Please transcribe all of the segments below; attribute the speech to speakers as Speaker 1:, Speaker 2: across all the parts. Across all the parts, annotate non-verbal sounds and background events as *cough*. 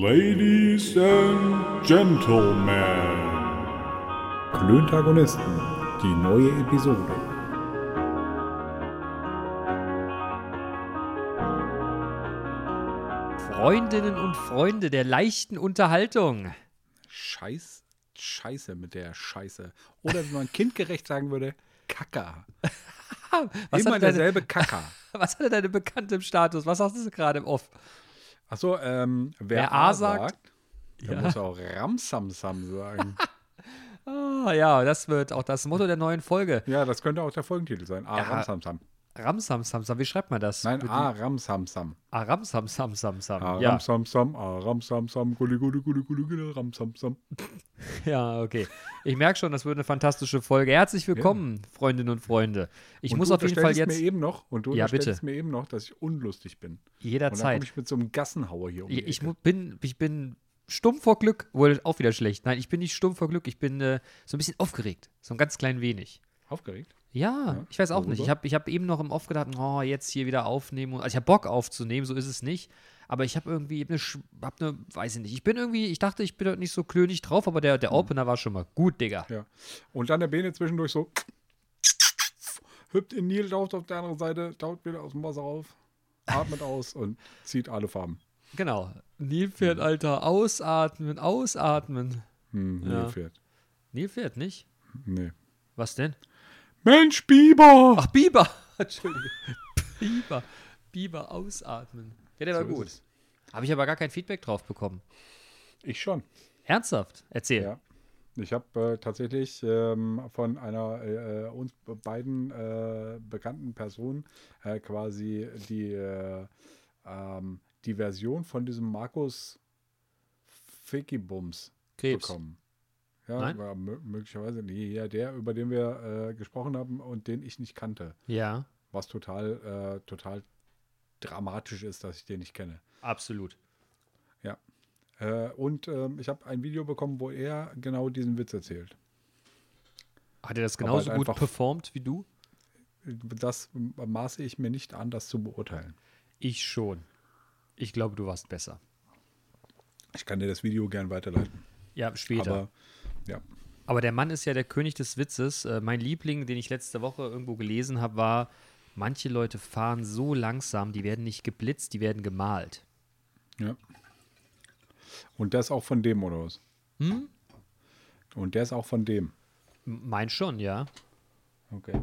Speaker 1: Ladies and Gentlemen,
Speaker 2: Klöntagonisten, die neue Episode.
Speaker 3: Freundinnen und Freunde der leichten Unterhaltung.
Speaker 2: Scheiß, Scheiße mit der Scheiße. Oder wie man *laughs* kindgerecht sagen würde, Kacker.
Speaker 3: Was
Speaker 2: Immer
Speaker 3: hat, deine,
Speaker 2: derselbe Kacker.
Speaker 3: *laughs* was hatte deine Bekannte im Status? Was hast du gerade im Off?
Speaker 2: Achso, ähm, wer,
Speaker 3: Wer
Speaker 2: A
Speaker 3: A sagt,
Speaker 2: sagt, der muss auch Ramsamsam sagen.
Speaker 3: *laughs* Ah, ja, das wird auch das Motto der neuen Folge.
Speaker 2: ja, das könnte auch der Folgentitel sein. A
Speaker 3: Ja.
Speaker 2: Ramsamsam.
Speaker 3: Ramsamsamsam, wie schreibt man das?
Speaker 2: Nein,
Speaker 3: Mit
Speaker 2: A Ah, Ramsamsam.
Speaker 3: dem- Ah, Ramsamsamsamsam.
Speaker 2: A
Speaker 3: ja.
Speaker 2: Ramsamsam, A Ramsamsam, Gulli Gulli Gulli Gulli Gulli Ramsamsam.
Speaker 3: ja, okay. Ich merke schon, das wird eine fantastische Folge. Herzlich willkommen, Freundinnen und Freunde. Ich
Speaker 2: Und
Speaker 3: muss
Speaker 2: du
Speaker 3: auf jeden Fall
Speaker 2: unterstellst
Speaker 3: jetzt
Speaker 2: mir eben noch und du
Speaker 3: Ja,
Speaker 2: unterstellst
Speaker 3: bitte.
Speaker 2: mir eben noch, dass ich unlustig bin. eh Und dann komme
Speaker 3: jederzeit.
Speaker 2: ich mit so einem Gassenhauer hier um. die
Speaker 3: Ich, ich
Speaker 2: Ecke.
Speaker 3: mu- bin, ich bin stumm vor Glück. Wohl auch wieder schlecht. Nein, ich bin nicht stumm vor Glück. Ich bin äh, so ein bisschen aufgeregt. So ein ganz klein wenig.
Speaker 2: Aufgeregt?
Speaker 3: Ja,
Speaker 2: Ja,
Speaker 3: ich weiß auch nicht.
Speaker 2: worüber?
Speaker 3: Ich habe ich hab eben noch im Off gedacht, oh, jetzt hier wieder aufnehmen. und- Also ich habe Bock aufzunehmen, so ist es nicht. Aber ich habe irgendwie eine, hab ne, weiß ich nicht. Ich bin irgendwie, ich dachte, ich bin heute nicht so klönig drauf, aber der, der Opener war schon mal gut, Digga.
Speaker 2: Mhm. Ja. Und dann der Bene zwischendurch so hüpft in Nil, taucht auf der anderen Seite, taucht wieder aus dem Wasser auf, atmet aus und zieht alle Farben.
Speaker 3: Genau.
Speaker 2: Mhm.
Speaker 3: Nilpferd, Alter, ausatmen, ausatmen.
Speaker 2: Hm, Nil
Speaker 3: Ja.
Speaker 2: fährt.
Speaker 3: Nilpferd, nicht?
Speaker 2: Nee.
Speaker 3: Was denn?
Speaker 2: Mensch, Biber!
Speaker 3: Ach, *laughs* Biber! Entschuldigung. Biber. Biber, ausatmen. Ja, der war
Speaker 2: So ist
Speaker 3: gut.
Speaker 2: es.
Speaker 3: Habe ich aber gar kein Feedback drauf bekommen.
Speaker 2: Ich schon.
Speaker 3: Ernsthaft? Erzähl.
Speaker 2: Ja. Ich habe äh, tatsächlich ähm, von einer äh, äh, uns beiden äh, bekannten Person äh, quasi die, äh, ähm, die Version von diesem Markus Fickibums
Speaker 3: Krebs.
Speaker 2: bekommen. Ja,
Speaker 3: Nein?
Speaker 2: war mö- möglicherweise nee, ja, der, über den wir äh, gesprochen haben und den ich nicht kannte.
Speaker 3: ja
Speaker 2: Was total, äh, total dramatisch ist, dass ich den nicht kenne.
Speaker 3: absolut.
Speaker 2: Äh, und ähm, ich habe ein Video bekommen, wo er genau diesen Witz erzählt.
Speaker 3: Hat er das
Speaker 2: Aber
Speaker 3: genauso
Speaker 2: halt
Speaker 3: gut
Speaker 2: einfach-
Speaker 3: performt wie du?
Speaker 2: Das maße ich mir nicht an, das zu beurteilen.
Speaker 3: Ich schon. Ich glaube, du warst besser.
Speaker 2: Ich kann dir das Video gern weiterleiten.
Speaker 3: Ja, später. Aber,
Speaker 2: Aber ja,
Speaker 3: der Mann ist ja der König des Witzes. Äh, mein Liebling, den ich letzte Woche irgendwo gelesen habe, war, manche Leute fahren so langsam, die werden nicht geblitzt, die werden gemalt.
Speaker 2: ja. Und das auch von dem oder was?
Speaker 3: Hm?
Speaker 2: Und der ist auch von dem.
Speaker 3: M- Mein schon, ja.
Speaker 2: Okay.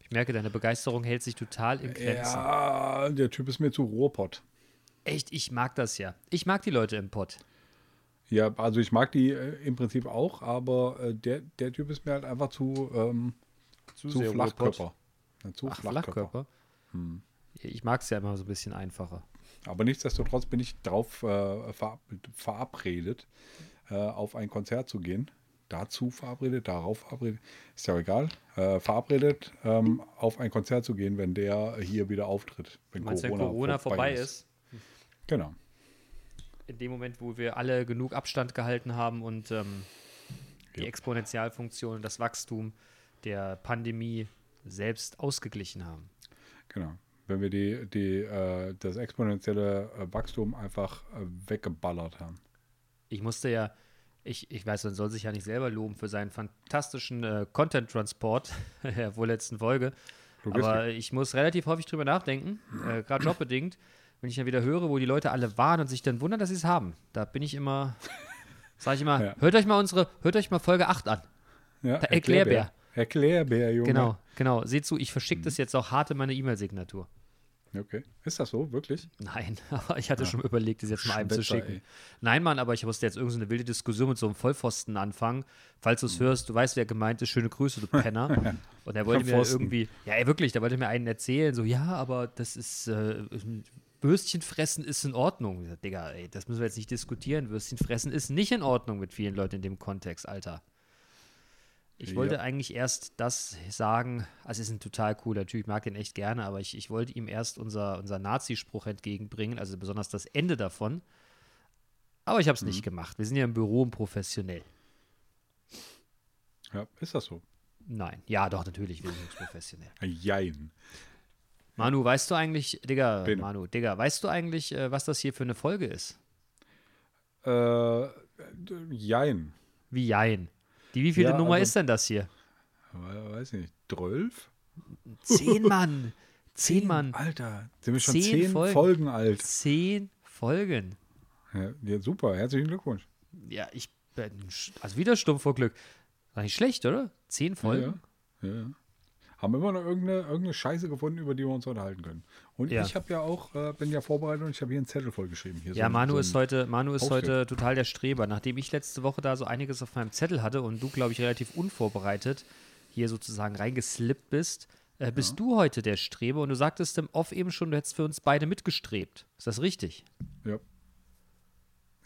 Speaker 3: Ich merke, deine Begeisterung hält sich total in Grenzen.
Speaker 2: Ja, der Typ ist mir zu Ruhrpott.
Speaker 3: Echt, ich mag das ja. Ich mag die Leute im Pott.
Speaker 2: Ja, also ich mag die äh, im Prinzip auch, aber äh, der, der Typ ist mir halt einfach zu, ähm, zu,
Speaker 3: sehr
Speaker 2: Flachkörper. Ja, zu
Speaker 3: Ach,
Speaker 2: Flachkörper. Hm.
Speaker 3: Flachkörper. Ich mag es ja immer so ein bisschen einfacher.
Speaker 2: Aber nichtsdestotrotz bin ich drauf äh, verab verabredet, äh, auf ein Konzert zu gehen. Dazu verabredet, darauf verabredet, ist ja egal. Äh, verabredet, ähm, auf ein Konzert zu gehen, wenn der hier wieder auftritt. Wenn
Speaker 3: Du meinst, wenn Corona vorbei ist?
Speaker 2: Genau.
Speaker 3: in dem Moment, wo wir alle genug Abstand gehalten haben und ähm, die
Speaker 2: Jo.
Speaker 3: Exponentialfunktion und das Wachstum der Pandemie selbst ausgeglichen haben.
Speaker 2: Genau. Wenn wir die, die, äh, das exponentielle äh, Wachstum einfach äh, weggeballert haben.
Speaker 3: Ich musste ja, ich, ich weiß, man soll sich ja nicht selber loben für seinen fantastischen äh, Content-Transport *laughs* der vorletzten Folge.
Speaker 2: Logistik.
Speaker 3: Aber ich muss relativ häufig drüber nachdenken, äh, gerade jobbedingt, wenn ich dann wieder höre, wo die Leute alle waren und sich dann wundern, dass sie es haben. Da bin ich immer, sage ich immer,
Speaker 2: Ja.
Speaker 3: hört euch mal unsere, hört euch mal Folge 8 an.
Speaker 2: Ja,
Speaker 3: Der Erklärbär.
Speaker 2: Erklärbär, Junge.
Speaker 3: Genau, genau. Seht zu, ich verschicke das jetzt auch hart in meine E-Mail-Signatur.
Speaker 2: Okay. Ist das so, wirklich?
Speaker 3: Nein, *laughs* aber ich hatte schon überlegt, es jetzt mal einem zu
Speaker 2: Schwätzer,
Speaker 3: schicken.
Speaker 2: ey.
Speaker 3: Nein, Mann, aber ich musste jetzt irgendeine wilde Diskussion mit so einem Vollpfosten anfangen. Falls du es hörst, du weißt, wer gemeint ist. Schöne Grüße, du Penner. Und er wollte mir
Speaker 2: Vollpfosten.
Speaker 3: irgendwie, ja, ey, wirklich, da wollte mir einen erzählen, so, ja, aber das ist, äh, Würstchen fressen ist in Ordnung. Ich sag, Digga, ey, das müssen wir jetzt nicht diskutieren. Würstchen fressen ist nicht in Ordnung mit vielen Leuten in dem Kontext, Alter. Ich
Speaker 2: Ja.
Speaker 3: wollte eigentlich erst das sagen, also ist ein total cooler Typ, ich mag den echt gerne, aber ich, ich wollte ihm erst unser, unser Nazi-Spruch entgegenbringen, also besonders das Ende davon. Aber ich habe es nicht
Speaker 2: Mhm.
Speaker 3: gemacht. Wir sind ja im Büro und professionell.
Speaker 2: Ja, ist das so?
Speaker 3: Nein, ja, doch, natürlich, wir sind professionell.
Speaker 2: Jein.
Speaker 3: Manu, weißt du eigentlich, Digga,
Speaker 2: Bene.
Speaker 3: Manu, Digga, weißt du eigentlich, äh, was das hier für eine Folge ist?
Speaker 2: Äh, jein.
Speaker 3: Wie Jein. Die wievielte
Speaker 2: Ja,
Speaker 3: Nummer
Speaker 2: also-
Speaker 3: ist denn das
Speaker 2: *laughs*
Speaker 3: hier?
Speaker 2: We- äh, Weiß nicht. 12?
Speaker 3: Zehn Mann. Zehn Mann.
Speaker 2: Alter, sind wir schon
Speaker 3: Zehn
Speaker 2: zehn,
Speaker 3: Folgen.
Speaker 2: Folgen. alt.
Speaker 3: Zehn Folgen.
Speaker 2: Ja, ja, super, herzlichen Glückwunsch.
Speaker 3: Ja, ich bin sch- also wieder stumpf vor Glück. War nicht schlecht, oder? Zehn Folgen?
Speaker 2: Ja, ja. Haben wir immer noch irgendeine, irgendeine Scheiße gefunden, über die wir uns unterhalten können. Und
Speaker 3: Ja.
Speaker 2: ich habe ja auch, äh, bin ja vorbereitet und ich habe hier einen Zettel vollgeschrieben. Hier
Speaker 3: Ja, Manu ist heute, Manu ist
Speaker 2: Aufstieg.
Speaker 3: heute total der Streber. Nachdem ich letzte Woche da so einiges auf meinem Zettel hatte und du, glaube ich, relativ unvorbereitet hier sozusagen reingeslippt bist, äh, bist du heute der Streber und du sagtest im Off eben schon, du hättest für uns beide mitgestrebt. Ist das richtig?
Speaker 2: Ja.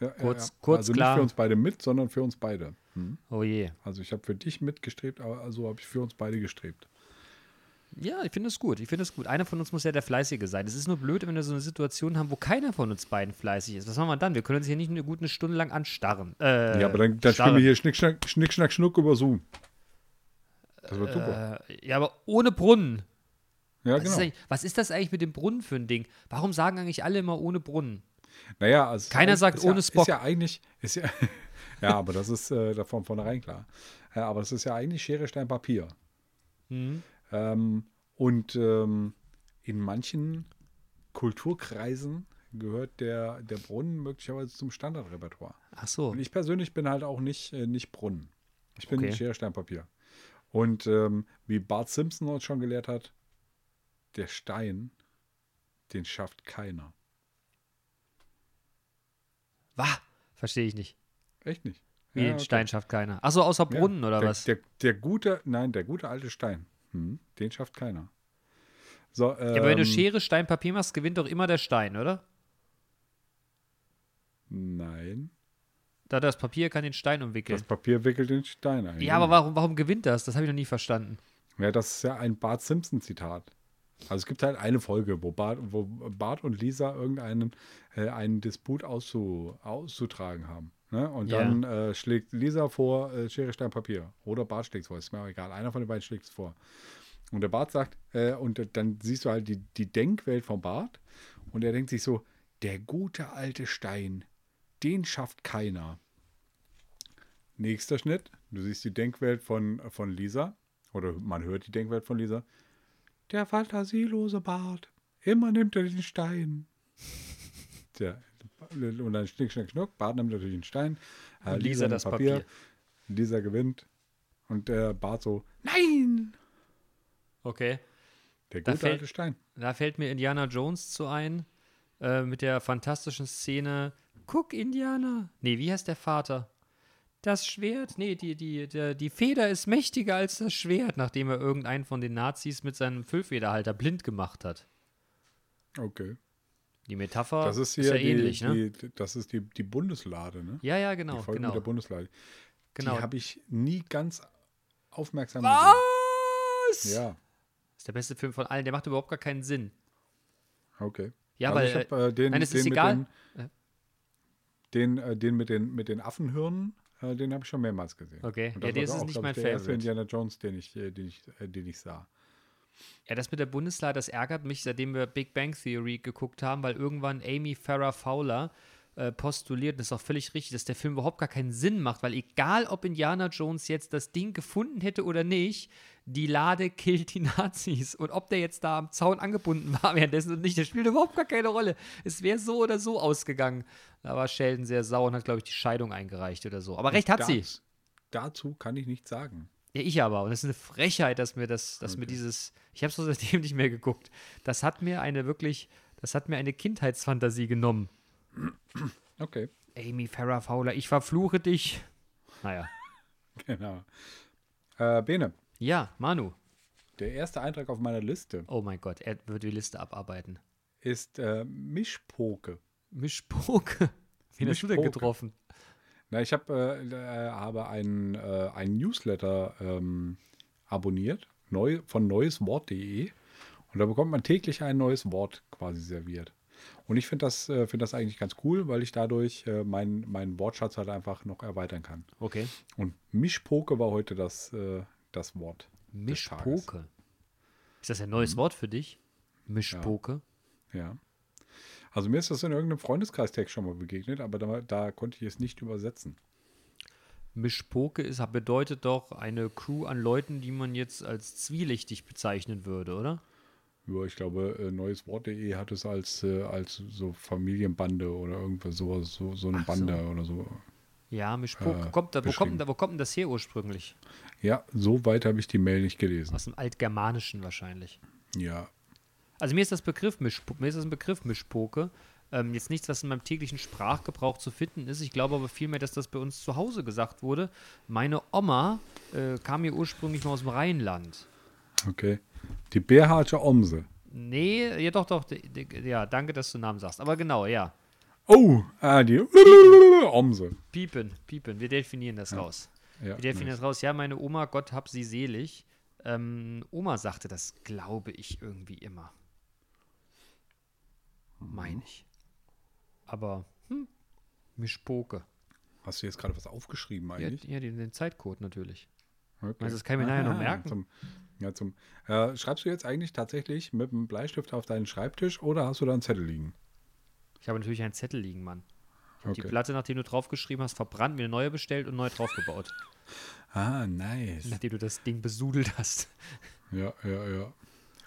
Speaker 2: Ja,
Speaker 3: Kurz-
Speaker 2: ja, ja.
Speaker 3: kurz
Speaker 2: also
Speaker 3: klar.
Speaker 2: nicht für uns beide mit, sondern für uns beide. Hm.
Speaker 3: Oh je.
Speaker 2: Also ich habe für dich mitgestrebt, aber also habe ich für uns beide gestrebt.
Speaker 3: Ja, ich finde es gut. Ich finde es gut. Einer von uns muss ja der Fleißige sein. Es ist nur blöd, wenn wir so eine Situation haben, wo keiner von uns beiden fleißig ist. Was machen wir dann? Wir können uns hier nicht eine gute Stunde lang anstarren. Äh,
Speaker 2: ja, aber dann, dann
Speaker 3: starren.
Speaker 2: spielen wir hier Schnick, Schnack, Schnick, Schnack, Schnuck über Zoom. Das wird super.
Speaker 3: Äh, ja, aber ohne Brunnen.
Speaker 2: Ja,
Speaker 3: Was, ist
Speaker 2: genau.
Speaker 3: eigentlich- was ist das eigentlich mit dem Brunnen für ein Ding? Warum sagen eigentlich alle immer ohne Brunnen?
Speaker 2: Naja, also es
Speaker 3: Keiner
Speaker 2: ist,
Speaker 3: sagt
Speaker 2: ist
Speaker 3: ohne
Speaker 2: ja,
Speaker 3: Spock.
Speaker 2: Ist ja eigentlich, ist ja, *laughs* ja, aber das ist äh, da von vornherein klar. Ja, aber es ist ja eigentlich Schere, Stein, Papier.
Speaker 3: Hm?
Speaker 2: Ähm, und ähm, in manchen Kulturkreisen gehört der, der Brunnen möglicherweise zum Standardrepertoire.
Speaker 3: Ach so.
Speaker 2: Und ich persönlich bin halt auch nicht, äh, nicht Brunnen. Ich bin
Speaker 3: Okay.
Speaker 2: Schere, Stein, Papier. Und ähm, wie Bart Simpson uns schon gelehrt hat, der Stein, den schafft keiner.
Speaker 3: Wah, verstehe ich nicht.
Speaker 2: Echt nicht.
Speaker 3: Wie
Speaker 2: Ja,
Speaker 3: den
Speaker 2: okay.
Speaker 3: Stein schafft keiner. Ach so, außer
Speaker 2: Ja,
Speaker 3: Brunnen oder
Speaker 2: der,
Speaker 3: was?
Speaker 2: Der, der gute, nein, der gute alte Stein. Hm, den schafft keiner. So, ähm,
Speaker 3: ja, aber wenn du Schere, Stein, Papier machst, gewinnt doch immer der Stein, oder?
Speaker 2: Nein,
Speaker 3: Da das Papier kann den Stein umwickeln.
Speaker 2: das Papier wickelt den Stein ein.
Speaker 3: ja, aber warum, warum gewinnt das? Das habe ich noch nie verstanden.
Speaker 2: Ja, das ist ja ein Bart Simpson-Zitat. Also es gibt halt eine Folge, wo Bart, wo Bart und Lisa irgendeinen äh, einen Disput auszu, auszutragen haben. Ne? Und
Speaker 3: Ja.
Speaker 2: dann äh, schlägt Lisa vor äh, Schere, Stein, Papier. Oder Bart schlägt es vor, ist mir auch egal. Einer von den beiden schlägt es vor. Und der Bart sagt, äh, und dann siehst du halt die, die Denkwelt von Bart. Und er denkt sich so, der gute alte Stein, den schafft keiner. Nächster Schnitt, du siehst die Denkwelt von, von Lisa. Oder man hört die Denkwelt von Lisa. Der fantasielose Bart, immer nimmt er den
Speaker 3: *laughs*
Speaker 2: Stein. Tja, und dann schnick, schnack, schnuck. Bart nimmt natürlich den Stein. äh,
Speaker 3: Und Lisa
Speaker 2: nimmt
Speaker 3: das Papier.
Speaker 2: Lisa gewinnt. Und der Bart so, nein!
Speaker 3: Okay.
Speaker 2: Der
Speaker 3: Da
Speaker 2: gute
Speaker 3: fällt-
Speaker 2: alte Stein.
Speaker 3: Da fällt mir Indiana Jones zu ein, äh, mit der fantastischen Szene, guck Indiana, nee, wie heißt der Vater? Das Schwert, nee, die, die, der, die Feder ist mächtiger als das Schwert, nachdem er irgendeinen von den Nazis mit seinem Füllfederhalter blind gemacht hat.
Speaker 2: Okay.
Speaker 3: Die Metapher
Speaker 2: Das ist hier
Speaker 3: Oh, ja
Speaker 2: die,
Speaker 3: ähnlich, ne?
Speaker 2: die, das ist die, die Bundeslade, ne?
Speaker 3: Ja, ja,
Speaker 2: die
Speaker 3: genau,
Speaker 2: Folge mit
Speaker 3: genau.
Speaker 2: der Bundeslade.
Speaker 3: genau.
Speaker 2: Die habe ich nie ganz aufmerksam
Speaker 3: Was?
Speaker 2: gesehen. Ja,
Speaker 3: Ist der beste Film von allen, der macht überhaupt gar keinen Sinn.
Speaker 2: okay.
Speaker 3: Ja,
Speaker 2: Also
Speaker 3: weil,
Speaker 2: ich hab, äh, den,
Speaker 3: nein, es
Speaker 2: den
Speaker 3: ist
Speaker 2: mit
Speaker 3: egal. Äh. Ja.
Speaker 2: Den, den, äh, den mit den mit den Affenhirnen, äh, den habe ich schon mehrmals gesehen.
Speaker 3: Okay.
Speaker 2: Und
Speaker 3: Ja,
Speaker 2: das
Speaker 3: der
Speaker 2: war
Speaker 3: ist es
Speaker 2: auch,
Speaker 3: nicht
Speaker 2: glaub ich,
Speaker 3: mein
Speaker 2: der erste
Speaker 3: Favorite.
Speaker 2: Indiana Jones, den ich, äh, den ich, äh, den ich sah.
Speaker 3: Ja, das mit der Bundeslade, das ärgert mich, seitdem wir Big Bang Theory geguckt haben, weil irgendwann Amy Farrah Fowler äh, postuliert, und das ist auch völlig richtig, dass der Film überhaupt gar keinen Sinn macht, weil egal, ob Indiana Jones jetzt das Ding gefunden hätte oder nicht, die Lade killt die *laughs* Nazis. Und ob der jetzt da am Zaun angebunden war *laughs* währenddessen und nicht, das spielt überhaupt gar keine Rolle. Es wäre so oder so ausgegangen. Da war Sheldon sehr sauer und hat, glaube ich, die Scheidung eingereicht oder so. Aber recht hat sie.
Speaker 2: Das- Dazu kann ich nichts sagen.
Speaker 3: Ja, ich aber. Und das ist eine Frechheit, dass mir das, dass mir dieses, ich habe es *laughs* seitdem nicht mehr geguckt. Das hat mir eine wirklich, das hat mir eine Kindheitsfantasie genommen.
Speaker 2: Okay, *laughs*
Speaker 3: Amy Farrah Fowler, ich verfluche dich. Naja.
Speaker 2: genau. Äh, Bene,
Speaker 3: Ja, Manu.
Speaker 2: der erste Eintrag auf meiner Liste
Speaker 3: Oh mein Gott, er wird die Liste abarbeiten.
Speaker 2: ist äh, Mischpoke.
Speaker 3: Mischpoke. *laughs* Wen hast du denn
Speaker 2: Mischpoke.
Speaker 3: getroffen?
Speaker 2: Na, ich hab, äh, äh, habe einen, äh, einen Newsletter ähm, abonniert, neu, von neueswort.de. Und da bekommt man täglich ein neues Wort quasi serviert. Und ich finde das, äh, find das eigentlich ganz cool, weil ich dadurch äh, meinen meinen Wortschatz halt einfach noch erweitern kann.
Speaker 3: Okay.
Speaker 2: Und Mischpoke war heute das, äh, das Wort. des Tages. Mhm.
Speaker 3: Mischpoke. Ist das ein neues Wort für dich? Mischpoke.
Speaker 2: Ja. Also mir ist das in irgendeinem Freundeskreistext schon mal begegnet, aber da, da konnte ich es nicht übersetzen.
Speaker 3: Mischpoke ist, bedeutet doch eine Crew an Leuten, die man jetzt als zwielichtig bezeichnen würde, oder?
Speaker 2: Ja, ich glaube, äh, neueswort.de hat es als, äh, als so Familienbande oder irgendwas sowas, so, so eine Bande oder so.
Speaker 3: Ja, Mischpoke.
Speaker 2: Äh,
Speaker 3: kommt da, wo, kommt, denn
Speaker 2: beschrieben.
Speaker 3: da- wo kommt denn das her ursprünglich?
Speaker 2: Ja, so weit habe ich die Mail nicht gelesen.
Speaker 3: Aus dem Altgermanischen wahrscheinlich.
Speaker 2: Ja.
Speaker 3: Also mir ist das Begriff Mischpoke, mir ist das ein Begriff Mischpoke. Ähm, jetzt nichts, was in meinem täglichen Sprachgebrauch zu finden ist. Ich glaube aber vielmehr, dass das bei uns zu Hause gesagt wurde. Meine Oma äh, kam hier ursprünglich mal aus dem Rheinland.
Speaker 2: Okay. Die Bärharsche Omse.
Speaker 3: Nee, ja doch, doch. d- d- Ja, danke, dass du den Namen sagst. Aber genau, ja.
Speaker 2: Oh, ah, die *laughs* Omse.
Speaker 3: Piepen, piepen. Wir definieren das raus.
Speaker 2: Ja, ne.
Speaker 3: Wir definieren
Speaker 2: nice.
Speaker 3: das raus. Ja, meine Oma, Gott hab sie selig. Ähm, Oma sagte das, glaube ich, irgendwie immer.
Speaker 2: Mhm.
Speaker 3: Meine ich. Aber, hm, Mischpoke.
Speaker 2: Hast du jetzt gerade was aufgeschrieben
Speaker 3: Ja,
Speaker 2: eigentlich?
Speaker 3: ja den, den Zeitcode natürlich.
Speaker 2: Okay. Ah,
Speaker 3: Meinst du, das kann ich mir nachher noch merken?
Speaker 2: Zum, ja, zum, äh, schreibst du jetzt eigentlich tatsächlich mit einem Bleistift auf deinen Schreibtisch oder hast du da einen Zettel liegen?
Speaker 3: Ich habe natürlich einen Zettel liegen, Mann. Ich hab Die
Speaker 2: Okay.
Speaker 3: Platte, nachdem du draufgeschrieben hast, verbrannt, mir eine neue bestellt und neu
Speaker 2: *laughs*
Speaker 3: draufgebaut.
Speaker 2: Ah, nice.
Speaker 3: nachdem du das Ding besudelt hast.
Speaker 2: Ja, ja, ja.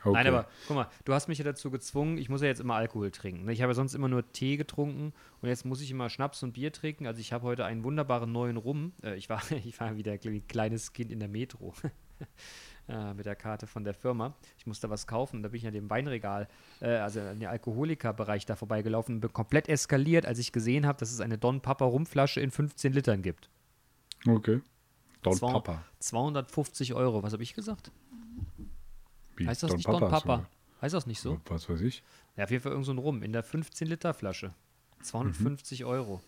Speaker 2: Okay.
Speaker 3: Nein, aber guck mal, du hast mich ja dazu gezwungen, ich muss ja jetzt immer Alkohol trinken. ne? Ich habe ja sonst immer nur Tee getrunken und jetzt muss ich immer Schnaps und Bier trinken. Also ich habe heute einen wunderbaren neuen Rum. Äh, ich, war, *laughs* ich war wieder ein kleines Kind in der Metro *laughs* äh, mit der Karte von der Firma. Ich musste was kaufen. Da bin ich an dem Weinregal, äh, also an den Alkoholikerbereich da vorbeigelaufen und bin komplett eskaliert, als ich gesehen habe, dass es eine Don Papa Rumflasche in 15 Litern gibt.
Speaker 2: Okay. Don
Speaker 3: Zwei-
Speaker 2: Papa.
Speaker 3: 250 Euro. Was habe ich gesagt?
Speaker 2: Wie?
Speaker 3: Heißt das nicht Don
Speaker 2: hast du
Speaker 3: Papa? Heißt das nicht so?
Speaker 2: gesagt. Was weiß ich?
Speaker 3: Ja, auf jeden Fall irgend so ein Rum in der 15-Liter-Flasche.
Speaker 2: Mhm.
Speaker 3: 250 Euro.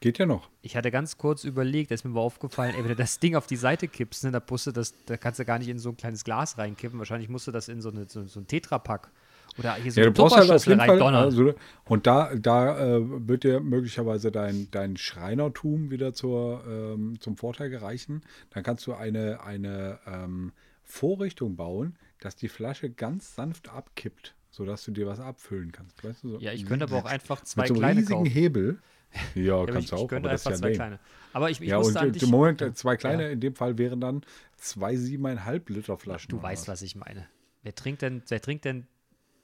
Speaker 2: Geht ja noch.
Speaker 3: Ich hatte ganz kurz überlegt, da ist mir aber aufgefallen, ey, wenn du das Ding auf die Seite kippst, ne, da, musst du das, da kannst du gar nicht in so ein kleines Glas reinkippen. Wahrscheinlich musst du das in so, eine, so, so ein Tetrapack oder hier so
Speaker 2: ja, du
Speaker 3: eine
Speaker 2: brauchst halt auf
Speaker 3: Tupperschüssel
Speaker 2: jeden Fall.
Speaker 3: reindonnern.
Speaker 2: Also, und da, da äh, wird dir möglicherweise dein, dein Schreinertum wieder zur, ähm, zum Vorteil gereichen. Dann kannst du eine, eine ähm, Vorrichtung bauen, dass die Flasche ganz sanft abkippt, sodass du dir was abfüllen kannst. Weißt du, so
Speaker 3: ja, ich könnte aber auch einfach zwei
Speaker 2: mit so einem
Speaker 3: kleine
Speaker 2: riesigen
Speaker 3: kaufen.
Speaker 2: Hebel.
Speaker 3: *laughs*
Speaker 2: Ja,
Speaker 3: Ja, aber
Speaker 2: kannst
Speaker 3: ich,
Speaker 2: du auch,
Speaker 3: ich könnte
Speaker 2: aber das
Speaker 3: einfach
Speaker 2: ist ja
Speaker 3: zwei
Speaker 2: lame.
Speaker 3: kleine. Aber ich, ich
Speaker 2: Ja,
Speaker 3: musste
Speaker 2: und
Speaker 3: an
Speaker 2: äh,
Speaker 3: dich.
Speaker 2: im Moment
Speaker 3: Ja.
Speaker 2: äh, zwei kleine
Speaker 3: Ja.
Speaker 2: in dem Fall wären dann zwei siebeneinhalb Liter Flaschen.
Speaker 3: Du
Speaker 2: oder
Speaker 3: weißt, was ich meine. Wer trinkt denn, wer trinkt denn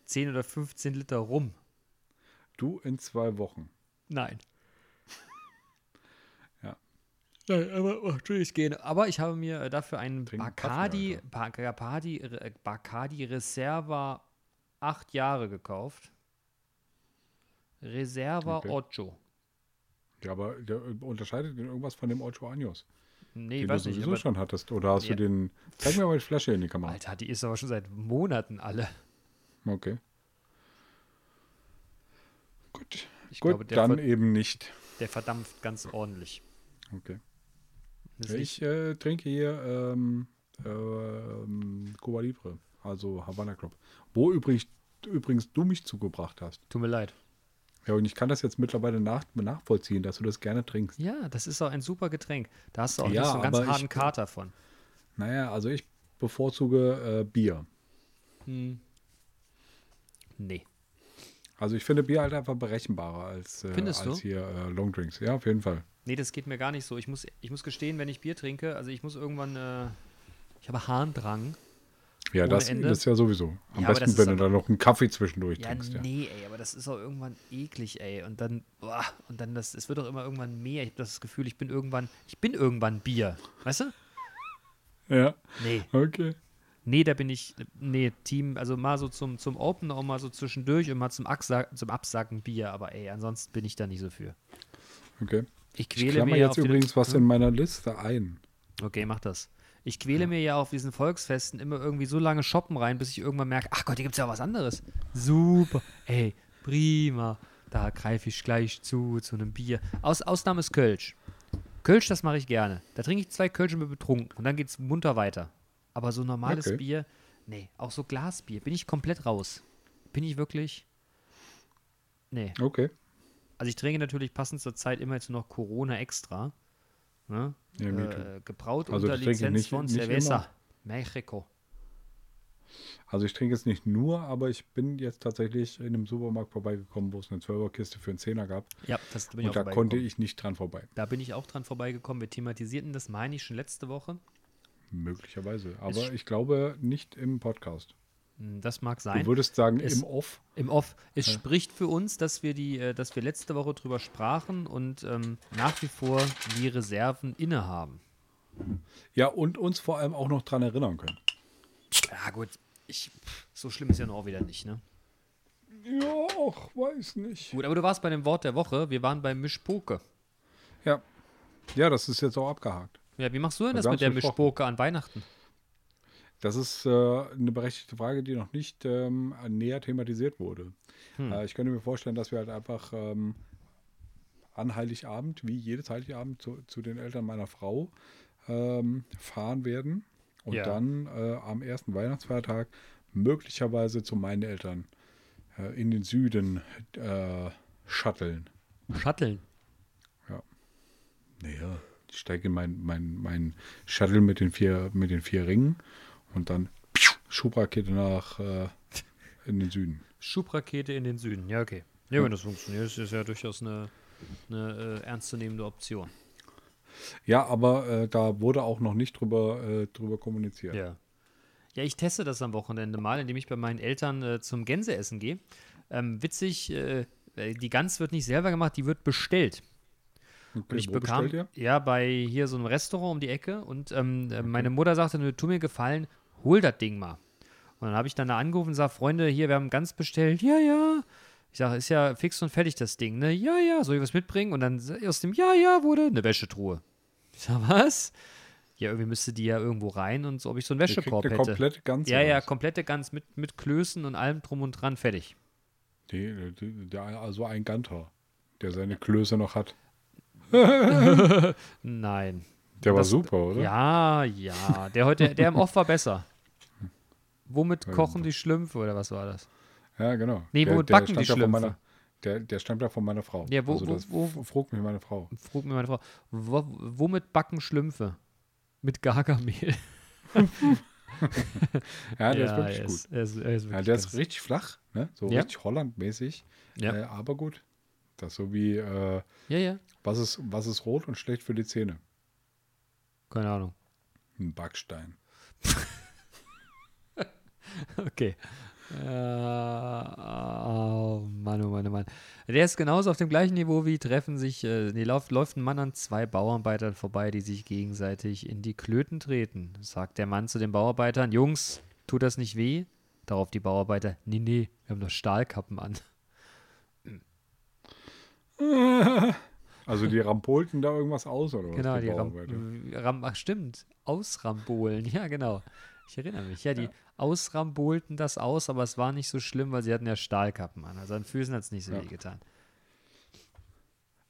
Speaker 3: 10 oder 15 Liter rum?
Speaker 2: Du in zwei Wochen.
Speaker 3: Nein.
Speaker 2: *laughs* Ja.
Speaker 3: Nein, aber oh, Entschuldigung, ich gehe. Aber ich habe mir äh, dafür einen
Speaker 2: Trink einen
Speaker 3: Bacardi, Bacardi, äh, Bacardi Reserva 8 Jahre gekauft. Reserva
Speaker 2: Okay.
Speaker 3: Ocho.
Speaker 2: Ja, aber der äh, unterscheidet denn irgendwas von dem Ocho Años,
Speaker 3: Nee,
Speaker 2: den du
Speaker 3: weiß nicht.
Speaker 2: sowieso
Speaker 3: Aber,
Speaker 2: schon hattest? Oder hast
Speaker 3: Ja.
Speaker 2: du den. Zeig mir mal die Flasche in die Kamera.
Speaker 3: Alter, die ist aber schon seit Monaten alle.
Speaker 2: Okay. Gut.
Speaker 3: Ich
Speaker 2: Gut,
Speaker 3: glaube, der,
Speaker 2: dann
Speaker 3: ver
Speaker 2: eben nicht.
Speaker 3: der verdampft ganz ordentlich.
Speaker 2: Okay.
Speaker 3: Das
Speaker 2: Ja,
Speaker 3: liegt-
Speaker 2: ich äh, trinke hier ähm, ähm, Cuba Libre, also Havana Club. Wo übrigens, übrigens du mich zugebracht hast.
Speaker 3: tut mir leid.
Speaker 2: Ja, und ich kann das jetzt mittlerweile nach, nachvollziehen, dass du das gerne trinkst.
Speaker 3: Ja, das ist auch ein super Getränk. Da hast du auch
Speaker 2: Ja,
Speaker 3: nicht so einen ganz
Speaker 2: aber ich-
Speaker 3: harten Kater von.
Speaker 2: Naja, also ich bevorzuge äh, Bier.
Speaker 3: Hm. Nee.
Speaker 2: Also ich finde Bier halt einfach berechenbarer als, äh,
Speaker 3: Findest
Speaker 2: als
Speaker 3: du?
Speaker 2: hier äh, Longdrinks. Ja, auf jeden Fall.
Speaker 3: Nee, das geht mir gar nicht so. Ich muss, ich muss gestehen, wenn ich Bier trinke, also ich muss irgendwann, äh, ich habe Harndrang.
Speaker 2: Ja,
Speaker 3: Ohne
Speaker 2: das,
Speaker 3: Ende.
Speaker 2: das ist ja sowieso. Am
Speaker 3: Ja, aber das
Speaker 2: besten,
Speaker 3: ist
Speaker 2: wenn du
Speaker 3: aber-
Speaker 2: dann noch einen Kaffee zwischendurch
Speaker 3: Ja,
Speaker 2: trinkst. Ja.
Speaker 3: nee, ey, aber das ist auch irgendwann eklig, ey. Und dann, boah, und dann, das, es wird auch immer irgendwann mehr. Ich habe das Gefühl, ich bin irgendwann, ich bin irgendwann Bier. Weißt du?
Speaker 2: ja,
Speaker 3: Nee.
Speaker 2: okay.
Speaker 3: Nee, da bin ich, nee, Team, also mal so zum, zum Open, auch mal so zwischendurch und mal zum, Absack, zum Absacken Bier, aber ey, ansonsten bin ich da nicht so für.
Speaker 2: okay.
Speaker 3: Ich
Speaker 2: Ich
Speaker 3: quäle
Speaker 2: klammer
Speaker 3: mir ja
Speaker 2: jetzt
Speaker 3: auf
Speaker 2: übrigens
Speaker 3: die, ne?
Speaker 2: was in meiner Liste ein.
Speaker 3: Okay, mach das. Ich quäle mir ja auf diesen Volksfesten immer irgendwie so lange shoppen rein, bis ich irgendwann merke, ach Gott, hier gibt's ja was anderes. Super, ey, prima. Da greife ich gleich zu, zu einem Bier. Aus, Ausnahme ist Kölsch. Kölsch, das mache ich gerne. Da trinke ich zwei Kölsch und bin betrunken. Und dann geht's munter weiter. Aber so normales
Speaker 2: Okay.
Speaker 3: Bier, nee, auch so Glasbier, bin ich komplett raus. Bin ich wirklich. Nee.
Speaker 2: Okay.
Speaker 3: Also ich trinke natürlich passend zur Zeit immer jetzt noch Corona extra. Ne?
Speaker 2: Ja, me too.
Speaker 3: äh, gebraut
Speaker 2: Also
Speaker 3: unter
Speaker 2: das trinke ich
Speaker 3: Lizenz
Speaker 2: nicht-
Speaker 3: von
Speaker 2: nicht
Speaker 3: Cerveza.
Speaker 2: immer.
Speaker 3: Mexiko.
Speaker 2: Also ich trinke jetzt nicht nur, aber ich bin jetzt tatsächlich in einem Supermarkt vorbeigekommen, wo es eine 12er-Kiste für einen Zehner gab.
Speaker 3: Ja, das bin ich
Speaker 2: Und da
Speaker 3: auch
Speaker 2: konnte
Speaker 3: vorbeigekommen.
Speaker 2: ich nicht dran vorbei.
Speaker 3: Da bin ich auch dran vorbeigekommen. Wir thematisierten das, meine ich, schon letzte Woche.
Speaker 2: Möglicherweise.
Speaker 3: sch-
Speaker 2: Aber ich glaube nicht im Podcast.
Speaker 3: Hm, Das mag
Speaker 2: Du
Speaker 3: sein.
Speaker 2: würdest sagen,
Speaker 3: Es-
Speaker 2: im Off.
Speaker 3: Im Off. Es spricht für uns, dass wir die, äh, dass wir letzte Woche drüber sprachen und ähm, nach wie vor die Reserven innehaben.
Speaker 2: Ja, und uns vor allem auch noch dran erinnern können.
Speaker 3: Ja, gut. Ich, pff, so schlimm ist ja nun auch wieder nicht, ne?
Speaker 2: Ja, ach, weiß nicht.
Speaker 3: Gut, aber du warst bei dem Wort der Woche. Wir waren bei Mischpoke.
Speaker 2: Ja. Ja, das ist jetzt auch abgehakt.
Speaker 3: Ja, wie machst du denn
Speaker 2: Da
Speaker 3: das mit
Speaker 2: gab's
Speaker 3: der
Speaker 2: besprochen.
Speaker 3: Mischpoke an Weihnachten?
Speaker 2: Das ist äh, eine berechtigte Frage, die noch nicht ähm, näher thematisiert wurde. Äh, ich könnte mir vorstellen, dass wir halt einfach ähm, an Heiligabend, wie jedes Heiligabend, zu, zu den Eltern meiner Frau ähm, fahren werden und
Speaker 3: Ja.
Speaker 2: dann äh, am ersten Weihnachtsfeiertag möglicherweise zu meinen Eltern äh, in den Süden äh, shutteln.
Speaker 3: Shutteln.
Speaker 2: Naja, ich steige in mein, mein, mein Shuttle mit den vier, mit den vier Ringen und dann Schubrakete nach äh, in den Süden.
Speaker 3: Schubrakete in den Süden. Ja, okay. Ja, wenn das funktioniert, ist das ja durchaus eine, eine äh, ernstzunehmende Option.
Speaker 2: Ja, aber äh, da wurde auch noch nicht drüber, äh, drüber kommuniziert.
Speaker 3: Ja. Ja, ich teste das am Wochenende mal, indem ich bei meinen Eltern äh, zum Gänseessen gehe. Ähm, witzig, äh, äh, die Gans wird nicht selber gemacht, die wird bestellt.
Speaker 2: Und
Speaker 3: Und ich bekam
Speaker 2: Ihr?
Speaker 3: ja bei hier so einem Restaurant um die Ecke und ähm, äh, meine Mutter sagte, "Nö, tu mir gefallen, hol das Ding mal. Und dann habe ich dann da angerufen und sage, Freunde, hier, wir haben ganz bestellt. Ja, ja. Ich sage, ist ja fix und fertig das Ding, ne? Ja, ja, soll ich was mitbringen? Und dann aus dem Ja, ja wurde eine Wäschetruhe. Ich sage, was? Ja, irgendwie müsste die ja irgendwo rein und so, ob ich so einen
Speaker 2: Ihr kriegt
Speaker 3: Wäschekorb
Speaker 2: eine
Speaker 3: hätte.
Speaker 2: komplett ganze.
Speaker 3: ja, ja,
Speaker 2: raus.
Speaker 3: komplette Gans mit, mit Klößen und allem drum und dran, fertig.
Speaker 2: Die, die, der, also ein Ganter, der seine Klöße noch hat.
Speaker 3: Nein.
Speaker 2: Der war
Speaker 3: Das-
Speaker 2: super, oder?
Speaker 3: Ja, ja. Der heute, der im Off war besser. Womit kochen die Schlümpfe oder was war das?
Speaker 2: Ja, genau.
Speaker 3: Nee,
Speaker 2: der,
Speaker 3: wo
Speaker 2: der
Speaker 3: backen die
Speaker 2: stammt ja von
Speaker 3: Schlümpfe?
Speaker 2: meiner, der, der stammt ja von meiner Frau.
Speaker 3: Ja, wo-
Speaker 2: also
Speaker 3: wo-
Speaker 2: das
Speaker 3: wo-
Speaker 2: f- frug mich meine Frau.
Speaker 3: Frug mir meine Frau. Wo, womit backen Schlümpfe? Mit Gargamel.
Speaker 2: Ja, der ist wirklich
Speaker 3: er
Speaker 2: gut.
Speaker 3: Ist, er ist, er ist
Speaker 2: Ja,
Speaker 3: wirklich
Speaker 2: der ist
Speaker 3: ganz-
Speaker 2: richtig flach, ne? so
Speaker 3: Ja.
Speaker 2: richtig Holland-mäßig.
Speaker 3: Ja.
Speaker 2: Äh, aber gut. Das ist so wie, äh,
Speaker 3: ja, ja.
Speaker 2: was, ist, was ist rot und schlecht für die Zähne?
Speaker 3: Keine Ahnung.
Speaker 2: Ein Backstein.
Speaker 3: Okay. Äh, oh Mann, oh Mann, oh Mann. Der ist genauso auf dem gleichen Niveau wie treffen sich, äh, nee, läuft, läuft ein Mann an zwei Bauarbeitern vorbei, die sich gegenseitig in die Klöten treten. Sagt der Mann zu den Bauarbeitern, Jungs, tut das nicht weh? Darauf die Bauarbeiter, nee, nee, wir haben doch Stahlkappen an.
Speaker 2: Also die rampolten da irgendwas aus oder was?
Speaker 3: *laughs* Genau, die
Speaker 2: Bauarbeiter?
Speaker 3: Ram, Ram ach, stimmt, ausrambolen, *laughs* ja genau. Ich erinnere mich, ja, die ausrambolten das aus, aber es war nicht so schlimm, weil sie hatten ja Stahlkappen an. Also an Füßen hat es nicht so
Speaker 2: Ja.
Speaker 3: weh getan.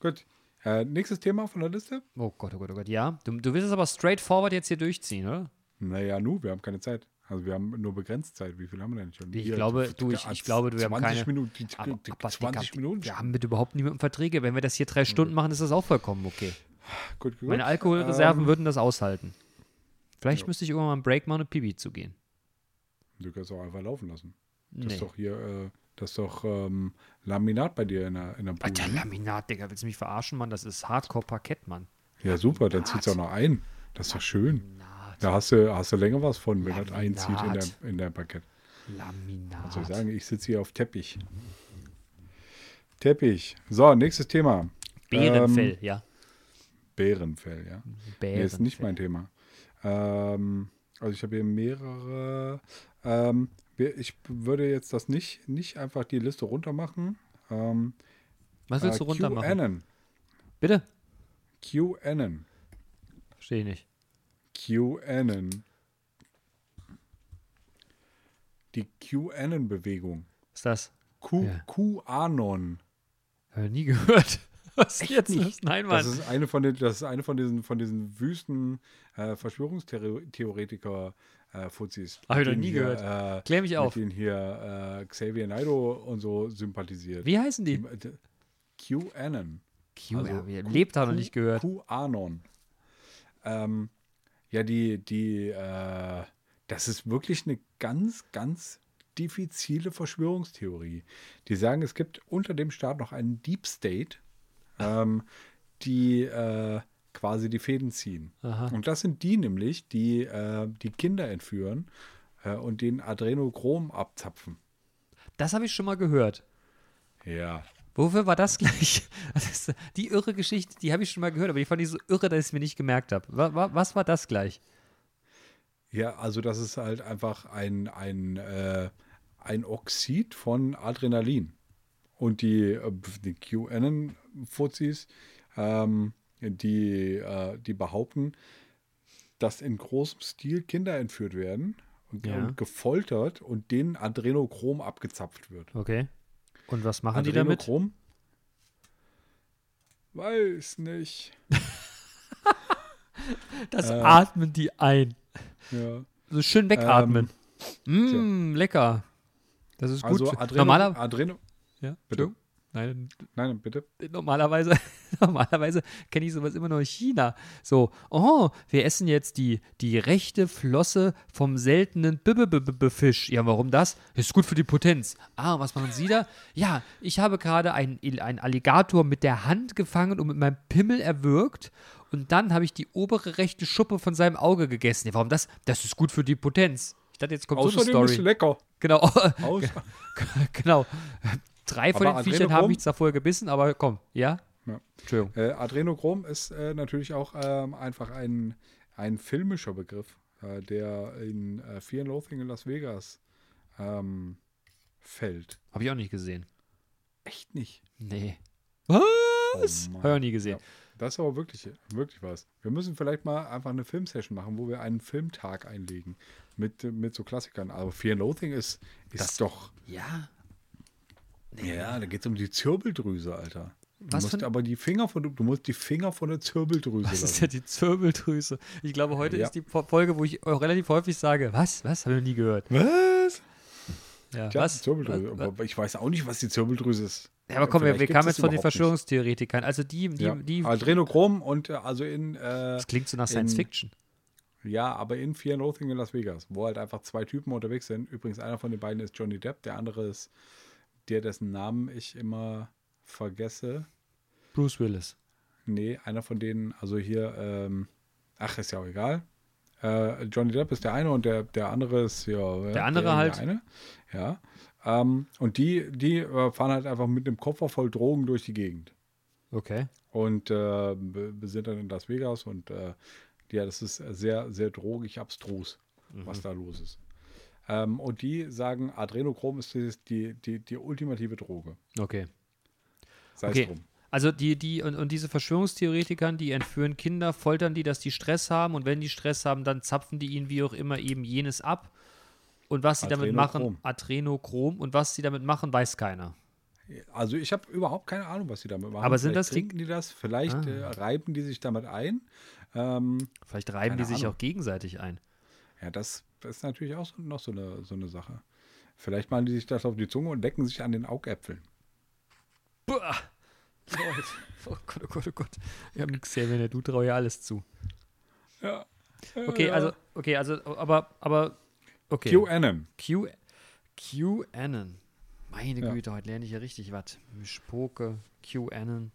Speaker 2: Gut. Äh, nächstes Thema von der Liste?
Speaker 3: Oh Gott, oh Gott, oh Gott, ja. Du, du willst es aber straightforward jetzt hier durchziehen, oder?
Speaker 2: Naja, nu, wir haben keine Zeit. Also wir haben nur begrenzt Zeit. Wie viel haben wir denn schon?
Speaker 3: Ich
Speaker 2: Hier,
Speaker 3: glaube, du, ich,
Speaker 2: ja,
Speaker 3: ich glaube, du wir haben
Speaker 2: 20
Speaker 3: keine.
Speaker 2: Minuten, die, die,
Speaker 3: aber,
Speaker 2: die,
Speaker 3: aber,
Speaker 2: 20
Speaker 3: Digga,
Speaker 2: Minuten. Hm.
Speaker 3: Wir haben mit überhaupt niemandem Verträge. Wenn wir das hier drei Stunden machen, ist das auch vollkommen okay.
Speaker 2: Gut, gut.
Speaker 3: Meine Alkoholreserven
Speaker 2: Ähm,
Speaker 3: würden das aushalten. Vielleicht müsste ich irgendwann mal einen Break machen und Pibi zu gehen.
Speaker 2: du kannst auch einfach laufen lassen. Das
Speaker 3: Nee.
Speaker 2: ist doch hier, äh, das ist doch ähm, Laminat bei dir in der, in der Pool.
Speaker 3: Alter, Laminat, Digga, willst du mich verarschen, Mann? Das ist Hardcore-Parkett, Mann.
Speaker 2: Ja, super, dann zieht es auch noch ein. Das ist doch schön. Da hast du, hast du länger was von, wenn das einzieht in
Speaker 3: Laminat.
Speaker 2: dein, in dein Parkett. Was soll ich
Speaker 3: Laminat.
Speaker 2: sagen? Ich sitze hier auf Teppich. Teppich. So, nächstes Thema.
Speaker 3: Bärenfell, ja.
Speaker 2: Ähm, Bärenfell, ja. Nee, ist nicht mein Thema. Ähm, also ich habe hier mehrere. Ähm, wir- ich würde jetzt das nicht, nicht einfach die Liste runter machen. Ähm,
Speaker 3: Was willst
Speaker 2: äh,
Speaker 3: du runter machen?
Speaker 2: QAnon.
Speaker 3: Bitte?
Speaker 2: QAnon.
Speaker 3: Verstehe ich nicht.
Speaker 2: QAnon. Die QAnon-Bewegung.
Speaker 3: Was ist das?
Speaker 2: Q-
Speaker 3: Ja.
Speaker 2: QAnon.
Speaker 3: Hab nie gehört. *laughs* Was jetzt? los? Nein, Mann.
Speaker 2: Das ist eine von, den, das ist eine von diesen, von diesen wüsten äh, Verschwörungstheoretiker-Fuzis.
Speaker 3: Hab ich noch nie
Speaker 2: Hier, äh,
Speaker 3: Klär mich auf.
Speaker 2: Mit denen hier äh, Xavier Naidoo und so sympathisiert.
Speaker 3: Wie heißen die?
Speaker 2: Die- QAnon.
Speaker 3: Q,
Speaker 2: Also,
Speaker 3: ja, wir
Speaker 2: Q-
Speaker 3: lebt haben noch
Speaker 2: Q-
Speaker 3: nicht gehört.
Speaker 2: QAnon. Ähm, ja, die, die, äh, das ist wirklich eine ganz, ganz diffizile Verschwörungstheorie. Die sagen, es gibt unter dem Staat noch einen Deep State, ähm, die äh, quasi die Fäden ziehen.
Speaker 3: Aha.
Speaker 2: Und das sind die nämlich, die äh, die Kinder entführen äh, und den Adrenochrom abzapfen.
Speaker 3: Das habe ich schon mal gehört.
Speaker 2: Ja.
Speaker 3: Wofür war das gleich? *laughs* Das ist, die irre Geschichte, die habe ich schon mal gehört, aber die fand ich so irre, dass ich es mir nicht gemerkt habe. Wa- wa- Was war das gleich?
Speaker 2: Ja, also das ist halt einfach ein, ein, äh, ein Oxid von Adrenalin. Und die, äh, die QAnon-Fuzis, ähm, die, äh, die behaupten, dass in großem Stil Kinder entführt werden und,
Speaker 3: Ja.
Speaker 2: und gefoltert und denen Adrenochrom abgezapft wird.
Speaker 3: Okay. Und was machen die damit?
Speaker 2: Adrenochrom? Weiß nicht.
Speaker 3: Das
Speaker 2: äh,
Speaker 3: atmen die ein.
Speaker 2: Ja.
Speaker 3: So schön wegatmen. Mm, lecker. Das ist gut.
Speaker 2: Ähm, Also
Speaker 3: für-
Speaker 2: Adreno,
Speaker 3: Normaler,
Speaker 2: Adreno,
Speaker 3: ja,
Speaker 2: bitte.
Speaker 3: Nein,
Speaker 2: Nein, bitte.
Speaker 3: normalerweise, *laughs* normalerweise kenne ich sowas immer nur aus China. So, oh, wir essen jetzt die, die rechte Flosse vom seltenen B -B -B -B -B Fisch. Ja, warum das? Ist gut für die Potenz. Ah, was machen Sie da? Ja, ich habe gerade einen ein Alligator mit der Hand gefangen und mit meinem Pimmel erwürgt. Und dann habe ich die obere rechte Schuppe von seinem Auge gegessen. Ja, warum das? Das ist gut für die Potenz. Ich dachte, jetzt kommt so
Speaker 2: Außerdem
Speaker 3: eine
Speaker 2: ist
Speaker 3: Story. *laughs*
Speaker 2: lecker.
Speaker 3: Genau.
Speaker 2: Außer,
Speaker 3: genau. Drei von
Speaker 2: Aber
Speaker 3: den Viechern haben
Speaker 2: Adrenochrom?
Speaker 3: mich zwar vorher gebissen, aber komm, ja?
Speaker 2: Ja.
Speaker 3: Entschuldigung.
Speaker 2: Äh, Adrenochrom ist äh, natürlich auch ähm, einfach ein, ein filmischer Begriff, äh, der in äh, Fear and Loathing in Las Vegas ähm, fällt.
Speaker 3: Habe ich auch nicht gesehen.
Speaker 2: Echt nicht.
Speaker 3: Nee.
Speaker 2: Oh
Speaker 3: Was?
Speaker 2: Mann.
Speaker 3: Hab ich auch nie gesehen.
Speaker 2: Das ist aber wirklich, wirklich was. Wir müssen vielleicht mal einfach eine Filmsession machen, wo wir einen Filmtag einlegen mit, äh, mit so Klassikern. Aber Fear and Loathing ist, ist
Speaker 3: Das-
Speaker 2: doch.
Speaker 3: Ja.
Speaker 2: Ja, da geht es um die Zirbeldrüse, Alter. Du
Speaker 3: Was für
Speaker 2: musst
Speaker 3: ein-
Speaker 2: aber die Finger von du musst die Finger von der Zirbeldrüse
Speaker 3: Das ist
Speaker 2: lassen.
Speaker 3: ja die Zirbeldrüse. Ich glaube, heute
Speaker 2: Ja.
Speaker 3: ist die Po- Folge, wo ich auch relativ häufig sage, was? Was? Habe ich noch nie gehört.
Speaker 2: Was?
Speaker 3: Ja,
Speaker 2: Ja,
Speaker 3: was?
Speaker 2: Zirbeldrüse.
Speaker 3: Was?
Speaker 2: Aber ich weiß auch nicht, was die Zirbeldrüse ist.
Speaker 3: Ja, aber komm, wir,
Speaker 2: Vielleicht
Speaker 3: wir
Speaker 2: gibt's
Speaker 3: kamen
Speaker 2: das
Speaker 3: jetzt von
Speaker 2: überhaupt
Speaker 3: den
Speaker 2: nicht.
Speaker 3: Verschwörungstheoretikern. Also die, die,
Speaker 2: Ja.
Speaker 3: die
Speaker 2: Adrenochrom und äh, also in, äh,
Speaker 3: das klingt so nach Science
Speaker 2: in-
Speaker 3: Fiction.
Speaker 2: ja, aber in Fear and Loathing in Las Vegas, wo halt einfach zwei Typen unterwegs sind. Übrigens, einer von den beiden ist Johnny Depp, der andere ist der, dessen Namen ich immer vergesse.
Speaker 3: Bruce Willis.
Speaker 2: Nee, einer von denen, also hier, ähm, ach, ist ja auch egal. Äh, Johnny Depp ist der eine und der, der andere ist ja. äh,
Speaker 3: Der andere halt.
Speaker 2: Der eine. Ja. Ähm, und die, die äh, fahren halt einfach mit einem Koffer voll Drogen durch die Gegend.
Speaker 3: Okay.
Speaker 2: und äh, b- sind dann in Las Vegas und äh, ja, das ist sehr, sehr drogig abstrus,
Speaker 3: Mhm.
Speaker 2: was da los ist. Ähm, und die sagen, Adrenochrom ist die, die, die, die ultimative Droge.
Speaker 3: Okay.
Speaker 2: Sei es
Speaker 3: Okay.
Speaker 2: drum.
Speaker 3: Also die, die, und, und diese Verschwörungstheoretikern, die entführen Kinder, foltern die, dass die Stress haben und wenn die Stress haben, dann zapfen die ihnen wie auch immer eben jenes ab. Und was sie damit
Speaker 2: Adrenochrom.
Speaker 3: machen, Adrenochrom, und was sie damit machen, weiß keiner.
Speaker 2: Also ich habe überhaupt keine Ahnung, was die damit machen.
Speaker 3: Aber sind
Speaker 2: vielleicht
Speaker 3: das die-
Speaker 2: trinken die das? Vielleicht
Speaker 3: Ah.
Speaker 2: äh, reiben die sich damit ein. Ähm,
Speaker 3: Vielleicht reiben
Speaker 2: Keine
Speaker 3: die sich
Speaker 2: Ahnung.
Speaker 3: auch gegenseitig ein.
Speaker 2: ja, das ist natürlich auch so, noch so eine, so eine Sache. Vielleicht malen die sich das auf die Zunge und lecken sich an den Augäpfeln.
Speaker 3: Boah. Leute. *laughs* Oh Gott, oh Gott, oh Gott. Ja, Xavier, du trau ja alles zu.
Speaker 2: Ja.
Speaker 3: Okay, also, okay, also, aber, aber, okay.
Speaker 2: QAnon.
Speaker 3: Q, QAnon. Meine
Speaker 2: Ja.
Speaker 3: Güte, heute lerne ich ja richtig was. Mischpoke, QAnon.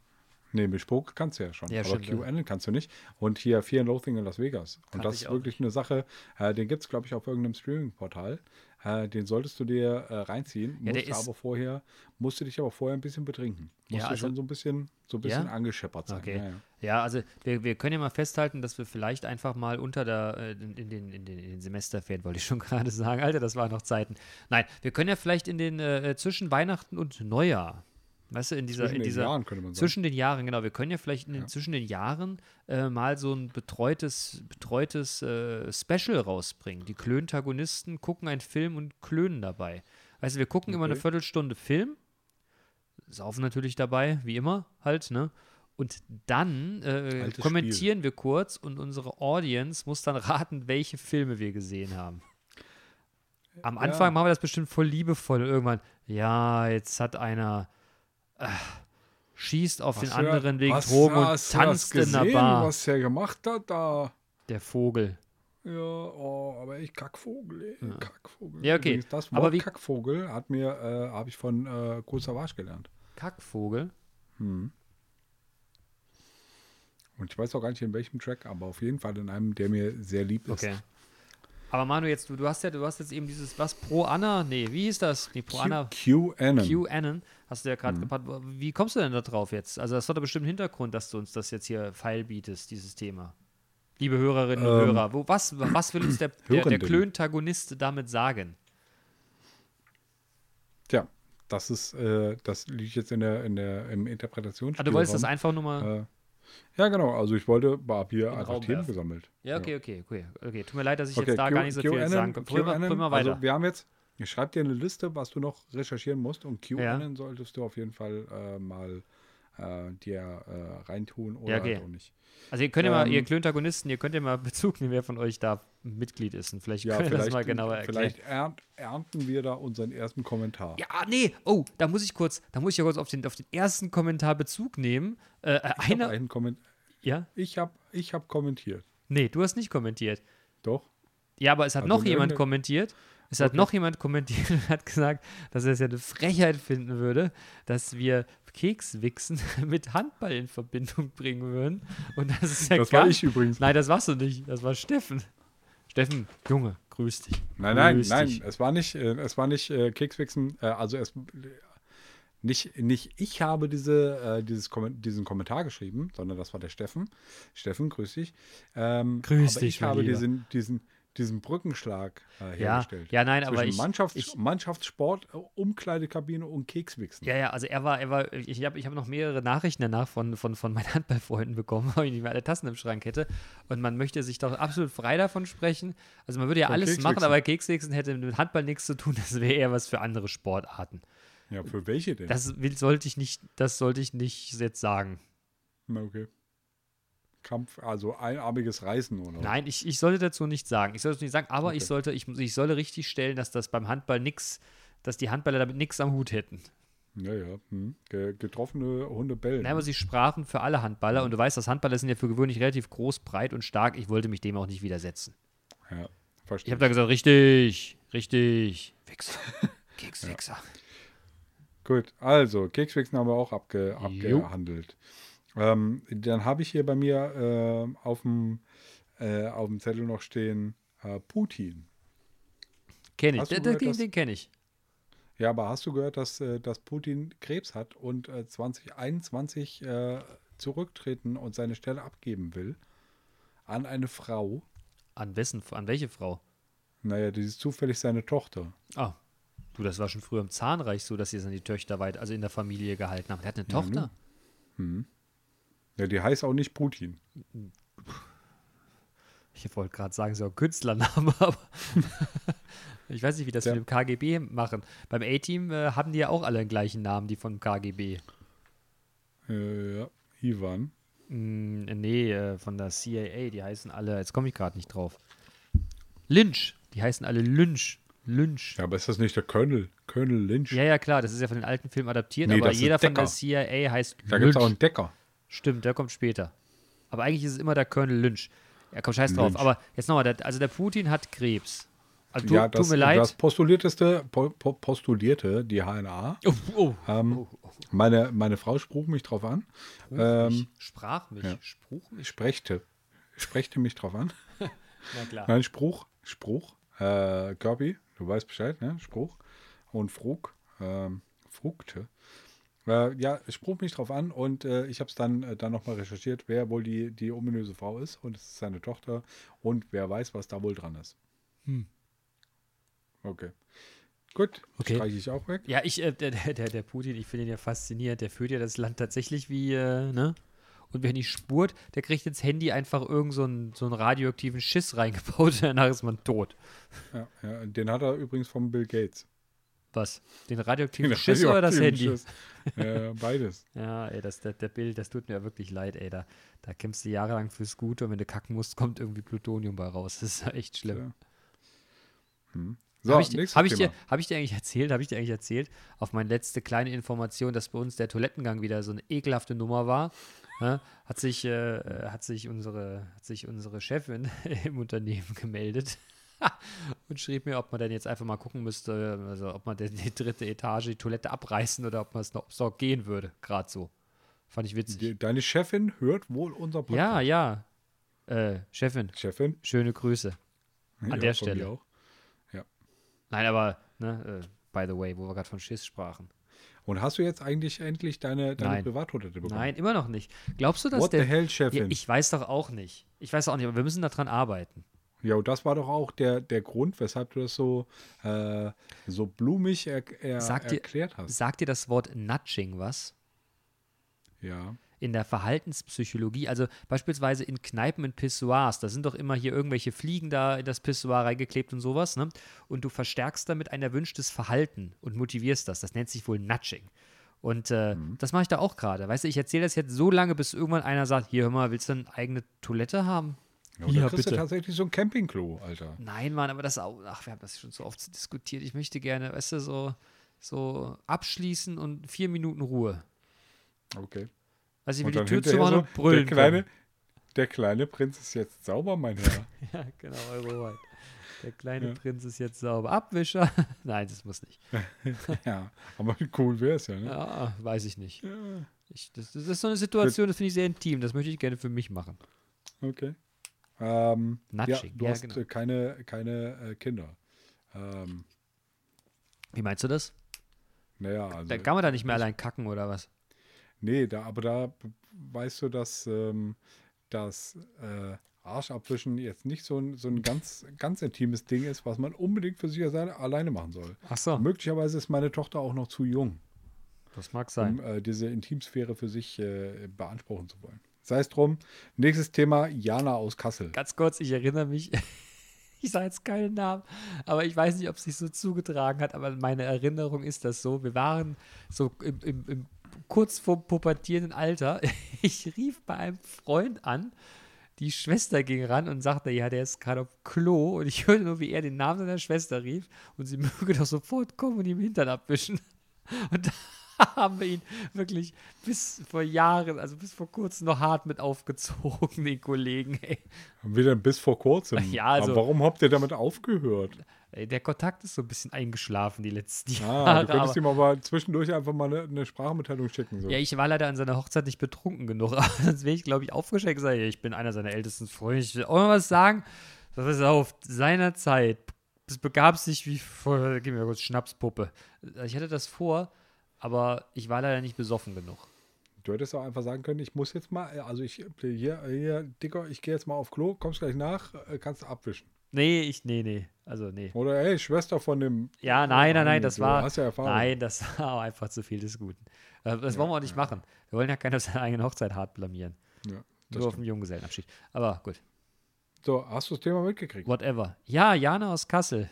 Speaker 2: Nee, mit Spuk kannst du ja schon.
Speaker 3: Ja,
Speaker 2: aber
Speaker 3: stimmt, ja.
Speaker 2: QAnon kannst du nicht. Und hier Fear and Loathing in Las Vegas.
Speaker 3: Kannte
Speaker 2: Und das
Speaker 3: ich
Speaker 2: ist
Speaker 3: auch
Speaker 2: wirklich eine Sache, äh, den gibt es, glaube ich, auf irgendeinem Streaming-Portal. Äh, den solltest du dir äh, reinziehen.
Speaker 3: Ja, der
Speaker 2: musst du
Speaker 3: ist-
Speaker 2: aber vorher, musst du dich aber vorher ein bisschen betrinken.
Speaker 3: Ja,
Speaker 2: Musst du
Speaker 3: also-
Speaker 2: schon so ein bisschen, so ein bisschen
Speaker 3: Ja?
Speaker 2: angescheppert sein.
Speaker 3: Okay.
Speaker 2: Ja,
Speaker 3: Ja,
Speaker 2: ja.
Speaker 3: also wir, wir können ja mal festhalten, dass wir vielleicht einfach mal unter der, äh, in, in den, in den, in den Semesterferien, wollte ich schon *laughs* gerade sagen. Alter, das waren noch Zeiten. Nein, wir können ja vielleicht in den, äh, zwischen Weihnachten und Neujahr, weißt du, in dieser,
Speaker 2: Zwischen
Speaker 3: in
Speaker 2: den
Speaker 3: dieser,
Speaker 2: Jahren könnte man sagen.
Speaker 3: zwischen den Jahren, genau, wir können ja vielleicht in den, zwischen den Jahren äh, mal so ein betreutes, betreutes äh, Special rausbringen. Die Klöntagonisten gucken einen Film und klönen dabei. Weißt du, wir gucken immer eine
Speaker 2: Okay.
Speaker 3: Viertelstunde Film, saufen natürlich dabei, wie immer halt, ne? Und dann äh,
Speaker 2: Altes
Speaker 3: kommentieren wir kurz und unsere Audience muss dann raten, welche Filme wir gesehen haben.
Speaker 2: Äh,
Speaker 3: Am Anfang machen wir das bestimmt voll liebevoll und irgendwann, ja, jetzt hat einer äh, schießt auf den
Speaker 2: Hast du-
Speaker 3: anderen wegen
Speaker 2: hast-
Speaker 3: Drogen und
Speaker 2: hast du das
Speaker 3: tanzt in der
Speaker 2: gesehen,
Speaker 3: Bar.
Speaker 2: Was der gemacht hat da.
Speaker 3: Der Vogel.
Speaker 2: Ja, oh, aber ich Kackvogel, ey, Kackvogel.
Speaker 3: Ja, okay.
Speaker 2: Übrigens, das Wort
Speaker 3: Aber wie-
Speaker 2: Kackvogel hat mir, äh, habe ich von äh, Kurt Savage gelernt.
Speaker 3: Kackvogel.
Speaker 2: Und ich weiß auch gar nicht in welchem Track, aber auf jeden Fall in einem, der mir sehr lieb ist.
Speaker 3: Okay. Aber Manu, jetzt, du, du hast ja, du hast jetzt eben dieses, was, Pro Anna? Nee, wie hieß das? Nee, Pro Anna.
Speaker 2: Q, Mhm. QAnon.
Speaker 3: QAnon, hast du ja gerade gepackt. Wie kommst du denn da drauf jetzt? Also, das hat doch bestimmt einen Hintergrund, dass du uns das jetzt hier feil bietest, dieses Thema. Liebe Hörerinnen und Hörer, wo, was, was will uns der, der, der
Speaker 2: Ähm. Hörenden.
Speaker 3: Klöntagonist damit sagen?
Speaker 2: Tja, das ist, äh, das liegt jetzt in der, in der im Interpretation.
Speaker 3: Ah, du wolltest das einfach nur mal.
Speaker 2: Äh, ja, genau. Also ich wollte, habe hier einfach
Speaker 3: Raum
Speaker 2: Themen
Speaker 3: werfen.
Speaker 2: gesammelt.
Speaker 3: Ja, okay, okay, okay, okay. Tut mir leid, dass ich
Speaker 2: Okay,
Speaker 3: jetzt da
Speaker 2: Q-
Speaker 3: gar nicht so viel
Speaker 2: QAnon,
Speaker 3: sagen kann. Prüf mal, prüf mal
Speaker 2: QAnon,
Speaker 3: weiter.
Speaker 2: Also wir haben jetzt, ich schreibe dir eine Liste, was du noch recherchieren musst und QAnon solltest du auf jeden Fall äh, mal äh, dir äh, reintun oder
Speaker 3: Ja, okay.
Speaker 2: halt auch
Speaker 3: *laughs*
Speaker 2: nicht.
Speaker 3: also, ihr könnt ja mal,
Speaker 2: ähm,
Speaker 3: ihr Klöntagonisten, ihr könnt ja mal *laughs* Bezug nehmen, wer von euch da Mitglied ist. Und vielleicht
Speaker 2: Ja,
Speaker 3: könnt ihr das mal
Speaker 2: vielleicht,
Speaker 3: genauer erklären.
Speaker 2: vielleicht ernt, ernten wir da unseren ersten Kommentar.
Speaker 3: Ja, nee, oh, da muss ich kurz, da muss ich ja kurz auf den, auf den ersten Kommentar Bezug nehmen. Äh, äh,
Speaker 2: ich habe
Speaker 3: einer,
Speaker 2: einen Komment
Speaker 3: ja,
Speaker 2: ich hab, ich hab kommentiert.
Speaker 3: nee, du hast nicht kommentiert.
Speaker 2: Doch.
Speaker 3: Ja, aber es hat
Speaker 2: Also
Speaker 3: noch jemand
Speaker 2: irgendeine-
Speaker 3: kommentiert. Es hat noch jemand kommentiert und hat gesagt, dass er es ja eine Frechheit finden würde, dass wir Kekswichsen *laughs* mit Handball in Verbindung bringen würden. Und das ist ja
Speaker 2: das
Speaker 3: gar
Speaker 2: war ich übrigens.
Speaker 3: Nein, das warst du nicht. Das war Steffen. Steffen, Junge, grüß dich.
Speaker 2: Nein, nein,
Speaker 3: Grüß
Speaker 2: nein,
Speaker 3: dich.
Speaker 2: es war nicht, äh, es war nicht äh, Kekswichsen, äh, also es nicht, nicht ich habe diese, äh, dieses Kommen- diesen Kommentar geschrieben, sondern das war der Steffen. Steffen, grüß dich. Ähm,
Speaker 3: Grüß
Speaker 2: aber
Speaker 3: dich,
Speaker 2: ich
Speaker 3: mein
Speaker 2: habe
Speaker 3: Lieber.
Speaker 2: diesen, diesen, diesen Brückenschlag äh,
Speaker 3: Ja,
Speaker 2: hergestellt.
Speaker 3: ja, nein, aber
Speaker 2: zwischen
Speaker 3: ich,
Speaker 2: Mannschafts
Speaker 3: ich,
Speaker 2: Mannschaftssport, äh, Umkleidekabine und Kekswichsen.
Speaker 3: Ja, ja, also er war, er war, ich habe ich hab noch mehrere Nachrichten danach von, von, von meinen *laughs* Handballfreunden bekommen, weil ich nicht mehr alle Tassen im Schrank hätte. Und man möchte sich doch absolut frei davon sprechen. Also man würde ja
Speaker 2: Von
Speaker 3: alles
Speaker 2: Kekswichsen.
Speaker 3: machen, aber Kekswichsen hätte mit Handball nichts zu tun. *laughs* Das wäre eher was für andere Sportarten.
Speaker 2: Ja, für welche denn?
Speaker 3: Das will, sollte ich nicht, das sollte ich nicht jetzt sagen.
Speaker 2: Na, okay. Kampf, also einarmiges Reißen oder was?
Speaker 3: Nein, ich, ich sollte dazu nichts sagen. Ich sollte dazu nicht sagen, aber ich sollte, ich, muss- ich solle richtig stellen, dass das beim Handball nichts, dass die Handballer damit nichts am Hut hätten.
Speaker 2: Ja, ja. Hm. Ge getroffene Hunde bellen.
Speaker 3: Nein, aber sie sprachen für alle Handballer und du weißt, dass Handballer sind ja für gewöhnlich relativ groß, breit und stark. Ich wollte mich dem auch nicht widersetzen.
Speaker 2: ja,
Speaker 3: Ich
Speaker 2: verstehe.
Speaker 3: habe da gesagt, richtig, richtig. *laughs* Wichser. Kekswichser.
Speaker 2: Gut, also Kekswichsen haben wir auch abge
Speaker 3: Jo.
Speaker 2: abgehandelt. Ähm, dann habe ich hier bei mir ähm, auf dem äh, auf dem Zettel noch stehen äh, Putin.
Speaker 3: Kenn ich.
Speaker 2: Hast du
Speaker 3: Den, den,
Speaker 2: gehört, dass-
Speaker 3: den kenne ich.
Speaker 2: Ja, aber hast du gehört, dass, äh, dass Putin Krebs hat und äh, 2021 äh, zurücktreten und seine Stelle abgeben will an eine Frau?
Speaker 3: An wessen, an welche Frau?
Speaker 2: Naja, die ist zufällig seine Tochter.
Speaker 3: Ah, du, das war schon früher im Zahnreich so, dass sie es an die Töchter weit, also in der Familie gehalten haben. Er hat eine Tochter.
Speaker 2: Ja, die heißt auch nicht Putin.
Speaker 3: Ich wollte gerade sagen, so ein Künstlername, *laughs* aber ich weiß nicht, wie das
Speaker 2: Ja.
Speaker 3: mit dem KGB machen. Beim A-Team äh, haben die ja auch alle den gleichen Namen, die vom KGB.
Speaker 2: Äh, ja, Ivan.
Speaker 3: Mm, nee, äh, von der CIA, die heißen alle, jetzt komme ich gerade nicht drauf. Lynch, die heißen alle Lynch. Lynch.
Speaker 2: Ja, aber ist das nicht der Colonel? Colonel Lynch?
Speaker 3: Ja, ja, klar, das ist ja von den alten Filmen adaptiert,
Speaker 2: Nee,
Speaker 3: aber
Speaker 2: das ist
Speaker 3: jeder von der
Speaker 2: Decker.
Speaker 3: CIA heißt
Speaker 2: da gibt es
Speaker 3: Lynch.
Speaker 2: auch einen Decker.
Speaker 3: Stimmt, der kommt später. Aber eigentlich ist es immer der Colonel Lynch. Ja, komm, scheiß drauf.
Speaker 2: Lynch.
Speaker 3: Aber jetzt nochmal, der- also der Putin hat Krebs. Also, tu,
Speaker 2: ja, das,
Speaker 3: tut mir leid.
Speaker 2: das postulierteste, po, po, postulierte die HNA.
Speaker 3: oh, oh,
Speaker 2: Ähm, Meine, meine Frau spruch mich drauf an,
Speaker 3: Spruch mich,
Speaker 2: ähm,
Speaker 3: sprach mich,
Speaker 2: ja.
Speaker 3: spruch mich.
Speaker 2: sprechte, sprechte mich drauf an.
Speaker 3: Na klar.
Speaker 2: Nein, Spruch, Spruch, äh, Kirby, du weißt Bescheid, ne? Spruch und Frug, ähm, Frugte. Äh, ja, spruch mich drauf an und äh, ich habe es dann, äh, dann nochmal recherchiert, wer wohl die, die ominöse Frau ist und es ist seine Tochter und wer weiß, was da wohl dran ist.
Speaker 3: Hm.
Speaker 2: Okay. Gut,
Speaker 3: Okay.
Speaker 2: streiche ich auch weg.
Speaker 3: Ja, ich, äh, der, der, der der Putin, ich finde ihn ja faszinierend. Der führt ja das Land tatsächlich wie, äh, ne? Und wer nicht spurt, der kriegt ins Handy einfach irgend so einen, so einen radioaktiven Schiss reingebaut *laughs* und danach ist man tot.
Speaker 2: Ja, ja, den hat er übrigens vom Bill Gates.
Speaker 3: Was? Den radioaktiven
Speaker 2: Den
Speaker 3: Schiss oder das Handy?
Speaker 2: radioaktiven Schiss. Ja,
Speaker 3: *laughs*
Speaker 2: beides.
Speaker 3: Ja, ey, das, der, der Bild, das tut mir ja wirklich leid, ey. Da, da kämpfst du jahrelang fürs Gute und wenn du kacken musst, kommt irgendwie Plutonium bei raus. Das ist echt schlimm.
Speaker 2: Ja. So,
Speaker 3: habe ich, dir-
Speaker 2: nächstes
Speaker 3: hab ich,
Speaker 2: Thema.
Speaker 3: dir- hab ich dir eigentlich erzählt, habe ich dir eigentlich erzählt, auf meine letzte kleine Information, dass bei uns der Toilettengang wieder so eine ekelhafte Nummer war. ne, hat sich, äh, äh, hat sich unsere, hat sich unsere Chefin *laughs* im Unternehmen gemeldet *laughs* und schrieb mir, ob man denn jetzt einfach mal gucken müsste, also ob man denn die dritte Etage die Toilette abreißen oder ob man es noch ob's noch gehen würde, gerade so. Fand ich witzig.
Speaker 2: Die- Deine Chefin hört wohl unser
Speaker 3: Ja,
Speaker 2: Podcast.
Speaker 3: ja. Äh, Chefin,
Speaker 2: Chefin?
Speaker 3: schöne Grüße. An
Speaker 2: Ja,
Speaker 3: der
Speaker 2: von mir
Speaker 3: Stelle.
Speaker 2: Auch.
Speaker 3: Nein, aber, ne, äh, by the way, wo wir gerade von Schiss sprachen.
Speaker 2: Und hast du jetzt eigentlich endlich deine, deine
Speaker 3: Nein.
Speaker 2: Privattoilette bekommen?
Speaker 3: Nein, immer noch nicht. Glaubst du, dass
Speaker 2: What the
Speaker 3: der.
Speaker 2: hell, Chefin?
Speaker 3: ja, ich weiß doch auch nicht. Ich weiß auch nicht, aber wir müssen daran arbeiten.
Speaker 2: Ja, und das war doch auch der, der Grund, weshalb du das so, äh, so blumig er, er,
Speaker 3: Sagt dir-
Speaker 2: erklärt hast.
Speaker 3: Sagt dir das Wort Nudging was?
Speaker 2: Ja.
Speaker 3: in der Verhaltenspsychologie, also beispielsweise in Kneipen in Pissoirs, da sind doch immer hier irgendwelche Fliegen da in das Pissoir reingeklebt und sowas, ne? Und du verstärkst damit ein erwünschtes Verhalten und motivierst das. Das nennt sich wohl Nudging. Und äh,
Speaker 2: Mhm.
Speaker 3: das mache ich da auch gerade. Weißt du, ich erzähle das jetzt so lange, bis irgendwann einer sagt, hier hör mal, willst du eine eigene Toilette haben?
Speaker 2: Ja, und da kriegst du tatsächlich so ein Campingklo, Alter.
Speaker 3: Nein, Mann, aber das auch, ach, wir haben das schon so oft diskutiert. Ich möchte gerne, weißt du, so, so abschließen und vier Minuten Ruhe.
Speaker 2: Okay.
Speaker 3: Also ich will die
Speaker 2: dann
Speaker 3: Tür
Speaker 2: hinterher
Speaker 3: zumachen
Speaker 2: so,
Speaker 3: und brüllen.
Speaker 2: Der kleine,
Speaker 3: können. *laughs*
Speaker 2: der kleine Prinz ist jetzt sauber, mein Herr.
Speaker 3: Ja, genau, Eurowide. Der kleine Prinz ist jetzt sauber. Abwischer? *laughs* Nein, das muss nicht.
Speaker 2: ja, aber cool wäre es ja, ne?
Speaker 3: Ja, weiß ich nicht. Ich, das, das ist so eine Situation, das finde ich sehr intim. Das möchte ich gerne für mich machen.
Speaker 2: Okay. Ähm, ja,
Speaker 3: Nudging,
Speaker 2: du
Speaker 3: ja,
Speaker 2: hast
Speaker 3: genau.
Speaker 2: äh, keine, keine äh, Kinder. Ähm,
Speaker 3: Wie meinst du das?
Speaker 2: naja, also.
Speaker 3: Da kann man da nicht mehr allein kacken oder was?
Speaker 2: Nee, da, aber da b- weißt du, dass ähm, das äh, Arsch abwischen jetzt nicht so ein, so ein ganz, ganz intimes Ding ist, was man unbedingt für sich alleine- alleine machen soll.
Speaker 3: Ach so,
Speaker 2: Möglicherweise ist meine Tochter auch noch zu jung,
Speaker 3: das mag
Speaker 2: um
Speaker 3: sein.
Speaker 2: äh, diese Intimsphäre für sich äh, beanspruchen zu wollen. Sei es drum. Nächstes Thema, Jana aus Kassel.
Speaker 3: Ganz kurz, ich erinnere mich, *laughs* ich sage jetzt keinen Namen, aber ich weiß nicht, ob es sich so zugetragen hat, aber meine Erinnerung ist das so. Wir waren so im, im, im kurz vor pubertierenden Alter. *laughs* Ich rief bei einem Freund an, die Schwester ging ran und sagte, ja, der ist gerade auf Klo und ich hörte nur, wie er den Namen seiner Schwester rief und sie *laughs* möge doch sofort kommen und ihm Hintern abwischen. *laughs* Und da haben wir ihn wirklich bis vor Jahren, also bis vor kurzem noch hart mit aufgezogen, den Kollegen. Ey.
Speaker 2: Wieder bis vor kurzem.
Speaker 3: *laughs* Ja, also-
Speaker 2: aber warum habt ihr damit
Speaker 3: *laughs*
Speaker 2: aufgehört?
Speaker 3: Ey, Der Kontakt ist so ein bisschen eingeschlafen die letzten
Speaker 2: Ah,
Speaker 3: Jahre.
Speaker 2: du könntest
Speaker 3: aber,
Speaker 2: ihm aber zwischendurch einfach mal eine, eine Sprachmitteilung schicken. So.
Speaker 3: ja, ich war leider an seiner Hochzeit nicht betrunken genug. *laughs* aber Sonst wäre ich, glaube ich, aufgeschreckt und gesagt, ich bin einer seiner ältesten Freunde. Ich will auch mal was sagen. Das ist auf seiner Zeit. Es begab sich wie vor, gib mir kurz Schnapspuppe. Ich hatte das vor, aber ich war leider nicht besoffen genug.
Speaker 2: Du hättest auch einfach sagen können, ich muss jetzt mal, also ich hier, hier Dicker, ich gehe jetzt mal auf Klo, kommst gleich nach, äh, kannst du abwischen.
Speaker 3: Nee, ich, nee, nee. Also, nee.
Speaker 2: Oder ey, Schwester von dem.
Speaker 3: Ja, nein, nein, nein, das
Speaker 2: Oh du
Speaker 3: war.
Speaker 2: Hast ja Erfahrung.
Speaker 3: Nein, das *laughs* war auch einfach zu viel des Guten. Äh, Das wollen wir auch nicht machen. Wir wollen ja keiner auf seiner eigenen Hochzeit hart blamieren.
Speaker 2: Ja, das
Speaker 3: Nur auf
Speaker 2: stimmt.
Speaker 3: dem Junggesellenabschied. Aber gut.
Speaker 2: so, hast du das Thema mitgekriegt?
Speaker 3: Whatever. Ja, Jana aus *laughs* Kassel.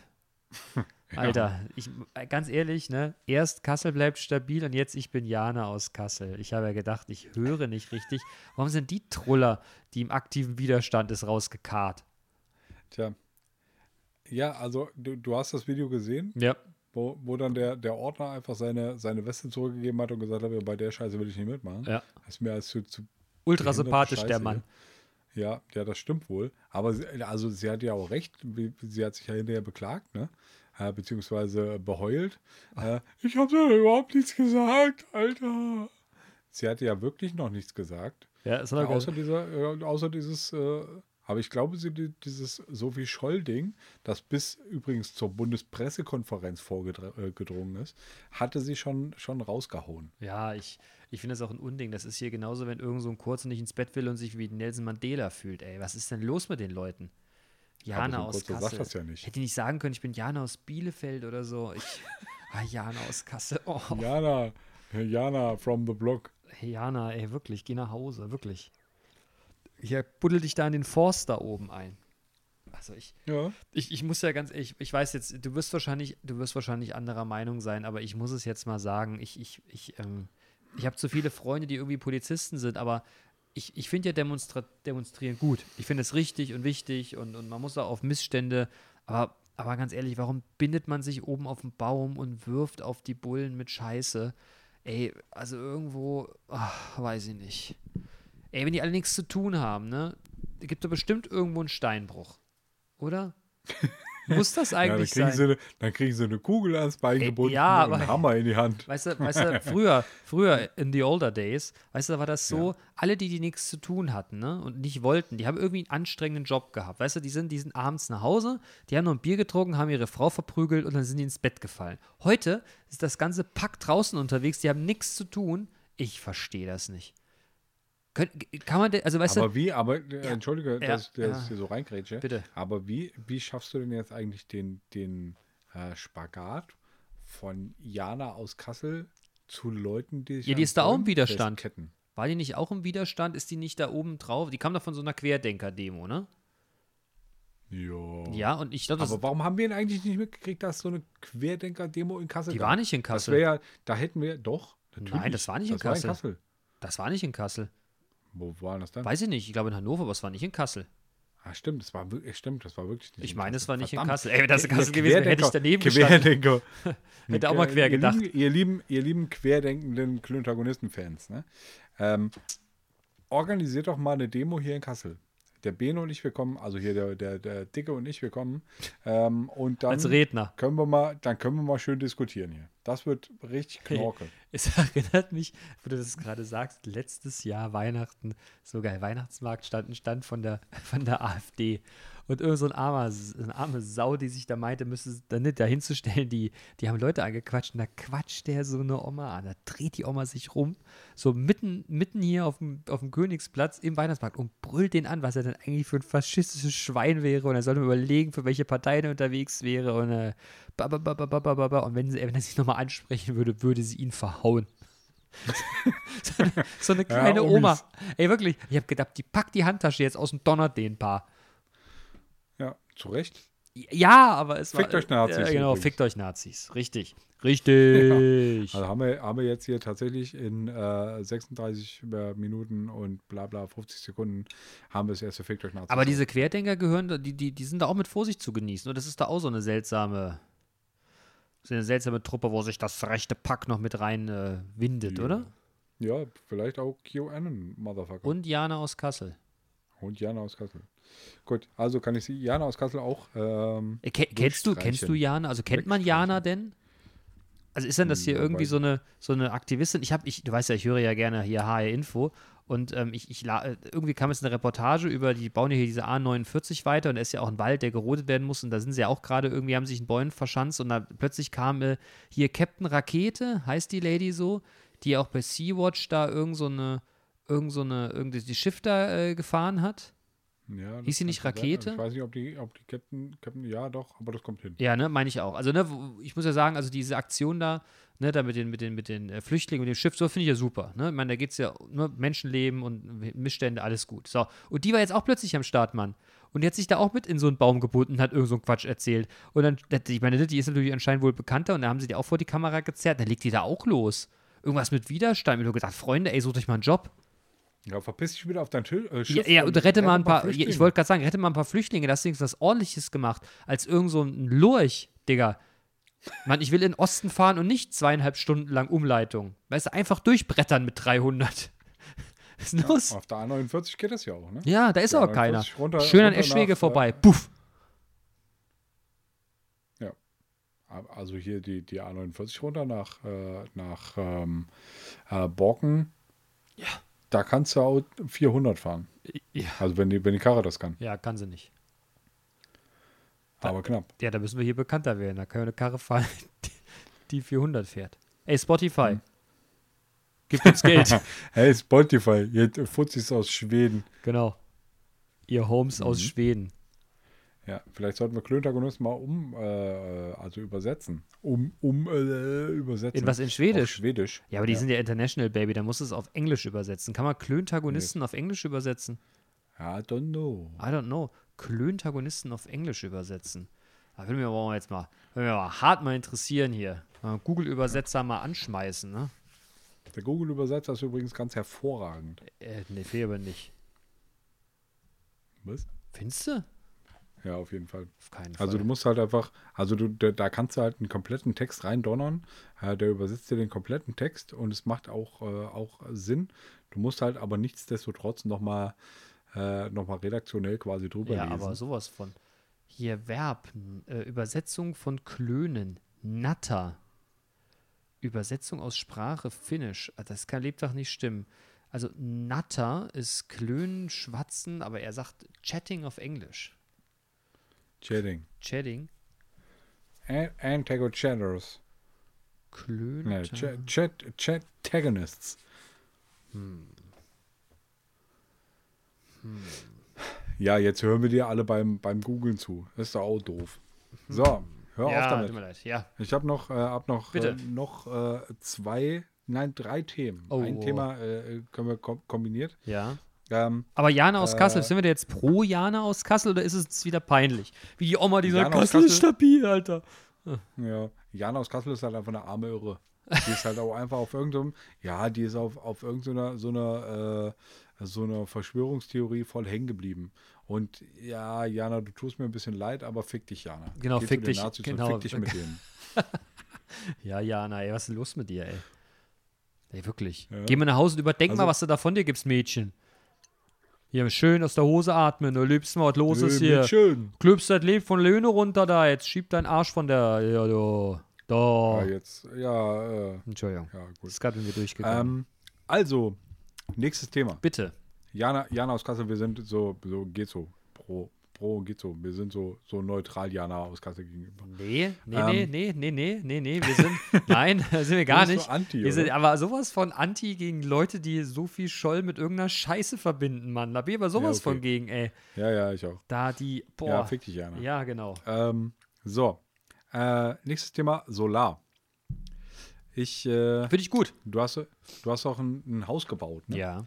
Speaker 3: Alter, ich, ganz ehrlich, ne? Erst Kassel bleibt stabil und jetzt ich bin Jana aus Kassel. Ich habe ja gedacht, ich höre nicht richtig. Warum sind die Truller, die im aktiven Widerstand ist, rausgekarrt?
Speaker 2: Tja. Ja, also du, du hast das Video gesehen,
Speaker 3: Ja.
Speaker 2: wo, wo dann der, der Ordner einfach seine, seine Weste zurückgegeben hat und gesagt hat, bei der Scheiße will ich nicht mitmachen.
Speaker 3: Ja.
Speaker 2: Das ist mir als zu, zu
Speaker 3: Ultra
Speaker 2: behinderte
Speaker 3: sympathisch, der
Speaker 2: Scheiße.
Speaker 3: Mann.
Speaker 2: Ja, ja, das stimmt wohl. Aber sie, also sie hat ja auch recht. wie- Sie hat sich ja hinterher beklagt, ne? Äh, beziehungsweise beheult. Äh, ich habe ja überhaupt nichts gesagt, Alter. Sie hatte ja wirklich noch nichts gesagt.
Speaker 3: Ja, ist doch
Speaker 2: Außer,
Speaker 3: geil.
Speaker 2: dieser, äh, außer dieses, äh, aber ich glaube, sie, die- dieses Sophie Scholl-Ding, das bis übrigens zur Bundespressekonferenz vorgedrungen ist, hatte sie schon, schon rausgehauen.
Speaker 3: Ja, ich, ich finde das auch ein Unding. Das ist hier genauso, wenn irgend so ein Kurzer nicht ins Bett will und sich wie Nelson Mandela fühlt. Ey, was ist denn los mit den Leuten? Jana
Speaker 2: so ein
Speaker 3: aus
Speaker 2: Kurzer
Speaker 3: Kassel.
Speaker 2: sagt das ja nicht.
Speaker 3: Hätte nicht sagen können, ich bin Jana aus Bielefeld oder so. Ich,
Speaker 2: *laughs*
Speaker 3: ah, Jana aus Kassel. Oh,
Speaker 2: Jana, Jana from the block.
Speaker 3: hey, Jana, ey, wirklich, geh nach Hause, wirklich. Hier, buddel dich da in den Forst da oben ein. Also ich,
Speaker 2: Ja.
Speaker 3: ich, ich muss ja ganz ehrlich, ich weiß jetzt, du wirst wahrscheinlich, du wirst wahrscheinlich anderer Meinung sein, aber ich muss es jetzt mal sagen, ich, ich, ich, ähm, ich habe zu viele Freunde, die irgendwie Polizisten sind, aber ich, ich finde ja demonstra demonstrieren gut. Ich finde es richtig und wichtig und, und man muss auch auf Missstände, aber, aber ganz ehrlich, warum bindet man sich oben auf den Baum und wirft auf die Bullen mit Scheiße? Ey, also irgendwo, ah, weiß ich nicht. Ey, wenn die alle nichts zu tun haben, ne? Gibt da bestimmt irgendwo einen Steinbruch.
Speaker 2: *laughs*
Speaker 3: Oder? Muss das
Speaker 2: Ja, dann,
Speaker 3: eigentlich
Speaker 2: kriegen
Speaker 3: sein?
Speaker 2: sie eine, dann kriegen sie eine Kugel ans Bein
Speaker 3: Ey,
Speaker 2: gebunden
Speaker 3: ja,
Speaker 2: und einen
Speaker 3: aber-
Speaker 2: Hammer in die Hand.
Speaker 3: Weißt du, weißt
Speaker 2: *laughs*
Speaker 3: du früher, früher in the older days, weißt du, da war das so, alle, die, die nichts zu tun hatten ne, und nicht wollten, die haben irgendwie einen anstrengenden Job gehabt. Weißt du, die sind, die sind abends nach Hause, die haben noch ein Bier getrunken, haben ihre Frau verprügelt und dann sind die ins Bett gefallen. Heute ist das ganze Pack draußen unterwegs, die haben nichts zu tun. Ich verstehe das nicht. Könnt, kann man, denn- also weißt
Speaker 2: aber
Speaker 3: du,
Speaker 2: wie, aber, äh, entschuldige,
Speaker 3: Ja.
Speaker 2: dass, dass
Speaker 3: Ja.
Speaker 2: ich dir so reingrätsche.
Speaker 3: Bitte.
Speaker 2: Aber wie, wie schaffst du denn jetzt eigentlich den, den äh, Spagat von Jana aus Kassel zu Leuten, die sich
Speaker 3: Ja, die
Speaker 2: an
Speaker 3: ist da auch im
Speaker 2: Bäumen
Speaker 3: Widerstand.
Speaker 2: festketten?
Speaker 3: war die nicht auch im Widerstand? Ist die nicht da oben drauf? Die kam doch von so einer Querdenker-Demo, ne?
Speaker 2: Ja.
Speaker 3: Ja, und ich glaube, das-
Speaker 2: Oh. Aber warum haben wir denn eigentlich nicht mitgekriegt, dass so eine Querdenker-Demo in Kassel
Speaker 3: die
Speaker 2: gab?
Speaker 3: war nicht in
Speaker 2: Das
Speaker 3: Kassel.
Speaker 2: wäre ja, da hätten wir, doch. Natürlich.
Speaker 3: Nein, das war nicht in Kassel. Das war nicht in Kassel.
Speaker 2: Wo war das dann?
Speaker 3: Weiß ich nicht, ich glaube in Hannover, aber es war nicht in Kassel.
Speaker 2: Ah, stimmt, das war, wirklich- stimmt, das war wirklich nicht
Speaker 3: Ich
Speaker 2: in
Speaker 3: meine, es war nicht in
Speaker 2: Verdammt.
Speaker 3: Kassel. Ey, wenn das in
Speaker 2: Ihr- ihr
Speaker 3: Kassel gewesen wäre, hätte ich
Speaker 2: Querdenker-
Speaker 3: daneben gestanden.
Speaker 2: Querdenker. *laughs*
Speaker 3: Hätte auch mal
Speaker 2: Ihr-
Speaker 3: quer gedacht.
Speaker 2: Lieben, ihr, lieben, ihr lieben querdenkenden Klöntagonisten-Fans, ne? ähm, organisiert doch mal eine Demo hier in Kassel. Der Beno und ich, wir kommen, also hier der, der, der Dicke und ich, wir kommen. Ähm, und dann
Speaker 3: Als Redner.
Speaker 2: können wir mal, dann können wir mal schön diskutieren hier. Das wird richtig knorke.
Speaker 3: Es *laughs* erinnert mich, wo du das gerade sagst, letztes Jahr Weihnachten, so geil, Weihnachtsmarkt stand ein Stand von der, *laughs* von der AfD. Und irgend so ein armer, S- eine arme Sau, die sich da meinte, müsste da nicht dahin zu stellen, die, die haben Leute angequatscht und da quatscht der so eine Oma an. Da dreht die Oma sich rum, so mitten, mitten hier auf dem, auf dem Königsplatz im Weihnachtsmarkt und brüllt den an, was er denn eigentlich für ein faschistisches Schwein wäre. Und er sollte mal überlegen, für welche Partei er unterwegs wäre. Und, äh, ba, ba, ba, ba, ba, ba, ba, ba. und wenn, sie, wenn er sich nochmal ansprechen würde, würde sie ihn verhauen. *laughs* so, eine, so eine kleine
Speaker 2: Omis.
Speaker 3: Oma. Ey, wirklich. Ich habe gedacht, die packt die Handtasche jetzt aus und donnert den Paar.
Speaker 2: Ja, zu Recht.
Speaker 3: Ja, aber es war.
Speaker 2: Fickt euch Nazis
Speaker 3: Ja, genau,
Speaker 2: übrigens.
Speaker 3: fickt euch Nazis. Richtig. *laughs* Richtig.
Speaker 2: Also haben wir, haben wir jetzt hier tatsächlich in äh, 36 Minuten und bla bla 50 Sekunden haben wir es erst verfickt euch nach.
Speaker 3: Aber diese Querdenker gehören, da- die, die, die sind da auch mit Vorsicht zu genießen. Und das ist da auch so eine seltsame, so eine seltsame Truppe, wo sich das rechte Pack noch mit rein äh, windet,
Speaker 2: Ja.
Speaker 3: oder?
Speaker 2: Ja, vielleicht auch QAnon, Motherfucker.
Speaker 3: Und Jana aus Kassel.
Speaker 2: Und Jana aus Kassel. Gut, also kann ich sie, Jana aus Kassel auch. Ähm,
Speaker 3: Äh, ke kennst du, kennst du
Speaker 2: Wurststreichen.
Speaker 3: Jana? Also kennt man Jana denn? Also ist denn das hier
Speaker 2: Hm, Ja,
Speaker 3: irgendwie
Speaker 2: weiß
Speaker 3: so eine, so eine Aktivistin? Ich habe, ich, du weißt ja, ich höre ja gerne hier HR Info und ähm, ich, ich la- äh, irgendwie kam jetzt eine Reportage über, die bauen ja hier diese A49 weiter und da ist ja auch ein Wald, der gerodet werden muss und da sind sie ja auch gerade irgendwie, haben sich in Bäumen verschanzt und da plötzlich kam äh, hier Captain Rakete, heißt die Lady so, die ja auch bei Sea-Watch da irgend so eine, irgend so eine, irgendwie die Schiff da äh, gefahren hat.
Speaker 2: ja, das
Speaker 3: Hieß sie
Speaker 2: kann
Speaker 3: nicht
Speaker 2: schon sein.
Speaker 3: Rakete?
Speaker 2: Ich weiß nicht, ob die, ob die Captain, Captain, ja doch, aber das kommt hin.
Speaker 3: Ja, ne, meine ich auch. Also, ne, wo- ich muss ja sagen, also diese Aktion da, ne, da mit den, mit den, mit den äh, Flüchtlingen und dem Schiff, so finde ich ja super. Ne? Ich meine, da geht es ja nur Menschenleben und Missstände, alles gut. So. Und die war jetzt auch plötzlich am Start, Mann. Und die hat sich da auch mit in so einen Baum gebunden, hat irgend so einen Quatsch erzählt. Und dann, das- ich meine, ne, die ist natürlich anscheinend wohl bekannter und da haben sie die auch vor die Kamera gezerrt. Dann legt die da auch los. Irgendwas mit Widerstand. Ich habe gedacht, Freunde, ey, sucht euch mal einen Job.
Speaker 2: Ja, verpiss dich wieder auf dein Tö äh,
Speaker 3: Ja,
Speaker 2: Schiff
Speaker 3: ja, und rette mal ein paar, ja,
Speaker 2: Flüchtlinge.
Speaker 3: ich wollte gerade sagen, rette mal ein paar Flüchtlinge, da hast du wenigstens was ordentliches gemacht, als irgend so ein Lurch, Digga. Mann, ich will in den Osten fahren und nicht zweieinhalb Stunden lang Umleitung. Weißt du, einfach durchbrettern mit 300. *laughs* Was ist denn los?
Speaker 2: Auf der A49 geht das ja auch, ne?
Speaker 3: Ja, da ist
Speaker 2: oh. Ja,
Speaker 3: aber keiner.
Speaker 2: 40 runter-
Speaker 3: Schön an
Speaker 2: runter
Speaker 3: Eschwege
Speaker 2: nach, äh,
Speaker 3: vorbei. Puff.
Speaker 2: Also hier die, die A49 runter nach, äh, nach ähm, äh, Borken.
Speaker 3: Ja.
Speaker 2: Da kannst du auch 400 fahren.
Speaker 3: Ja.
Speaker 2: Also wenn die, wenn die Karre das kann.
Speaker 3: ja, kann sie nicht.
Speaker 2: Aber knapp.
Speaker 3: Ja, da müssen wir hier bekannter werden. Da können wir eine Karre fahren, *laughs* die, die 400 fährt. Ey,
Speaker 2: Mhm.
Speaker 3: Spotify. Gib
Speaker 2: *laughs*
Speaker 3: uns Geld.
Speaker 2: Hey, Spotify, ihr Fuzzis aus Schweden.
Speaker 3: genau. Ihr Holmes aus
Speaker 2: Mhm.
Speaker 3: Schweden.
Speaker 2: Ja, vielleicht sollten wir Klöntagonist mal um, äh, also übersetzen. Um, um, äh, übersetzen.
Speaker 3: In was, in
Speaker 2: Auf
Speaker 3: Schwedisch?
Speaker 2: Schwedisch.
Speaker 3: Ja, aber die sind ja international, Baby. Da musst du es auf Englisch übersetzen. Kann man Klöntagonisten auf Englisch übersetzen?
Speaker 2: Ja, I don't know.
Speaker 3: I don't know. Klöntagonisten auf Englisch übersetzen. Da würde mich aber jetzt mal, würde mich aber hart mal interessieren hier. Mal Google-Übersetzer mal anschmeißen, ne?
Speaker 2: Der Google-Übersetzer ist übrigens ganz hervorragend.
Speaker 3: Äh, nee, fehlt aber nicht.
Speaker 2: Was?
Speaker 3: Findest du?
Speaker 2: Ja, auf jeden Fall.
Speaker 3: Auf keinen Fall.
Speaker 2: Also du musst halt einfach, also du, da, da kannst du halt einen kompletten Text reindonnern, äh, der übersetzt dir den kompletten Text und es macht auch, äh, auch Sinn. Du musst halt aber nichtsdestotrotz nochmal äh, noch mal redaktionell quasi drüber
Speaker 3: Ja,
Speaker 2: lesen.
Speaker 3: aber sowas von. Hier Verb, äh, Übersetzung von Klönen, Natter. Übersetzung aus Sprache, Finnisch. Ah, Das kann lebtag nicht stimmen. Also Natter ist Klönen, Schwatzen, aber er sagt Chatting auf Englisch.
Speaker 2: Chatting.
Speaker 3: Chatting,
Speaker 2: An- Antagonists.
Speaker 3: Klönen.
Speaker 2: Ne, Chat, Chat, Chatagonists.
Speaker 3: Hm.
Speaker 2: Ja, jetzt hören wir dir alle beim, beim Googlen zu. Ist doch auch doof. So, hör auf
Speaker 3: ja, tut mir
Speaker 2: damit.
Speaker 3: leid. Ja,
Speaker 2: Ich habe noch, äh, hab noch, äh,
Speaker 3: Bitte.
Speaker 2: noch äh, zwei, nein, drei Themen.
Speaker 3: Oh.
Speaker 2: Ein Thema äh, können wir kom kombiniert.
Speaker 3: ja.
Speaker 2: Ähm,
Speaker 3: Aber Jana aus
Speaker 2: Äh,
Speaker 3: Kassel, sind wir da jetzt pro Jana aus Kassel oder ist es jetzt wieder peinlich? Wie die Oma, die sagt,
Speaker 2: Jana aus
Speaker 3: Kassel ist
Speaker 2: Kassel?
Speaker 3: stabil, Alter.
Speaker 2: Ja, Jana aus Kassel ist halt einfach eine arme Irre. Die ist halt auch einfach auf irgendeinem, ja, die ist auf, auf irgendeiner so einer, äh, so einer Verschwörungstheorie voll hängen geblieben. Und ja, Jana, du tust mir ein bisschen leid, aber fick dich, Jana.
Speaker 3: Genau,
Speaker 2: Geh zu
Speaker 3: fick
Speaker 2: den
Speaker 3: dich,
Speaker 2: Nazis und
Speaker 3: genau.
Speaker 2: fick dich mit
Speaker 3: *laughs*
Speaker 2: denen.
Speaker 3: Ja, Jana, ey, was ist denn los mit dir, ey? Ey, wirklich.
Speaker 2: Ja.
Speaker 3: Geh mal nach Hause und überdenk mal,
Speaker 2: Also-
Speaker 3: was du da von dir gibst, Mädchen. Hier, schön aus der Hose atmen, du liebst mal, was los
Speaker 2: Nö,
Speaker 3: ist
Speaker 2: mit
Speaker 3: hier.
Speaker 2: Schön.
Speaker 3: Klübst das Leben von Löhne runter da, jetzt schieb deinen Arsch von der. Ja, du.
Speaker 2: Ja,
Speaker 3: Da.
Speaker 2: jetzt, ja, äh,
Speaker 3: Entschuldigung.
Speaker 2: ja,
Speaker 3: Das
Speaker 2: gut.
Speaker 3: ist gerade mit mir durchgegangen.
Speaker 2: Ähm, also, nächstes Thema.
Speaker 3: Bitte.
Speaker 2: Jana, Jana aus Kassel, wir sind so, so geht so. Pro, pro geht so. Wir sind so, so neutral Jana aus Kassel gegenüber.
Speaker 3: Nee, nee,
Speaker 2: Ähm.
Speaker 3: nee, nee, nee, nee, nee, nee,
Speaker 2: *laughs*
Speaker 3: wir sind, nein, *laughs* da sind wir gar
Speaker 2: bist
Speaker 3: nicht.
Speaker 2: so anti,
Speaker 3: wir sind
Speaker 2: oder?
Speaker 3: aber sowas von anti gegen Leute, die so viel Scholl mit irgendeiner Scheiße verbinden, Mann. Da bin ich aber sowas
Speaker 2: okay.
Speaker 3: von gegen, ey.
Speaker 2: Ja, ja, ich auch.
Speaker 3: Da die, boah.
Speaker 2: Ja, fick dich, Jana.
Speaker 3: Ja, genau.
Speaker 2: Ähm, so, äh, nächstes Thema Solar. Ich, äh,
Speaker 3: Ah, Finde ich gut.
Speaker 2: du hast, du hast auch ein, ein Haus gebaut. Ne?
Speaker 3: Ja.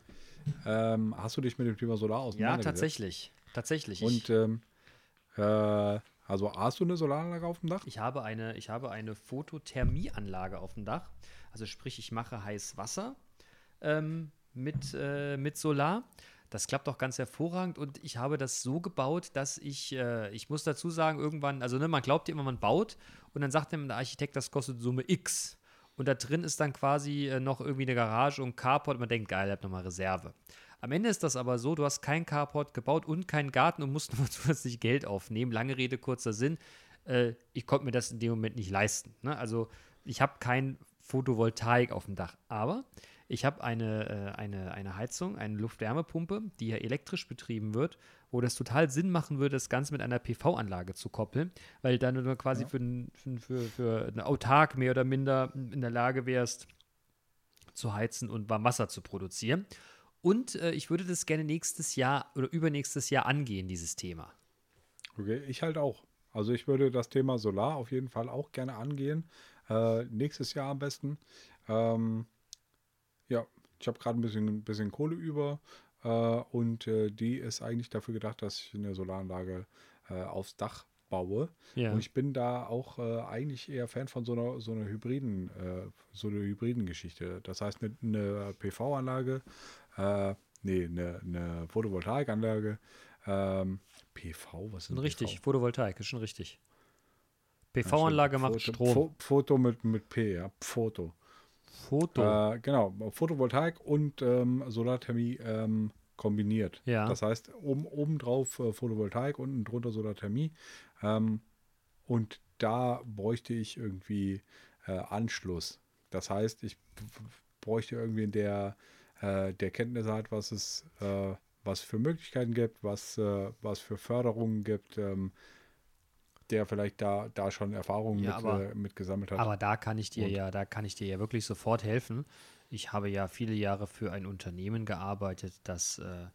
Speaker 2: Ähm, hast du dich mit dem Thema Solar
Speaker 3: Ja,
Speaker 2: auseinandergesetzt?
Speaker 3: tatsächlich. Tatsächlich.
Speaker 2: Und
Speaker 3: ich,
Speaker 2: ähm, äh, also hast du eine Solaranlage auf dem Dach?
Speaker 3: ich, habe eine, ich habe eine Photothermieanlage auf dem Dach. Also sprich, ich mache heiß Wasser ähm, mit, äh, mit Solar. Das klappt auch ganz hervorragend und ich habe das so gebaut, dass ich, äh, ich muss dazu sagen, irgendwann, also ne, man glaubt ja immer, man baut und dann sagt dem der Architekt, das kostet Summe X. Und da drin ist dann quasi äh, noch irgendwie eine Garage und ein Carport. Man denkt, geil, ich hab nochmal Reserve. Am Ende ist das aber so, du hast keinen Carport gebaut und keinen Garten und musst *laughs* nochmal zusätzlich Geld aufnehmen. Lange Rede, kurzer Sinn. Äh, ich konnte mir das in dem Moment nicht leisten. Ne? Also ich habe kein Photovoltaik auf dem Dach. Aber ich habe eine, äh, eine, eine Heizung, eine Luftwärmepumpe, die ja elektrisch betrieben wird, wo das total Sinn machen würde, das Ganze mit einer PV-Anlage zu koppeln, weil dann du quasi für, n- für, für, für einen autark mehr oder minder in der Lage wärst, zu heizen und Warmwasser zu produzieren. Und äh, ich würde das gerne nächstes Jahr oder übernächstes Jahr angehen, dieses Thema.
Speaker 2: Okay, ich halt auch. Also ich würde das Thema Solar auf jeden Fall auch gerne angehen. Äh, nächstes Jahr am besten. Ähm, ja, ich habe gerade ein bisschen, ein bisschen Kohle über äh, und äh, die ist eigentlich dafür gedacht, dass ich eine Solaranlage äh, aufs Dach baue.
Speaker 3: Ja.
Speaker 2: Und ich bin da auch äh, eigentlich eher Fan von so einer, so einer hybriden, äh, so einer hybriden Geschichte. Das heißt, ne, eine, eine PV-Anlage, äh, nee, eine, eine Photovoltaikanlage, ähm, PV, was ist
Speaker 3: Schon
Speaker 2: denn
Speaker 3: richtig,
Speaker 2: PV?
Speaker 3: Photovoltaik ist schon richtig. PV-Anlage macht
Speaker 2: Foto,
Speaker 3: Strom.
Speaker 2: Fo- Foto mit, mit P, ja, Foto.
Speaker 3: Foto.
Speaker 2: Äh, genau, Photovoltaik und ähm, Solarthermie ähm, kombiniert.
Speaker 3: Ja.
Speaker 2: Das heißt, oben, obendrauf äh, Photovoltaik, unten drunter Solarthermie. Ähm, und da bräuchte ich irgendwie äh, Anschluss. Das heißt, ich b- b- bräuchte irgendwen, der, äh, der Kenntnisse hat, was es, äh, was für Möglichkeiten gibt, was, äh, was für Förderungen gibt, ähm, der vielleicht da, da schon Erfahrungen
Speaker 3: Ja,
Speaker 2: mit,
Speaker 3: aber-
Speaker 2: äh, mit gesammelt hat.
Speaker 3: Aber da kann ich dir
Speaker 2: Und-
Speaker 3: ja, da kann ich dir ja wirklich sofort helfen. Ich habe ja viele Jahre für ein Unternehmen gearbeitet, das äh,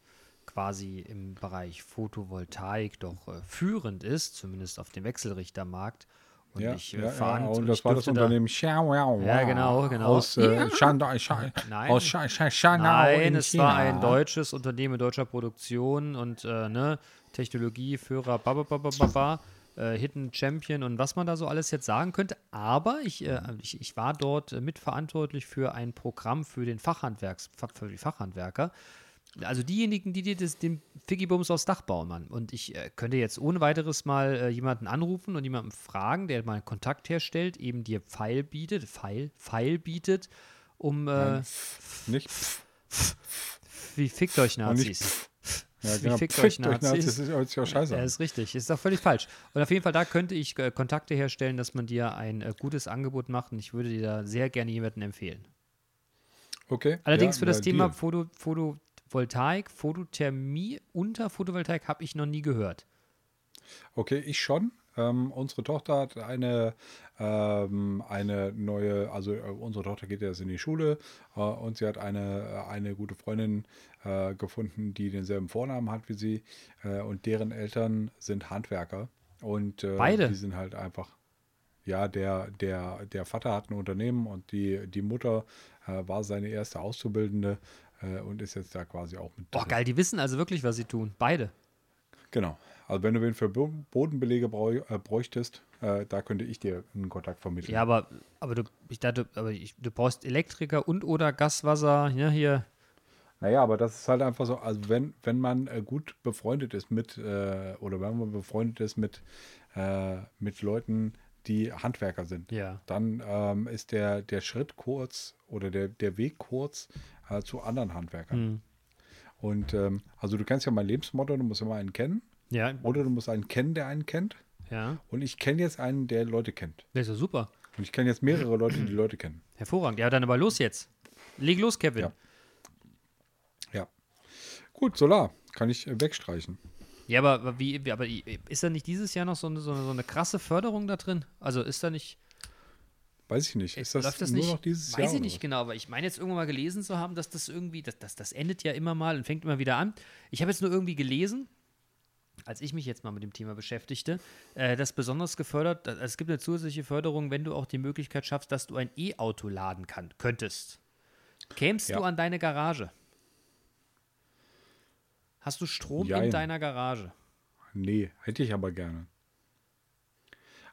Speaker 3: quasi im Bereich Photovoltaik doch äh, führend ist, zumindest auf dem Wechselrichtermarkt. Und ich äh, fand,
Speaker 2: und
Speaker 3: und
Speaker 2: das
Speaker 3: ich
Speaker 2: war das
Speaker 3: durfte da-
Speaker 2: Unternehmen Xiao Yao
Speaker 3: Ja,
Speaker 2: Yao
Speaker 3: genau, genau.
Speaker 2: aus äh, Shandong, Sha-
Speaker 3: *laughs* Nein.
Speaker 2: aus Sha- Sha- Shanghai
Speaker 3: Nein,
Speaker 2: in
Speaker 3: es
Speaker 2: China.
Speaker 3: war ein deutsches Unternehmen deutscher Produktion und äh, ne, Technologieführer, bababababa, äh, Hidden Champion und was man da so alles jetzt sagen könnte. Aber ich, äh, ich, ich war dort äh, mitverantwortlich für ein Programm für den Fachhandwerks, für die Fachhandwerker. Also diejenigen, die dir das, den Figgibums aufs Dach bauen, Mann. Und ich äh, könnte jetzt ohne weiteres mal äh, jemanden anrufen und jemanden fragen, der mal einen Kontakt herstellt, eben dir Pfeil bietet, Pfeil, Pfeil bietet, um äh,
Speaker 2: Nicht
Speaker 3: Wie fickt euch
Speaker 2: Und nicht
Speaker 3: Nazis?
Speaker 2: pff. Ja, genau.
Speaker 3: Wie fickt
Speaker 2: Pfickt
Speaker 3: euch Nazis?
Speaker 2: Das ist hört sich auch scheiße.
Speaker 3: Ja,
Speaker 2: an.
Speaker 3: ist richtig. Ist doch völlig falsch. Und auf jeden Fall, da könnte ich äh, Kontakte herstellen, dass man dir ein äh, gutes Angebot macht und ich würde dir da sehr gerne jemanden empfehlen.
Speaker 2: Okay.
Speaker 3: Allerdings
Speaker 2: ja,
Speaker 3: für das
Speaker 2: na,
Speaker 3: Thema
Speaker 2: Deal.
Speaker 3: Foto, Photovoltaik, Photothermie unter Photovoltaik habe ich noch nie gehört.
Speaker 2: Okay, ich schon. Ähm, unsere Tochter hat eine, ähm, eine neue, also äh, unsere Tochter geht jetzt in die Schule äh, und sie hat eine, äh, eine gute Freundin äh, gefunden, die denselben Vornamen hat wie sie äh, und deren Eltern sind Handwerker und äh,
Speaker 3: Beide?
Speaker 2: die sind halt einfach, ja, der, der, der Vater hat ein Unternehmen und die, die Mutter äh, war seine erste Auszubildende äh, und ist jetzt da quasi auch mit
Speaker 3: Boah,
Speaker 2: drin.
Speaker 3: geil, die wissen also wirklich, was sie tun. Beide.
Speaker 2: Genau. Also wenn du wen für Bo- Bodenbelege brau äh, bräuchtest, äh, da könnte ich dir einen Kontakt vermitteln.
Speaker 3: Ja, aber, aber, du, ich dachte, aber ich, du brauchst Elektriker und oder Gaswasser. Ja, hier.
Speaker 2: Naja, aber das ist halt einfach so, also wenn, wenn man äh, gut befreundet ist mit, äh, oder wenn man befreundet ist mit, äh, mit Leuten, die Handwerker sind,
Speaker 3: Ja.
Speaker 2: dann ähm, ist der, der Schritt kurz oder der, der Weg kurz äh, zu anderen Handwerkern.
Speaker 3: Hm.
Speaker 2: Und ähm, also du kennst ja mein Lebensmotto, du musst immer einen kennen.
Speaker 3: Ja,
Speaker 2: Oder du musst einen kennen, der einen kennt.
Speaker 3: ja.
Speaker 2: Und ich kenne jetzt einen, der Leute kennt.
Speaker 3: Das ist ja super.
Speaker 2: Und ich kenne jetzt mehrere Leute, die Leute kennen.
Speaker 3: Hervorragend. Ja, dann aber los jetzt. Leg los, Kevin. Ja,
Speaker 2: Ja. Ja. Gut, Solar kann ich äh, wegstreichen.
Speaker 3: aber, wie, wie- aber ist da nicht dieses Jahr noch so eine, so, eine, so eine krasse Förderung da drin? Also ist da nicht.
Speaker 2: Weiß ich nicht. Ist das,
Speaker 3: Äh, läuft das
Speaker 2: nur
Speaker 3: nicht?
Speaker 2: noch dieses
Speaker 3: Weiß
Speaker 2: Jahr?
Speaker 3: ich
Speaker 2: oder
Speaker 3: nicht
Speaker 2: was?
Speaker 3: genau, aber ich meine jetzt irgendwann mal gelesen zu haben, dass das irgendwie, das, das, das endet ja immer mal und fängt immer wieder an. Ich habe jetzt nur irgendwie gelesen, als ich mich jetzt mal mit dem Thema beschäftigte, äh, dass besonders gefördert, also es gibt eine zusätzliche Förderung, wenn du auch die Möglichkeit schaffst, dass du ein E-Auto laden kann, könntest. Kämst
Speaker 2: Ja.
Speaker 3: du an deine Garage? Hast du Strom in
Speaker 2: Jein.
Speaker 3: deiner Garage?
Speaker 2: Nee, hätte ich aber gerne.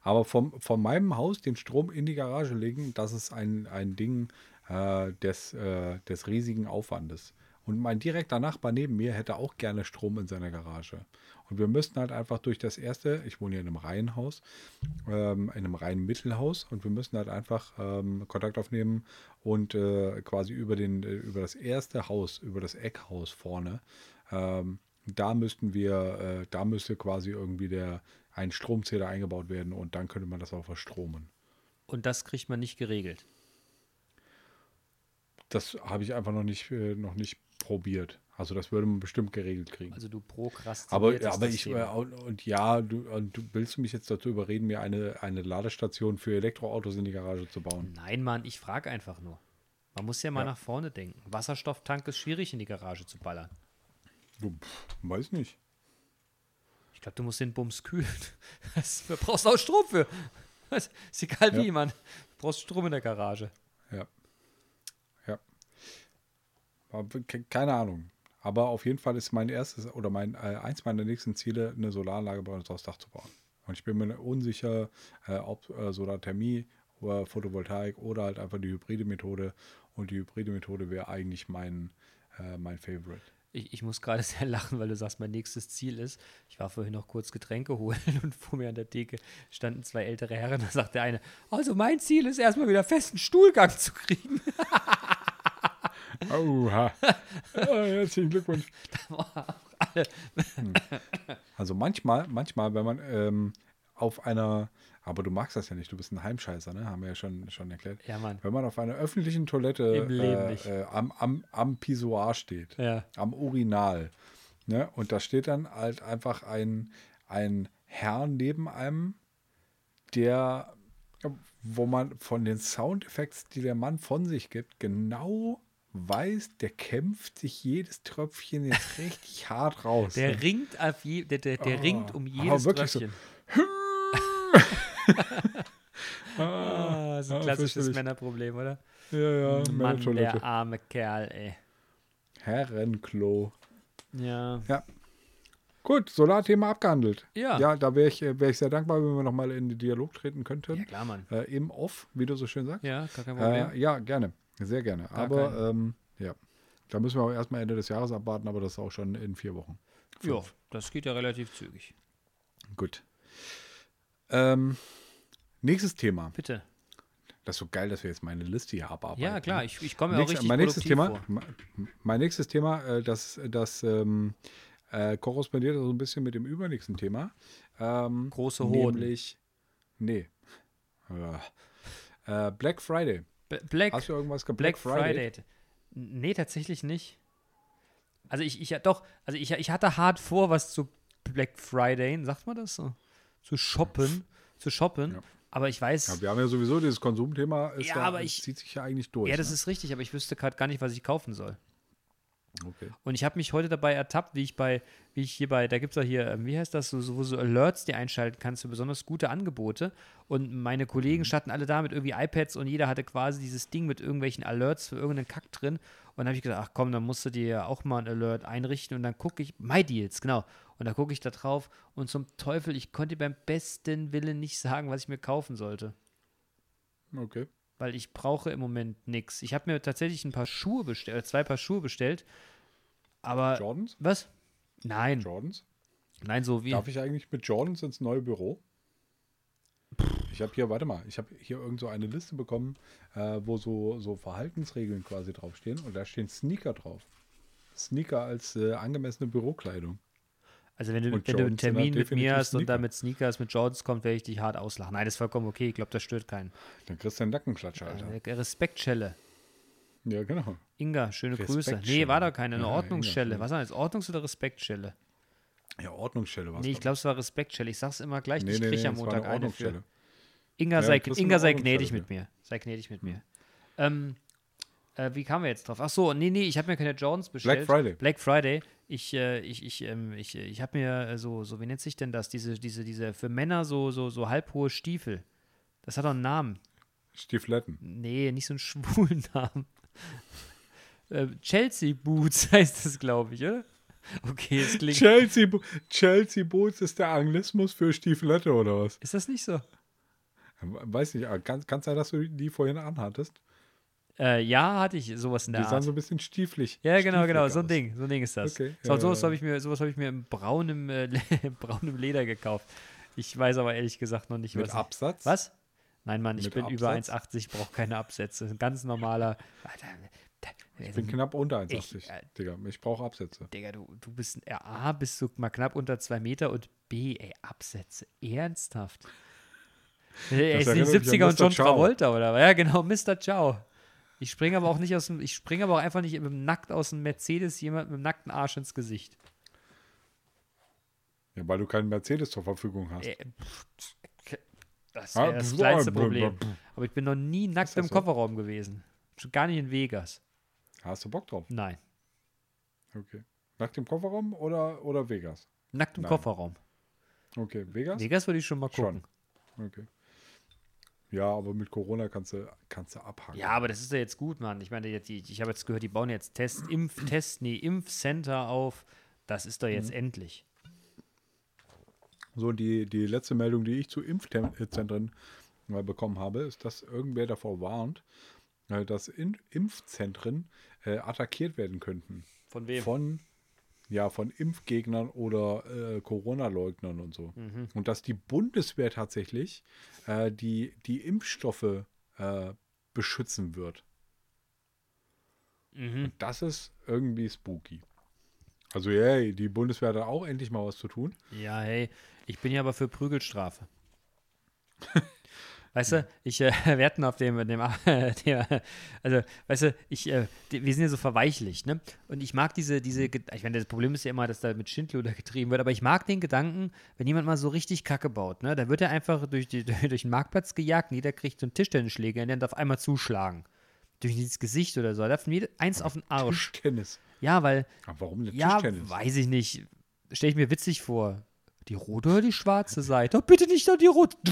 Speaker 2: Aber vom, von meinem Haus den Strom in die Garage legen, das ist ein, ein Ding äh, des, äh, des riesigen Aufwandes. Und mein direkter Nachbar neben mir hätte auch gerne Strom in seiner Garage. Und wir müssten halt einfach durch das erste, ich wohne hier in einem Reihenhaus, ähm, in einem reinen Mittelhaus und wir müssen halt einfach ähm, Kontakt aufnehmen und äh, quasi über, den, äh, über das erste Haus, über das Eckhaus vorne, ähm, da müssten wir, äh, da müsste quasi irgendwie der, ein Stromzähler eingebaut werden und dann könnte man das auch verstromen.
Speaker 3: Und das kriegt man nicht geregelt.
Speaker 2: Das habe ich einfach noch nicht, äh, noch nicht probiert. Also das würde man bestimmt geregelt kriegen.
Speaker 3: Also du prokrastinierst.
Speaker 2: Aber,
Speaker 3: das
Speaker 2: aber ich, äh,
Speaker 3: Thema.
Speaker 2: und, und ja, du, und du willst du mich jetzt dazu überreden, mir eine, eine Ladestation für Elektroautos in die Garage zu bauen?
Speaker 3: Nein, Mann, ich frage einfach nur. Man muss ja mal
Speaker 2: Ja.
Speaker 3: nach vorne denken. Wasserstofftank ist schwierig in die Garage zu ballern.
Speaker 2: Du, pff, weiß nicht.
Speaker 3: Ich glaube, du musst den Bums kühlen. *laughs* Das, du brauchst auch Strom für. Das ist egal
Speaker 2: Ja.
Speaker 3: wie, Mann. Du brauchst Strom in der Garage.
Speaker 2: Ja. Ja. Aber ke- Keine Ahnung. Aber auf jeden Fall ist mein erstes oder mein äh, eins meiner nächsten Ziele, eine Solaranlage bei uns aufs Dach zu bauen. Und ich bin mir unsicher, äh, ob äh, Solarthermie oder Photovoltaik oder halt einfach die hybride Methode. Und die hybride Methode wäre eigentlich mein, äh, mein Favorite.
Speaker 3: Ich, ich muss gerade *laughs* sehr lachen, weil du sagst, mein nächstes Ziel ist, ich war vorhin noch kurz Getränke holen *laughs* und vor mir an der Theke standen zwei ältere Herren. Da sagt der eine, also mein Ziel ist erstmal wieder festen Stuhlgang zu kriegen.
Speaker 2: *laughs* Oha. Ah, herzlichen
Speaker 3: *laughs*
Speaker 2: Glückwunsch. Hm. Also manchmal, manchmal, wenn man ähm, auf einer, aber du magst das ja nicht, du bist ein Heimscheißer, ne? Haben wir ja schon, schon erklärt.
Speaker 3: Ja, Mann.
Speaker 2: Wenn man auf einer öffentlichen Toilette
Speaker 3: Im Leben
Speaker 2: äh,
Speaker 3: nicht.
Speaker 2: Äh, am, am, am Pisoir steht,
Speaker 3: Ja.
Speaker 2: am Urinal, ne? und da steht dann halt einfach ein, ein Herr neben einem, der, wo man von den Soundeffekts, die der Mann von sich gibt, genau weiß, der kämpft sich jedes Tröpfchen jetzt *laughs* richtig hart raus. ne?
Speaker 3: Der ringt, auf je, der, der, der
Speaker 2: Oh.
Speaker 3: ringt um
Speaker 2: Aber
Speaker 3: jedes
Speaker 2: wirklich so.
Speaker 3: Tröpfchen.
Speaker 2: ah,
Speaker 3: Ah, das ist ein
Speaker 2: ah,
Speaker 3: klassisches
Speaker 2: fürchterlich.
Speaker 3: Männerproblem, oder?
Speaker 2: ja, ja,
Speaker 3: Mann,
Speaker 2: Männertoilette.
Speaker 3: der arme Kerl, ey.
Speaker 2: Herrenklo.
Speaker 3: Ja.
Speaker 2: Ja. Gut, Solarthema abgehandelt.
Speaker 3: Ja.
Speaker 2: Ja, da wäre ich, äh, wär ich sehr dankbar, wenn wir nochmal in den Dialog treten könnten.
Speaker 3: Ja, klar, Mann.
Speaker 2: Äh, Im Off, wie du so schön sagst.
Speaker 3: Ja, gar kein Problem.
Speaker 2: äh, ja gerne. Sehr gerne.
Speaker 3: kein-
Speaker 2: aber ähm, ja, da müssen wir auch erstmal Ende des Jahres abwarten, aber das ist auch schon in vier Wochen.
Speaker 3: ja, das geht ja relativ zügig.
Speaker 2: Gut. Ähm, nächstes Thema.
Speaker 3: Oh Bitte.
Speaker 2: Das ist so geil, dass wir jetzt meine Liste hier abarbeiten.
Speaker 3: Ja, klar, ich, ich komme mir auch
Speaker 2: Nächst-
Speaker 3: richtig
Speaker 2: mein nächstes
Speaker 3: produktiv
Speaker 2: Thema,
Speaker 3: vor.
Speaker 2: me- mein nächstes Thema, äh, das, das ähm, äh, korrespondiert so ein bisschen mit dem übernächsten Thema. Ähm,
Speaker 3: Große Hoden.
Speaker 2: Nämlich, nee. Äh, äh, Black Friday.
Speaker 3: B- Black,
Speaker 2: Hast du irgendwas ge-
Speaker 3: Black
Speaker 2: Black Friday?
Speaker 3: Friday. Nee, tatsächlich nicht. Also ich, ich doch, also ich, ich hatte hart vor, was zu Black Friday, sagt man das so? Zu shoppen, zu shoppen.
Speaker 2: Ja.
Speaker 3: Aber ich weiß,
Speaker 2: Ja, wir haben ja sowieso dieses Konsumthema, ist
Speaker 3: Ja,
Speaker 2: ja,
Speaker 3: aber ich-
Speaker 2: zieht sich ja eigentlich durch.
Speaker 3: ja, das
Speaker 2: ne?
Speaker 3: ist richtig, aber ich wüsste gerade gar nicht, was ich kaufen soll.
Speaker 2: okay.
Speaker 3: Und ich habe mich heute dabei ertappt, wie ich bei, wie ich hier bei, da gibt es ja hier, ähm, wie heißt das, so, so, wo so Alerts dir einschalten kannst für besonders gute Angebote. Und meine Kollegen standen alle da mit irgendwie iPads und jeder hatte quasi dieses Ding mit irgendwelchen Alerts für irgendeinen Kack drin. Und dann habe ich gedacht, ach komm, dann musst du dir ja auch mal ein Alert einrichten und dann gucke ich, My Deals, genau. Und da gucke ich da drauf und zum Teufel, ich konnte beim besten Willen nicht sagen, was ich mir kaufen sollte
Speaker 2: Okay.
Speaker 3: weil ich brauche im Moment nichts. Ich habe mir tatsächlich ein paar Schuhe bestellt, zwei Paar Schuhe bestellt, aber
Speaker 2: Jordans?
Speaker 3: was? Nein,
Speaker 2: Jordans?
Speaker 3: nein, so wie
Speaker 2: Darf ich eigentlich mit Jordans ins neue Büro? Ich habe hier, warte mal, ich habe hier irgend so eine Liste bekommen, äh, wo so, so Verhaltensregeln quasi draufstehen und da stehen Sneaker drauf. Sneaker als äh, angemessene Bürokleidung.
Speaker 3: also wenn du, wenn
Speaker 2: Und
Speaker 3: du einen
Speaker 2: Jordans sind
Speaker 3: Termin
Speaker 2: halt
Speaker 3: mit mir
Speaker 2: definitiv
Speaker 3: hast und
Speaker 2: Sneaker.
Speaker 3: da mit Sneakers, mit Jordans kommt, werde ich dich hart auslachen. Nein, das ist vollkommen okay. Ich glaube, das stört keinen.
Speaker 2: Dann kriegst du einen Nackenklatscher, Alter.
Speaker 3: Äh, Respektschelle.
Speaker 2: Ja, genau.
Speaker 3: Inga, schöne Grüße. Nee,
Speaker 2: Respektschelle.
Speaker 3: war da keine. Eine
Speaker 2: Ja, Inga,
Speaker 3: Ordnungsschelle.
Speaker 2: schön.
Speaker 3: Was war das? Ordnungs- oder Respektschelle?
Speaker 2: Ja, Ordnungsstelle war
Speaker 3: Nee, ich glaube, es war Respektschelle. Ich sag's immer gleich. ich krieg am
Speaker 2: es war
Speaker 3: Montag
Speaker 2: eine
Speaker 3: eine für.
Speaker 2: Ordnungsstelle.
Speaker 3: Inga,
Speaker 2: Ja,
Speaker 3: sei,
Speaker 2: kriegst du
Speaker 3: Inga
Speaker 2: eine
Speaker 3: sei
Speaker 2: Ordnung
Speaker 3: gnädig
Speaker 2: dafür.
Speaker 3: mit mir. Sei gnädig mit mir. Ähm, äh, wie kamen wir jetzt drauf? Ach so, nee, nee, ich habe mir keine Jordans bestellt.
Speaker 2: Friday.
Speaker 3: Black Friday. Ich, äh, ich, ich, ähm, ich, äh, ich habe mir äh, so, so, wie nennt sich denn das? Diese, diese, diese für Männer so, so, so halbhohe Stiefel. Das hat doch einen Namen.
Speaker 2: Stiefletten.
Speaker 3: Nee, nicht so einen *laughs* schwulen Namen. äh, Chelsea Boots *laughs* heißt das, glaube ich, oder? Okay, es klingt.
Speaker 2: Chelsea, Bo- Chelsea Boots ist der Anglismus für Stieflette oder was?
Speaker 3: ist das nicht so?
Speaker 2: Weiß nicht, aber kann, kann sein, dass du die vorhin anhattest.
Speaker 3: Äh, ja, hatte ich sowas in
Speaker 2: Die
Speaker 3: der
Speaker 2: sahen
Speaker 3: Art.
Speaker 2: so ein bisschen stieflich.
Speaker 3: Ja, genau,
Speaker 2: stieflig
Speaker 3: genau, so ein
Speaker 2: aus.
Speaker 3: Ding, so ein Ding ist das.
Speaker 2: Okay,
Speaker 3: So,
Speaker 2: ja,
Speaker 3: sowas
Speaker 2: ja,
Speaker 3: habe ich mir, sowas habe ich mir im braunem, äh, *laughs* im braunem Leder gekauft. Ich weiß aber ehrlich gesagt noch nicht,
Speaker 2: Mit
Speaker 3: was.
Speaker 2: Absatz?
Speaker 3: Was? Nein, Mann, ich
Speaker 2: Mit
Speaker 3: bin über
Speaker 2: Absatz?
Speaker 3: 1,80, brauche keine Absätze. Ein ganz normaler. Alter, da,
Speaker 2: Ich bin knapp unter
Speaker 3: Ich,
Speaker 2: 1,80.
Speaker 3: äh,
Speaker 2: Digga, ich brauche Absätze.
Speaker 3: Digga, du, du bist äh, A, bist du mal knapp unter zwei Meter und B, ey, Absätze. Ernsthaft. Ey, ist
Speaker 2: erinnert
Speaker 3: nicht
Speaker 2: mich an
Speaker 3: 70er und
Speaker 2: Mr.
Speaker 3: John
Speaker 2: Ciao.
Speaker 3: Travolta, oder? was? Ja, genau, Mr. Ciao. Ich springe aber auch nicht aus dem, ich springe aber auch einfach nicht mit dem nackt aus dem Mercedes jemand mit dem nackten Arsch ins Gesicht.
Speaker 2: Ja, weil du keinen Mercedes zur Verfügung hast.
Speaker 3: Äh, pff, ke- Das
Speaker 2: Ah,
Speaker 3: wäre das
Speaker 2: pff,
Speaker 3: kleinste
Speaker 2: ah, brr,
Speaker 3: Problem.
Speaker 2: brr, brr.
Speaker 3: Aber ich bin noch nie nackt
Speaker 2: das
Speaker 3: im
Speaker 2: so?
Speaker 3: Kofferraum gewesen. Schon gar nicht in Vegas.
Speaker 2: Hast du Bock drauf?
Speaker 3: Nein.
Speaker 2: Okay. Nach dem Kofferraum oder, oder Vegas?
Speaker 3: Nackt im
Speaker 2: Nein.
Speaker 3: Kofferraum.
Speaker 2: Okay, Vegas?
Speaker 3: Vegas würde ich schon mal gucken.
Speaker 2: Schon. Okay. Ja, aber mit Corona kannst du, kannst du abhaken.
Speaker 3: Ja, aber das ist ja jetzt gut, Mann. Ich meine, jetzt, die, ich habe jetzt gehört, die bauen jetzt Test, Impf, Test, nee, Impfcenter auf. Das ist doch jetzt endlich.
Speaker 2: So, die, die letzte Meldung, die ich zu Impfzentren mal bekommen habe, ist, dass irgendwer davor warnt, äh, dass in Impfzentren äh, attackiert werden könnten.
Speaker 3: Von wem?
Speaker 2: Von, ja, von Impfgegnern oder äh, Corona-Leugnern und
Speaker 3: Mhm.
Speaker 2: so. Und dass die Bundeswehr tatsächlich äh, die, die Impfstoffe äh, beschützen wird.
Speaker 3: Mhm.
Speaker 2: Das ist irgendwie spooky. Also, yay, die Bundeswehr hat da auch endlich mal was zu tun.
Speaker 3: Ja, hey, ich bin ja aber für Prügelstrafe. Weißt du, ich, äh, *laughs* wir hatten auf dem, dem, *laughs* der, also, weißt du, ich, äh, die, wir sind ja so verweichlicht, ne? Und ich mag diese, diese, Ge- ich meine, das Problem ist ja immer, dass da mit Schindluder *laughs* getrieben wird, aber ich mag den Gedanken, wenn jemand mal so richtig Kacke baut, ne? Da wird er einfach durch, die, *laughs* durch den Marktplatz gejagt und jeder kriegt so einen Tischtennisschläger und dann darf einmal zuschlagen. Durch ins Gesicht oder so. Da darf jeder eins auf den Arsch.
Speaker 2: Tischtennis.
Speaker 3: Ja, weil,
Speaker 2: Aber warum denn
Speaker 3: ja,
Speaker 2: Tischtennis?
Speaker 3: weiß ich nicht. Stell ich mir witzig vor. Die rote oder die schwarze Seite? Oh, bitte nicht an die rote. *laughs*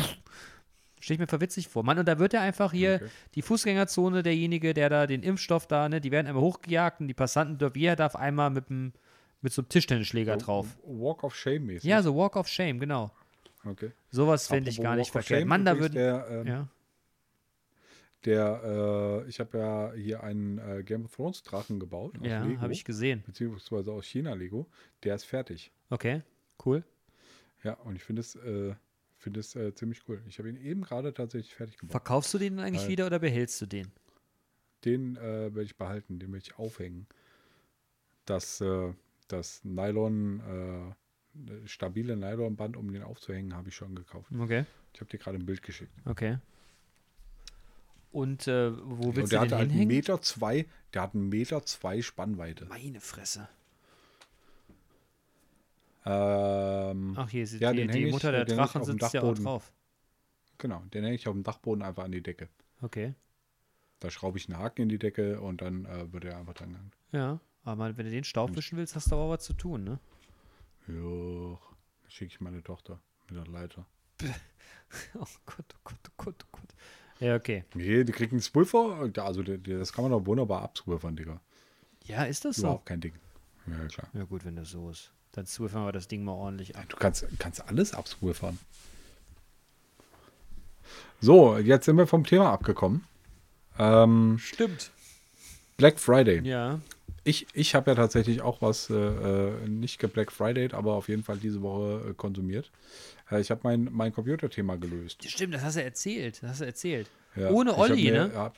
Speaker 3: Stell ich mir verwitzig vor. Mann, und da wird ja einfach hier
Speaker 2: Okay.
Speaker 3: die Fußgängerzone, derjenige, der da den Impfstoff da, ne, die werden einmal hochgejagt und die Passanten, dürfen- jeder darf einmal mit, dem, mit so einem
Speaker 2: Oh,
Speaker 3: Tischtennisschläger drauf.
Speaker 2: Walk of Shame mäßig.
Speaker 3: Ja, so Walk of Shame, genau.
Speaker 2: Okay.
Speaker 3: Sowas fände ich
Speaker 2: Apropos
Speaker 3: gar
Speaker 2: Walk
Speaker 3: nicht
Speaker 2: of
Speaker 3: verkehrt.
Speaker 2: Shame,
Speaker 3: Mann, da
Speaker 2: übrigens
Speaker 3: würden.
Speaker 2: Der, ähm,
Speaker 3: Ja.
Speaker 2: der äh, ich habe ja hier einen äh, Game of Thrones Drachen gebaut. aus
Speaker 3: Ja,
Speaker 2: Lego,
Speaker 3: habe ich gesehen.
Speaker 2: Beziehungsweise aus China Lego. Der ist fertig.
Speaker 3: Okay, cool.
Speaker 2: Ja, und ich finde es, äh, finde Finde es äh, ziemlich cool. Ich habe ihn eben gerade tatsächlich fertig gemacht.
Speaker 3: Verkaufst du den eigentlich
Speaker 2: Äh,
Speaker 3: wieder oder behältst du den?
Speaker 2: Den äh, werde ich behalten, den werde ich aufhängen. Das, äh, das Nylon, äh, stabile Nylonband, um den aufzuhängen, habe ich schon gekauft.
Speaker 3: Okay,
Speaker 2: Ich habe dir gerade ein Bild geschickt.
Speaker 3: okay. Und äh, wo
Speaker 2: Und
Speaker 3: willst
Speaker 2: der
Speaker 3: du den
Speaker 2: hatte halt einen
Speaker 3: hinhängen?
Speaker 2: Meter zwei, der hat einen Meter zwei Spannweite.
Speaker 3: Meine Fresse.
Speaker 2: Ähm,
Speaker 3: Ach, hier sitzt
Speaker 2: Ja,
Speaker 3: die,
Speaker 2: den
Speaker 3: die
Speaker 2: häng ich-
Speaker 3: Mutter der
Speaker 2: den häng ich
Speaker 3: Drachen
Speaker 2: auf dem
Speaker 3: sitzt ja auch
Speaker 2: Dachboden.
Speaker 3: drauf.
Speaker 2: Genau, den hänge ich auf dem Dachboden einfach an die Decke.
Speaker 3: Okay,
Speaker 2: Da schraube ich einen Haken in die Decke und dann äh, wird er einfach dran gehangen.
Speaker 3: ja. Aber man- wenn du den Staub wischen willst, hast du aber was zu tun, ne? *laughs*
Speaker 2: Joch, schicke ich meine Tochter mit der Leiter.
Speaker 3: Oh Gott, oh Gott, oh Gott, oh Gott. Ja, okay.
Speaker 2: Nee, die kriegt einen Spulver. Also die- die- das kann man doch wunderbar abspulvern, Digga.
Speaker 3: Ja, ist das so?
Speaker 2: Überhaupt kein Ding. Ja, klar. Ah,
Speaker 3: Ja, gut, wenn das so ist. Dann zwölfen wir das Ding mal ordentlich ab.
Speaker 2: Du kannst, kannst alles abspulvern. So, jetzt sind wir vom Thema abgekommen. Ähm,
Speaker 3: Stimmt.
Speaker 2: Black Friday.
Speaker 3: Ja.
Speaker 2: Ich, ich habe ja tatsächlich auch was, äh, äh, nicht ge- Black Friday, aber auf jeden Fall diese Woche äh, konsumiert. Äh, ich habe mein, mein Computerthema gelöst.
Speaker 3: Stimmt, das hast du erzählt. Das hast du erzählt.
Speaker 2: Ja,
Speaker 3: Ohne
Speaker 2: ich hab
Speaker 3: Olli,
Speaker 2: mir-
Speaker 3: ne?
Speaker 2: Ja,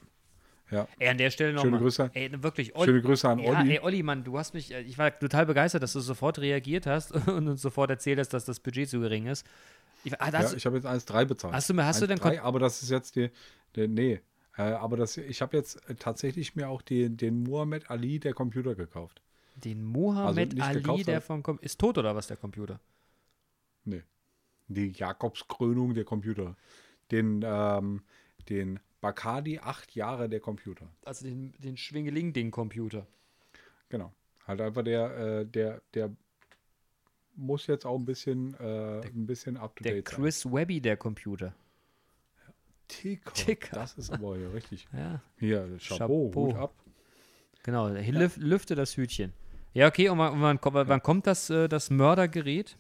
Speaker 2: ja.
Speaker 3: Ey, an der Stelle nochmal.
Speaker 2: Schöne Grüße.
Speaker 3: Ey, wirklich, Olli.
Speaker 2: Schöne Grüße an
Speaker 3: Ja,
Speaker 2: Olli.
Speaker 3: ey, Olli, Mann, du hast mich, äh, ich war total begeistert, dass du sofort reagiert hast *laughs* und uns sofort erzählt hast, dass das Budget zu gering ist. Ich, ah, da hast
Speaker 2: ja,
Speaker 3: du-
Speaker 2: ich habe jetzt 1,3 bezahlt.
Speaker 3: Hast du mir- hast du denn
Speaker 2: 1,3,
Speaker 3: kon-
Speaker 2: Aber das ist jetzt die, die nee. Äh, aber das, ich habe jetzt äh, tatsächlich mir auch die, den Muhammad Ali der Computer gekauft.
Speaker 3: den Mohammed
Speaker 2: also nicht
Speaker 3: Ali,
Speaker 2: gekauft,
Speaker 3: der
Speaker 2: aber-
Speaker 3: vom Kom ist tot oder was, der Computer?
Speaker 2: Nee. Die Jakobskrönung der Computer. Den, ähm, den Bacardi 8 Jahre der Computer.
Speaker 3: Also den, den Schwingeling-Ding-Computer.
Speaker 2: Genau. Halt einfach der, äh, der, der muss jetzt auch ein bisschen, äh, ein bisschen up to
Speaker 3: Der
Speaker 2: date sein.
Speaker 3: Chris Webby, der Computer.
Speaker 2: Ticker.
Speaker 3: Ticker.
Speaker 2: Das ist aber hier richtig.
Speaker 3: Ja.
Speaker 2: Hier,
Speaker 3: Chapeau.
Speaker 2: Chapeau, Hut ab.
Speaker 3: Genau, lüf, lüfte das Hütchen. Ja, okay, und wann, und wann, kommt- wann kommt das, äh, das Mördergerät?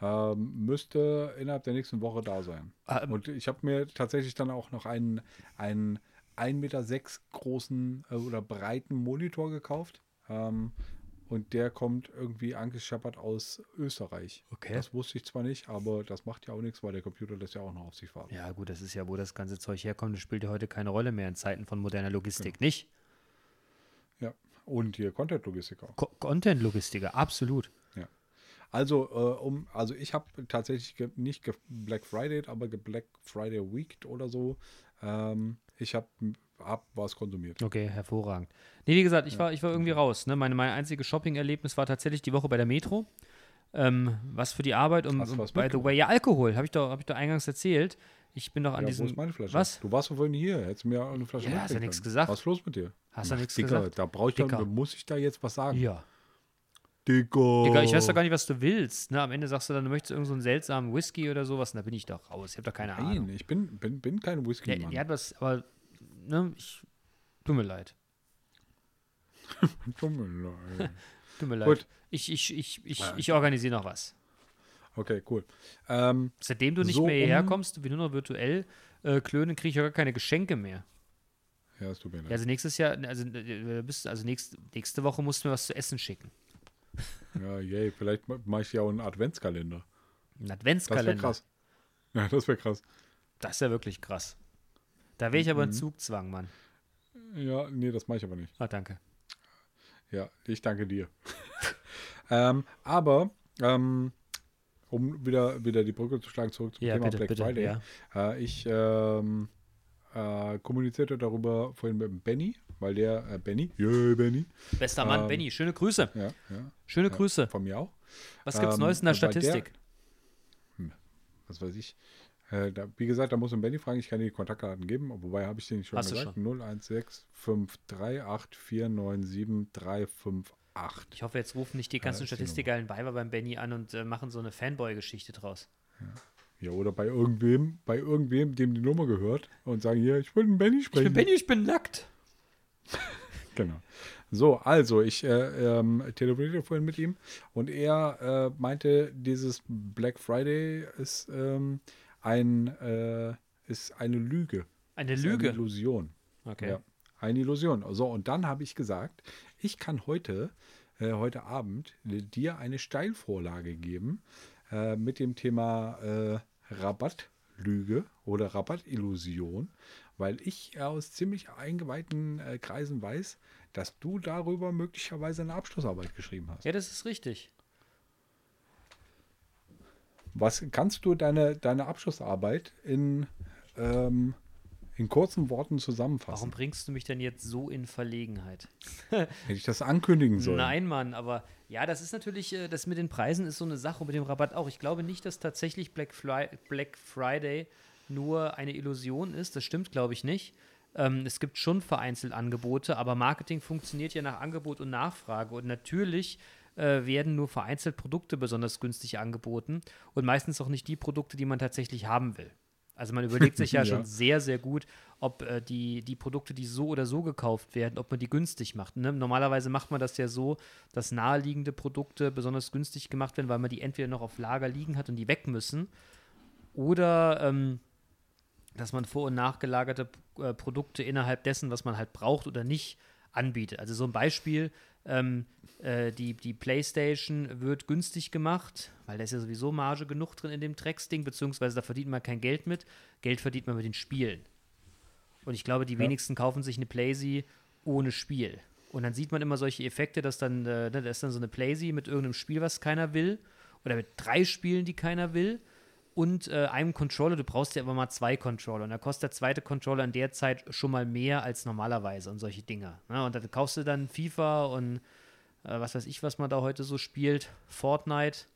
Speaker 2: Ähm, müsste innerhalb der nächsten Woche da sein.
Speaker 3: Ah, ähm.
Speaker 2: Und ich habe mir tatsächlich dann auch noch einen, einen 1,6 Meter großen äh, oder breiten Monitor gekauft. Ähm, und der kommt irgendwie angescheppert aus Österreich.
Speaker 3: Okay.
Speaker 2: Das wusste ich zwar nicht, aber das macht ja auch nichts, weil der Computer lässt ja auch noch auf sich warten.
Speaker 3: Ja, gut, das ist ja, wo das ganze Zeug herkommt. Das spielt ja heute keine Rolle mehr in Zeiten von moderner Logistik,
Speaker 2: Genau.
Speaker 3: nicht?
Speaker 2: Ja. Und hier Content-Logistik auch.
Speaker 3: Co Content-Logistiker, absolut.
Speaker 2: Ja. Also, äh, um, also ich habe tatsächlich ge, nicht ge Black Friday, aber ge Black Friday Week oder so. Ähm, ich habe hab was konsumiert.
Speaker 3: Okay, hervorragend. Nee, wie gesagt, ich, war, ich war irgendwie raus. Ne? Meine, mein einziges Shopping-Erlebnis war tatsächlich die Woche bei der Metro. Ähm, was für die Arbeit und
Speaker 2: Hast du was
Speaker 3: by the
Speaker 2: mitgenommen?
Speaker 3: way, ja, Alkohol, habe ich, doch- hab ich doch eingangs erzählt. Ich bin doch an
Speaker 2: Ja,
Speaker 3: diesem.
Speaker 2: wo ist meine Flasche?
Speaker 3: Was?
Speaker 2: Du warst doch vorhin hier. Hättest du mir eine Flasche
Speaker 3: Ja, hast ja
Speaker 2: mitbringen
Speaker 3: nichts
Speaker 2: können.
Speaker 3: gesagt.
Speaker 2: Was ist los mit dir?
Speaker 3: Hast ja
Speaker 2: Ach,
Speaker 3: nichts
Speaker 2: Dicker,
Speaker 3: gesagt.
Speaker 2: Da brauche ich dann,
Speaker 3: Dicker.
Speaker 2: muss ich da jetzt was sagen.
Speaker 3: Ja.
Speaker 2: Dicker.
Speaker 3: Digga, ich weiß doch gar nicht, was du willst. Ne? Am Ende sagst du dann, du möchtest irgendeinen so einen seltsamen Whisky oder sowas. Und da bin ich doch raus. Ich habe doch keine
Speaker 2: Nein,
Speaker 3: Ahnung.
Speaker 2: ich bin, bin, bin kein
Speaker 3: Ja,
Speaker 2: Whisky-Mann.
Speaker 3: ja, das, aber, ne, ich, tut mir leid.
Speaker 2: Dumme Leute.
Speaker 3: Tut mir leid.
Speaker 2: Gut.
Speaker 3: Ich, ich, ich, ich, ich organisiere noch was.
Speaker 2: okay, cool. Ähm,
Speaker 3: Seitdem du nicht
Speaker 2: So
Speaker 3: mehr
Speaker 2: um-
Speaker 3: hierher kommst, wie nur noch virtuell äh, klönen, kriege ich ja gar keine Geschenke mehr.
Speaker 2: ja, es tut mir leid.
Speaker 3: Ja, also nächstes Jahr, also, äh, bist, also nächst, nächste Woche musst du mir was zu essen schicken.
Speaker 2: Ja, yay, vielleicht mache ich ja auch einen Adventskalender.
Speaker 3: Ein
Speaker 2: Das wäre
Speaker 3: Adventskalender.
Speaker 2: krass. Ja, das wäre krass.
Speaker 3: Das ist ja wirklich krass. Da wäre ich aber
Speaker 2: Mhm.
Speaker 3: in Zugzwang, Mann.
Speaker 2: Ja, nee, das mache ich aber nicht.
Speaker 3: Ah, danke.
Speaker 2: Ja, ich danke dir. *laughs* ähm, aber ähm, um wieder, wieder die Brücke zu schlagen, zurück zum
Speaker 3: Ja,
Speaker 2: Thema
Speaker 3: bitte,
Speaker 2: Black
Speaker 3: bitte,
Speaker 2: Friday.
Speaker 3: ja.
Speaker 2: Äh, ich ähm, äh, kommunizierte darüber vorhin mit dem Benny, weil der äh, Benny, yay, Benny,
Speaker 3: Bester Mann, Benny, schöne Grüße.
Speaker 2: ja, Ähm, ja,
Speaker 3: Schöne Grüße.
Speaker 2: von mir auch.
Speaker 3: Was gibt's
Speaker 2: ähm,
Speaker 3: Neues in der
Speaker 2: bei der-
Speaker 3: Statistik?
Speaker 2: was weiß ich. Äh, da, wie gesagt, da muss man Benny fragen, ich kann dir die Kontaktdaten geben, wobei habe ich den schon
Speaker 3: Hast du
Speaker 2: gesagt. 0165384975358.
Speaker 3: Ich hoffe, jetzt rufen
Speaker 2: Äh,
Speaker 3: nicht die ganzen Statistikgeilen Weiber beim Benny an und äh, machen so eine Fanboy-Geschichte draus.
Speaker 2: Ja, oder bei irgendwem, bei irgendwem, dem die Nummer gehört und sagen, hier, ich will einen Benny
Speaker 3: Ich
Speaker 2: sprechen.
Speaker 3: bin Benny, ich bin nackt.
Speaker 2: Genau. So, also, ich äh, ähm, telefonierte vorhin mit ihm und er äh, meinte, dieses Black Friday ist ähm, ein äh, ist eine Lüge.
Speaker 3: Eine
Speaker 2: Ist Eine
Speaker 3: Lüge.
Speaker 2: Illusion.
Speaker 3: Okay.
Speaker 2: Ja, eine Illusion. So, und dann habe ich gesagt, ich kann heute, äh, heute Abend dir eine Steilvorlage geben äh, mit dem Thema äh, Rabattlüge oder Rabattillusion, weil ich aus ziemlich eingeweihten äh, Kreisen weiß, dass du darüber möglicherweise eine Abschlussarbeit geschrieben hast.
Speaker 3: Ja, das ist richtig.
Speaker 2: Was kannst du deine, deine Abschlussarbeit in, ähm, in kurzen Worten
Speaker 3: Warum
Speaker 2: zusammenfassen?
Speaker 3: bringst du mich denn jetzt so in Verlegenheit?
Speaker 2: Hätte ich das ankündigen sollen?
Speaker 3: Nein, Mann, aber ja, das ist natürlich, äh, das mit den Preisen ist so eine Sache und mit dem Rabatt auch. Ich glaube nicht, dass tatsächlich Black, Fri Black Friday nur eine Illusion ist. Das stimmt, glaube ich, nicht. Ähm, es gibt schon vereinzelt Angebote, aber Marketing funktioniert ja nach Angebot und Nachfrage. Und natürlich äh, werden nur vereinzelt Produkte besonders günstig angeboten und meistens auch nicht die Produkte, die man tatsächlich haben will. Also man überlegt sich ja,
Speaker 2: Ja.
Speaker 3: schon sehr, sehr gut, ob äh, die, die Produkte, die so oder so gekauft werden, ob man die günstig macht. Ne? Normalerweise macht man das ja so, dass naheliegende Produkte besonders günstig gemacht werden, weil man die entweder noch auf Lager liegen hat und die weg müssen oder ähm, dass man vor- und nachgelagerte äh, Produkte innerhalb dessen, was man halt braucht oder nicht, anbietet. Also so ein Beispiel, ähm, äh, die, die Playstation wird günstig gemacht, weil da ist ja sowieso Marge genug drin in dem Drecksding, beziehungsweise da verdient man kein Geld mit. Geld verdient man mit den Spielen. Und ich glaube, die wenigsten kaufen sich eine Playsee ohne Spiel. Und dann sieht man immer solche Effekte, dass dann, äh, ne, da ist dann so eine Playsee mit irgendeinem Spiel, was keiner will, oder mit drei Spielen, die keiner will, und äh, einem Controller. Du brauchst ja aber mal zwei Controller. Und da kostet der zweite Controller in der Zeit schon mal mehr als normalerweise und solche Dinge. Ne? Und dann kaufst du dann FIFA und äh, was weiß ich, was man da heute so spielt, Fortnite,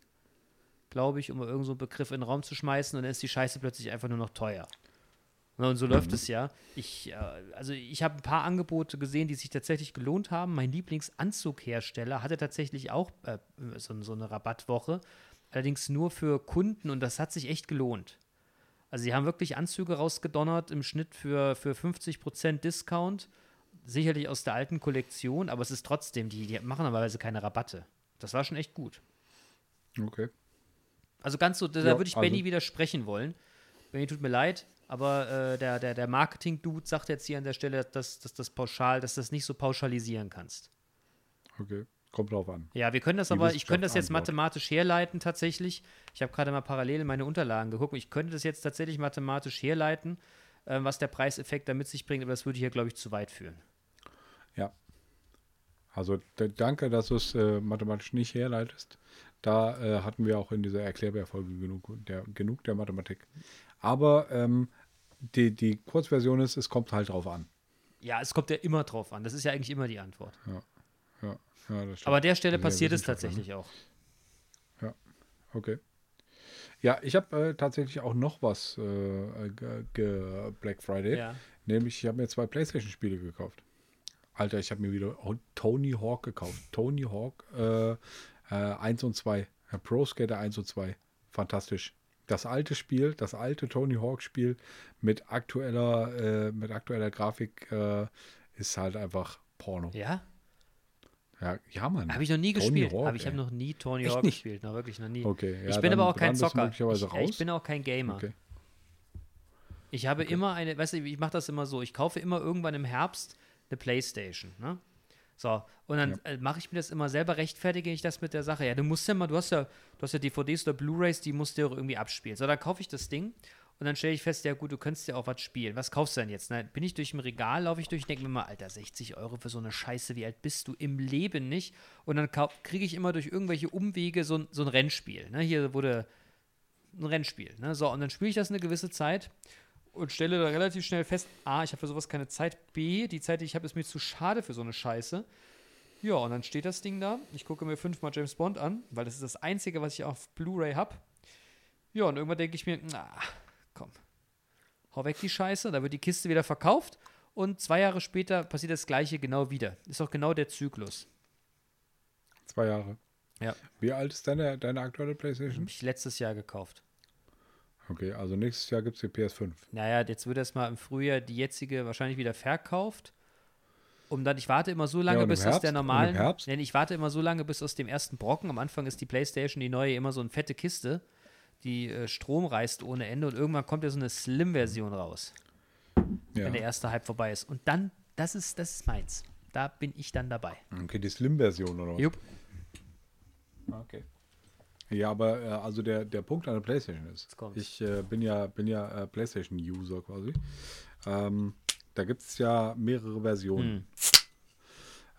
Speaker 3: glaube ich, um mal irgend so einen Begriff in den Raum zu schmeißen. Und dann ist die Scheiße plötzlich einfach nur noch teuer. Ne, Und so läuft es ja. Ich, äh, also ich habe ein paar Angebote gesehen, die sich tatsächlich gelohnt haben. Mein Lieblingsanzughersteller hatte tatsächlich auch äh, so, so eine Rabattwoche, allerdings nur für Kunden und das hat sich echt gelohnt. Also sie haben wirklich Anzüge rausgedonnert im Schnitt für, für 50% Discount, sicherlich aus der alten Kollektion, aber es ist trotzdem, die, die machen normalerweise keine Rabatte. Das war schon echt gut.
Speaker 2: Okay.
Speaker 3: Also ganz so, da, da
Speaker 2: Ja,
Speaker 3: würde ich
Speaker 2: also-
Speaker 3: Benny widersprechen wollen. Benny tut mir leid, aber äh, der, der, der Marketing-Dude sagt jetzt hier an der Stelle, dass, dass das pauschal, dass du das nicht so pauschalisieren kannst.
Speaker 2: Okay. Kommt drauf an.
Speaker 3: Ja, wir können das
Speaker 2: Die
Speaker 3: aber, ich könnte das jetzt
Speaker 2: Wissenschaft antwortet.
Speaker 3: mathematisch herleiten tatsächlich. Ich habe gerade mal parallel in meine Unterlagen geguckt. und Ich könnte das jetzt tatsächlich mathematisch herleiten, äh, was der Preiseffekt da mit sich bringt, aber das würde hier, glaube ich, zu weit führen.
Speaker 2: Ja. Also d- danke, dass du es äh, mathematisch nicht herleitest. Da äh, hatten wir auch in dieser Erklärbär-Folge genug der, genug der Mathematik. Aber ähm, die, die Kurzversion ist, es kommt halt drauf an.
Speaker 3: Ja, es kommt ja immer drauf an. Das ist ja eigentlich immer die Antwort.
Speaker 2: Ja, ja, ne? das stimmt.
Speaker 3: Aber an der Stelle
Speaker 2: Sehr
Speaker 3: passiert es
Speaker 2: wissenschaftlich,
Speaker 3: tatsächlich auch.
Speaker 2: Okay. Ja, ich habe äh, tatsächlich auch noch was äh, ge- ge Black Friday.
Speaker 3: Ja.
Speaker 2: Nämlich, ich habe mir zwei PlayStation-Spiele gekauft. Alter, ich habe mir wieder oh, Tony Hawk gekauft. Tony Hawk äh, äh, 1 und 2. Äh, Pro Skater 1 und 2. Fantastisch. Das alte Spiel, das alte Tony Hawk-Spiel mit aktueller, äh, mit aktueller Grafik äh, ist halt einfach Porno.
Speaker 3: Ja?
Speaker 2: Ja, ja Mann.
Speaker 3: Habe ich noch nie
Speaker 2: Tony
Speaker 3: gespielt.
Speaker 2: Hawk,
Speaker 3: aber ich habe
Speaker 2: ey.
Speaker 3: noch nie Tony
Speaker 2: Echt
Speaker 3: Hawk
Speaker 2: nicht?
Speaker 3: gespielt. Noch wirklich noch nie.
Speaker 2: Okay, ja,
Speaker 3: ich bin
Speaker 2: dann-
Speaker 3: aber auch kein
Speaker 2: dann bist du
Speaker 3: Zocker. Ich,
Speaker 2: möglicherweise
Speaker 3: ich
Speaker 2: raus.
Speaker 3: bin auch kein Gamer.
Speaker 2: Okay.
Speaker 3: Ich habe immer eine, weißt du, ich mache das immer so. Ich kaufe immer irgendwann im Herbst eine Playstation. Ne? So, und dann äh, mache ich mir das immer selber, rechtfertige ich das mit der Sache. Ja, du musst ja mal, du hast ja, du hast ja DVDs oder Blu-Rays, die musst du ja irgendwie abspielen. So, dann kaufe ich das Ding und dann stelle ich fest, ja gut, du könntest ja auch was spielen. Was kaufst du denn jetzt? Dann bin ich durch ein Regal, laufe ich durch, denke mir mal, Alter, 60 Euro für so eine Scheiße, wie alt bist du im Leben nicht? Und dann kriege ich immer durch irgendwelche Umwege so, ein- so ein Rennspiel. Ne? Hier wurde ein Rennspiel. Ne? So, und dann spiele ich das eine gewisse Zeit und stelle da relativ schnell fest, A, ich habe für sowas keine Zeit, B, die Zeit, die ich habe, ist mir zu schade für so eine Scheiße. Ja, und dann steht das Ding da. Ich gucke mir fünfmal James Bond an, weil das ist das Einzige, was ich auf Blu-ray habe. Ja, und irgendwann denke ich mir, na, komm, hau weg die Scheiße. Da wird die Kiste wieder verkauft und zwei Jahre später passiert das Gleiche genau wieder. Ist doch genau der Zyklus.
Speaker 2: Zwei Jahre.
Speaker 3: Ja.
Speaker 2: Wie alt ist deine, deine aktuelle PlayStation?
Speaker 3: Habe ich letztes Jahr gekauft. Mhm.
Speaker 2: Okay, also nächstes Jahr gibt es die PS5.
Speaker 3: Naja, jetzt wird erstmal im Frühjahr die jetzige wahrscheinlich wieder verkauft. Um dann, ich warte immer so lange,
Speaker 2: und im
Speaker 3: bis aus
Speaker 2: Herbst?
Speaker 3: der
Speaker 2: Und im
Speaker 3: normalen.
Speaker 2: Herbst?
Speaker 3: Nein, ich warte immer so lange, bis aus dem ersten Brocken. Am Anfang ist die Playstation, die neue, immer so eine fette Kiste, die äh, Strom reißt ohne Ende und irgendwann kommt ja so eine Slim-Version raus,
Speaker 2: Ja.
Speaker 3: wenn der erste Hype vorbei ist. Und dann, das ist, das ist meins. Da bin ich dann dabei.
Speaker 2: Okay, die Slim-Version oder was?
Speaker 3: Jupp.
Speaker 2: Okay. Ja, aber äh, also der, der Punkt an der PlayStation ist,
Speaker 3: Jetzt kommt's.
Speaker 2: ich äh, bin ja, bin ja äh, PlayStation-User quasi. Ähm, da gibt es ja mehrere Versionen.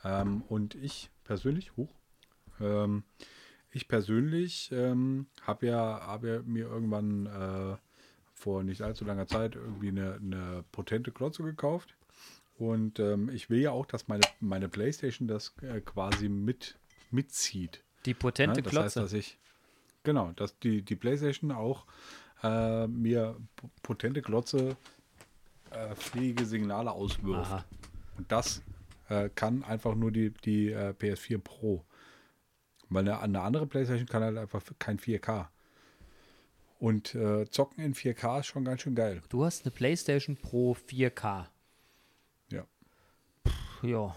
Speaker 3: Hm.
Speaker 2: Ähm, und ich persönlich, hoch, ähm, ich persönlich ähm, habe ja, hab ja mir irgendwann äh, vor nicht allzu langer Zeit irgendwie eine, eine potente Klotze gekauft. Und ähm, ich will ja auch, dass meine, meine Playstation das äh, quasi mit, mitzieht.
Speaker 3: Die potente
Speaker 2: Ja, Ne? das heißt,
Speaker 3: Klotze.
Speaker 2: dass ich genau, dass die, die PlayStation auch äh, mir p- potente Glotze äh, fähige Signale auswirft.
Speaker 3: Aha.
Speaker 2: Und das äh, kann einfach nur die, die äh, PS4 Pro. Weil eine, eine andere PlayStation kann halt einfach kein 4K. Und äh, zocken in 4K ist schon ganz schön geil.
Speaker 3: Du hast eine PlayStation Pro 4K.
Speaker 2: Ja.
Speaker 3: Ja.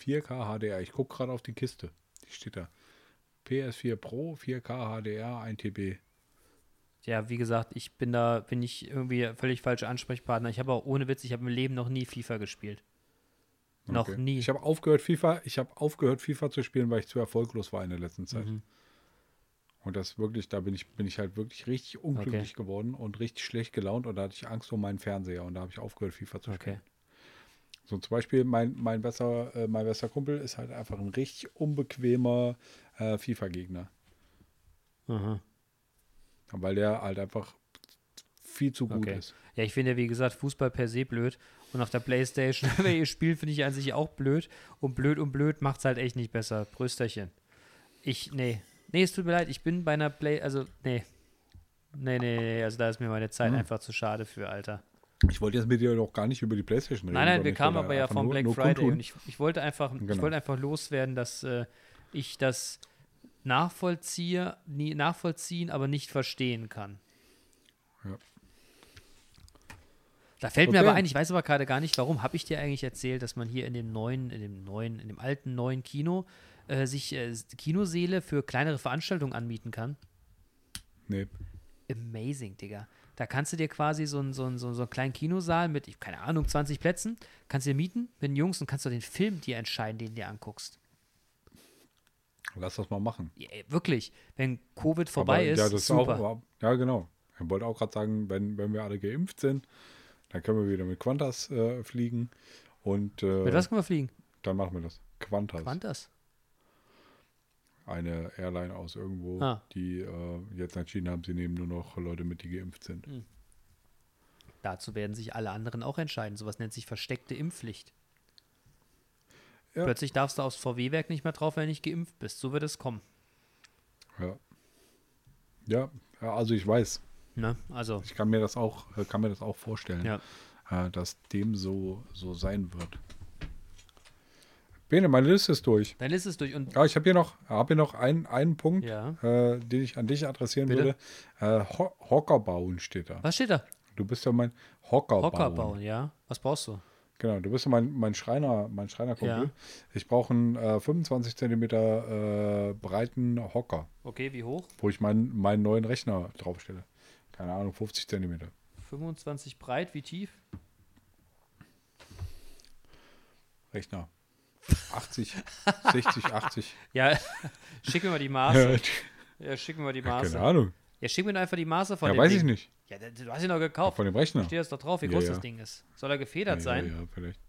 Speaker 2: 4K HDR. Ich gucke gerade auf die Kiste. Die steht da. PS4 Pro, 4K HDR, 1 TB.
Speaker 3: Ja, wie gesagt, ich bin da, bin ich irgendwie völlig falscher Ansprechpartner. Ich habe auch ohne Witz, ich habe im Leben noch nie FIFA gespielt. Noch
Speaker 2: Okay.
Speaker 3: nie.
Speaker 2: Ich habe aufgehört FIFA, ich habe aufgehört FIFA zu spielen, weil ich zu erfolglos war in der letzten Zeit.
Speaker 3: Mhm.
Speaker 2: Und das wirklich, da bin ich bin ich halt wirklich richtig unglücklich geworden und richtig schlecht gelaunt und da hatte ich Angst vor meinem Fernseher und da habe ich aufgehört FIFA zu spielen.
Speaker 3: okay.
Speaker 2: So zum Beispiel mein mein besser äh, mein bester Kumpel ist halt einfach ein richtig unbequemer äh, FIFA Gegner,
Speaker 3: Aha.
Speaker 2: weil der halt einfach viel zu gut
Speaker 3: Okay.
Speaker 2: ist.
Speaker 3: Ja, ich finde, wie gesagt, Fußball per se blöd. Und auf der Playstation, *laughs* wenn ihr spielt, finde ich an sich auch blöd. Und blöd und blöd macht es halt echt nicht besser. Prösterchen. Ich, nee. Nee, es tut mir leid, ich bin bei einer Play, also, nee. Nee, nee, nee, also da ist mir meine Zeit einfach zu schade für, Alter.
Speaker 2: Ich wollte jetzt mit dir doch gar nicht über die PlayStation reden.
Speaker 3: Nein, nein,
Speaker 2: sondern
Speaker 3: wir
Speaker 2: ich
Speaker 3: kamen
Speaker 2: wollte
Speaker 3: aber ja
Speaker 2: einfach
Speaker 3: vom
Speaker 2: nur-
Speaker 3: Black
Speaker 2: nur
Speaker 3: Friday
Speaker 2: kundtun.
Speaker 3: und ich, ich wollte einfach, ich
Speaker 2: Genau.
Speaker 3: wollte einfach loswerden, dass äh, ich das nachvollziehe, nie nachvollziehen, aber nicht verstehen kann.
Speaker 2: Ja.
Speaker 3: Da fällt mir
Speaker 2: Okay.
Speaker 3: aber ein, ich weiß aber gerade gar nicht, warum habe ich dir eigentlich erzählt, dass man hier in dem neuen, in dem neuen, in dem alten neuen Kino äh, sich äh, Kinoseele für kleinere Veranstaltungen anmieten kann?
Speaker 2: nee.
Speaker 3: Amazing, Digga. Da kannst du dir quasi so einen, so einen, so einen, so einen kleinen Kinosaal mit, ich- keine Ahnung, 20 Plätzen, kannst du dir mieten mit den Jungs und kannst du den Film dir entscheiden, den du dir anguckst.
Speaker 2: Lass das mal machen.
Speaker 3: Ja, ey, wirklich, wenn Covid vorbei
Speaker 2: Aber,
Speaker 3: ist,
Speaker 2: Ja, das ist
Speaker 3: super.
Speaker 2: auch, ja, genau. Ich wollte auch gerade sagen, wenn, wenn wir alle geimpft sind, dann können wir wieder mit Quantas äh, fliegen und äh,
Speaker 3: mit was können wir fliegen?
Speaker 2: dann machen wir das. Quantas,
Speaker 3: Quantas.
Speaker 2: eine Airline aus irgendwo,
Speaker 3: Ah.
Speaker 2: die äh, jetzt entschieden haben, sie nehmen nur noch Leute mit, die geimpft sind.
Speaker 3: Mhm. Dazu werden sich alle anderen auch entscheiden. Sowas nennt sich versteckte Impfpflicht.
Speaker 2: Ja.
Speaker 3: Plötzlich darfst du aufs VW-Werk nicht mehr drauf, wenn du nicht geimpft bist. So wird es kommen.
Speaker 2: Ja. ja. Ja, also ich weiß.
Speaker 3: Ne? Also,
Speaker 2: Ich kann mir das auch, äh, kann mir das auch vorstellen,
Speaker 3: ja.
Speaker 2: äh, dass dem so, so sein wird. Bene, meine Liste ist durch.
Speaker 3: Dann ist es durch. Und
Speaker 2: Ja, Ah, ich habe hier noch, hab hier noch einen, einen Punkt,
Speaker 3: Ja.
Speaker 2: äh, den ich an dich adressieren
Speaker 3: Bitte?
Speaker 2: würde. Äh, Ho Hocker bauen steht da.
Speaker 3: was steht da?
Speaker 2: Du bist ja mein Hocker,
Speaker 3: Hocker
Speaker 2: bauen.
Speaker 3: bauen, ja. Was brauchst du?
Speaker 2: Genau, du bist ja mein, mein Schreiner, mein Schreinerkumpel.
Speaker 3: Ja.
Speaker 2: Ich brauche einen äh, 25 Zentimeter äh, breiten Hocker,
Speaker 3: Okay, wie hoch?
Speaker 2: wo ich meinen meinen neuen Rechner draufstelle. Keine Ahnung, 50 Zentimeter.
Speaker 3: 25 breit, wie tief?
Speaker 2: Rechner.
Speaker 3: *laughs*
Speaker 2: 80, 60, 80.
Speaker 3: Ja, *laughs* schick mir mal
Speaker 2: *laughs*
Speaker 3: die Maße. Ja, schick mir mal die Maße.
Speaker 2: Keine Ahnung.
Speaker 3: Ja, schick mir doch einfach die Maße von
Speaker 2: Genau. Ja,
Speaker 3: dem
Speaker 2: weiß
Speaker 3: Ding.
Speaker 2: ich nicht.
Speaker 3: Ja, da- du hast ihn doch gekauft.
Speaker 2: Von dem Rechner.
Speaker 3: Steht das doch drauf, wie
Speaker 2: Ja,
Speaker 3: groß
Speaker 2: ja.
Speaker 3: das Ding ist. Soll er gefedert
Speaker 2: ja,
Speaker 3: sein? Ja.
Speaker 2: ja, vielleicht.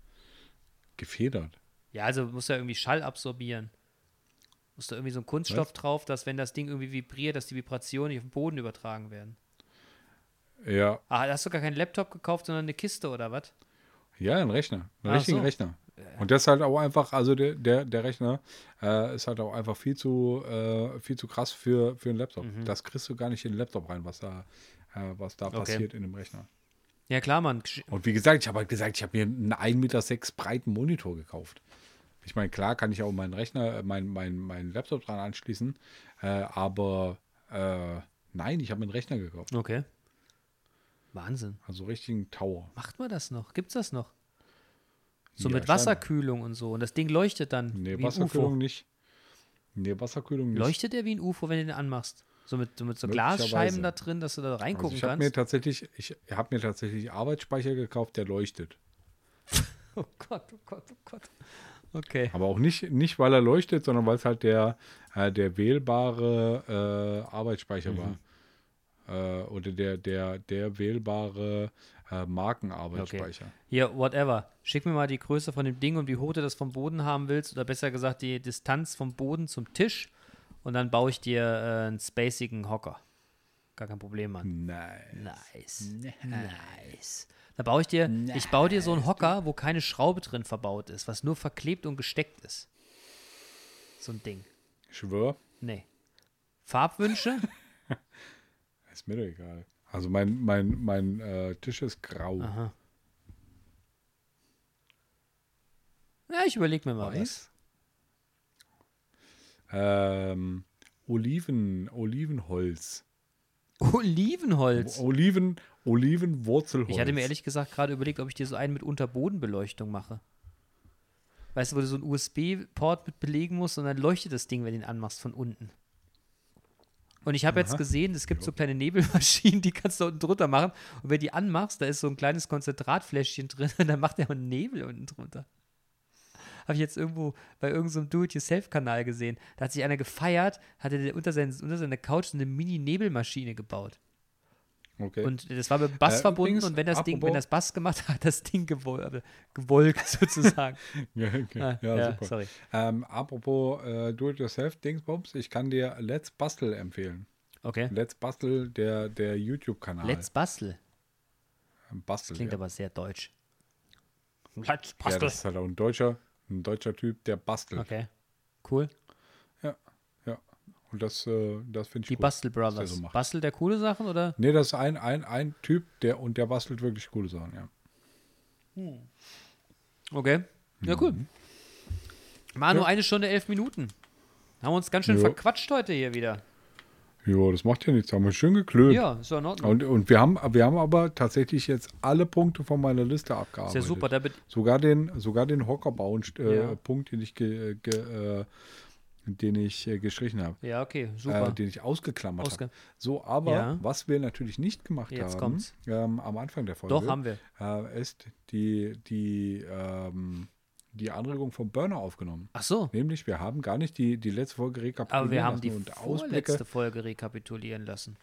Speaker 2: Gefedert.
Speaker 3: also muss ja irgendwie Schall absorbieren. Muss da irgendwie so ein Kunststoff drauf, dass wenn das Ding irgendwie vibriert, dass die Vibrationen nicht auf den Boden übertragen werden.
Speaker 2: Ja,
Speaker 3: Ah, hast du gar keinen Laptop gekauft, sondern eine Kiste oder was?
Speaker 2: Ja, ein Rechner. Einen
Speaker 3: Ach
Speaker 2: richtigen
Speaker 3: Ah, so. Äh.
Speaker 2: Rechner. Und das ist halt auch einfach, also der, der, der Rechner äh, ist halt auch einfach viel zu, äh, viel zu krass für, für einen Laptop.
Speaker 3: Mhm.
Speaker 2: Das kriegst du gar nicht in den Laptop rein, was da, äh, was da passiert in dem Rechner.
Speaker 3: Ja, klar, Mann. Gesch-
Speaker 2: Und wie gesagt, ich habe halt gesagt, ich habe mir einen 1,6 Meter breiten Monitor gekauft. Ich meine, klar kann ich auch meinen Rechner, äh, meinen mein, mein Laptop dran anschließen, äh, aber äh, nein, ich habe mir einen Rechner gekauft.
Speaker 3: Okay. Wahnsinn.
Speaker 2: Also richtigen Tower.
Speaker 3: Macht man das noch? Gibt's das noch? So
Speaker 2: Ja,
Speaker 3: mit Wasserkühlung und so. Und das Ding leuchtet dann
Speaker 2: Nee,
Speaker 3: wie ein UFO.
Speaker 2: Wasserkühlung nicht. Nee, Wasserkühlung nicht.
Speaker 3: Leuchtet der wie ein UFO, wenn du den anmachst? So mit so, mit so
Speaker 2: Möglicherweise.
Speaker 3: Glasscheiben da drin, dass du da
Speaker 2: Also
Speaker 3: reingucken
Speaker 2: ich habe mir
Speaker 3: kannst?
Speaker 2: tatsächlich, ich habe mir
Speaker 3: *laughs*
Speaker 2: tatsächlich Arbeitsspeicher gekauft, der leuchtet.
Speaker 3: Oh Gott, oh Gott, oh Gott. Okay.
Speaker 2: Aber auch nicht, nicht weil er leuchtet, sondern weil es halt der, äh, der wählbare äh, Arbeitsspeicher
Speaker 3: Mhm.
Speaker 2: war. Äh, oder der, der, der wählbare äh, Markenarbeitsspeicher.
Speaker 3: Hier, whatever. Schick mir mal die Größe von dem Ding und wie hoch du das vom Boden haben willst, oder besser gesagt die Distanz vom Boden zum Tisch. Und dann baue ich dir äh, einen spacigen Hocker. Gar kein Problem, Mann.
Speaker 2: Nein.
Speaker 3: Nice. Nice. Da baue ich dir, ich baue dir so einen Hocker, wo keine Schraube drin verbaut ist, was nur verklebt und gesteckt ist. So ein Ding.
Speaker 2: Schwör,
Speaker 3: Nee. *laughs* Farbwünsche?
Speaker 2: ist mir doch egal. Also mein, mein, mein äh, Tisch ist grau.
Speaker 3: Aha. Ja, ich überlege mir mal Oh, was.
Speaker 2: Weiß? Ähm, Oliven, Olivenholz.
Speaker 3: Olivenholz.
Speaker 2: Oliven, Olivenwurzelholz.
Speaker 3: Ich hatte mir ehrlich gesagt gerade überlegt, ob ich dir so einen mit Unterbodenbeleuchtung mache. Weißt du, wo du so einen USB-Port mit belegen musst und dann leuchtet das Ding, wenn du ihn anmachst, von unten. Und ich habe jetzt gesehen, es gibt so kleine Nebelmaschinen, *laughs* die kannst du unten drunter machen. Und wenn du die anmachst, da ist so ein kleines Konzentratfläschchen drin *laughs* und dann macht der einen Nebel unten drunter. Habe ich jetzt irgendwo bei irgendeinem Do-it-yourself-Kanal gesehen. Da hat sich einer gefeiert, hatte der unter, seinen, unter seiner Couch so eine Mini-Nebelmaschine gebaut.
Speaker 2: Okay.
Speaker 3: Und das war mit dem Bass
Speaker 2: Äh,
Speaker 3: verbunden
Speaker 2: übrigens,
Speaker 3: und wenn das Ding, wenn
Speaker 2: apropos-
Speaker 3: das Bass gemacht hat, hat das Ding gewol äh, gewolkt *laughs* sozusagen.
Speaker 2: ja, okay.
Speaker 3: Ah,
Speaker 2: ja,
Speaker 3: ja,
Speaker 2: super.
Speaker 3: sorry.
Speaker 2: Ähm, apropos äh, Do-it-yourself-Dingsbums, ich kann dir Let's Bastel empfehlen.
Speaker 3: Okay.
Speaker 2: Let's Bastel, der, der YouTube-Kanal.
Speaker 3: Let's Bastel.
Speaker 2: Bastel.
Speaker 3: Klingt
Speaker 2: ja.
Speaker 3: aber sehr deutsch. Let's
Speaker 2: ja, das ist halt auch ein deutscher, ein deutscher Typ, der bastelt.
Speaker 3: okay. Cool.
Speaker 2: Ja, ja. Und das, äh, das finde ich
Speaker 3: Die
Speaker 2: gut, was
Speaker 3: Bastel
Speaker 2: der
Speaker 3: Brothers.
Speaker 2: So macht.
Speaker 3: Bastel der coole Sachen oder?
Speaker 2: nee, das ist ein, ein, ein Typ, der und der bastelt wirklich coole Sachen, ja.
Speaker 3: Okay. Ja, cool.
Speaker 2: Mhm.
Speaker 3: Manu, eine Stunde, elf Minuten. Haben wir uns ganz schön
Speaker 2: Ja.
Speaker 3: verquatscht heute hier wieder.
Speaker 2: Jo, das macht ja nichts, haben wir schön geklönt.
Speaker 3: Ja, ist doch in Ordnung.
Speaker 2: Und, und wir, haben, wir haben aber tatsächlich jetzt alle Punkte von meiner Liste
Speaker 3: Ist
Speaker 2: abgearbeitet.
Speaker 3: ja super, damit
Speaker 2: Sogar den, sogar den Hockerbauen-Punkt, äh,
Speaker 3: Ja.
Speaker 2: Punkt, den ich, ge, ge, äh, den ich äh, gestrichen habe.
Speaker 3: Ja, okay,
Speaker 2: Äh,
Speaker 3: super.
Speaker 2: den ich ausgeklammert
Speaker 3: Ausge-
Speaker 2: habe. So, aber
Speaker 3: Ja.
Speaker 2: was wir natürlich nicht gemacht
Speaker 3: Jetzt
Speaker 2: haben,
Speaker 3: kommt's.
Speaker 2: Ähm, am Anfang der Folge,
Speaker 3: Doch, haben wir.
Speaker 2: Äh, ist die, die, ähm, die Anregung vom Burner aufgenommen.
Speaker 3: Ach so.
Speaker 2: Nämlich, wir haben gar nicht die, die letzte Folge rekapituliert.
Speaker 3: Aber wir haben die
Speaker 2: und Ausblicke.
Speaker 3: vorletzte Folge rekapitulieren lassen.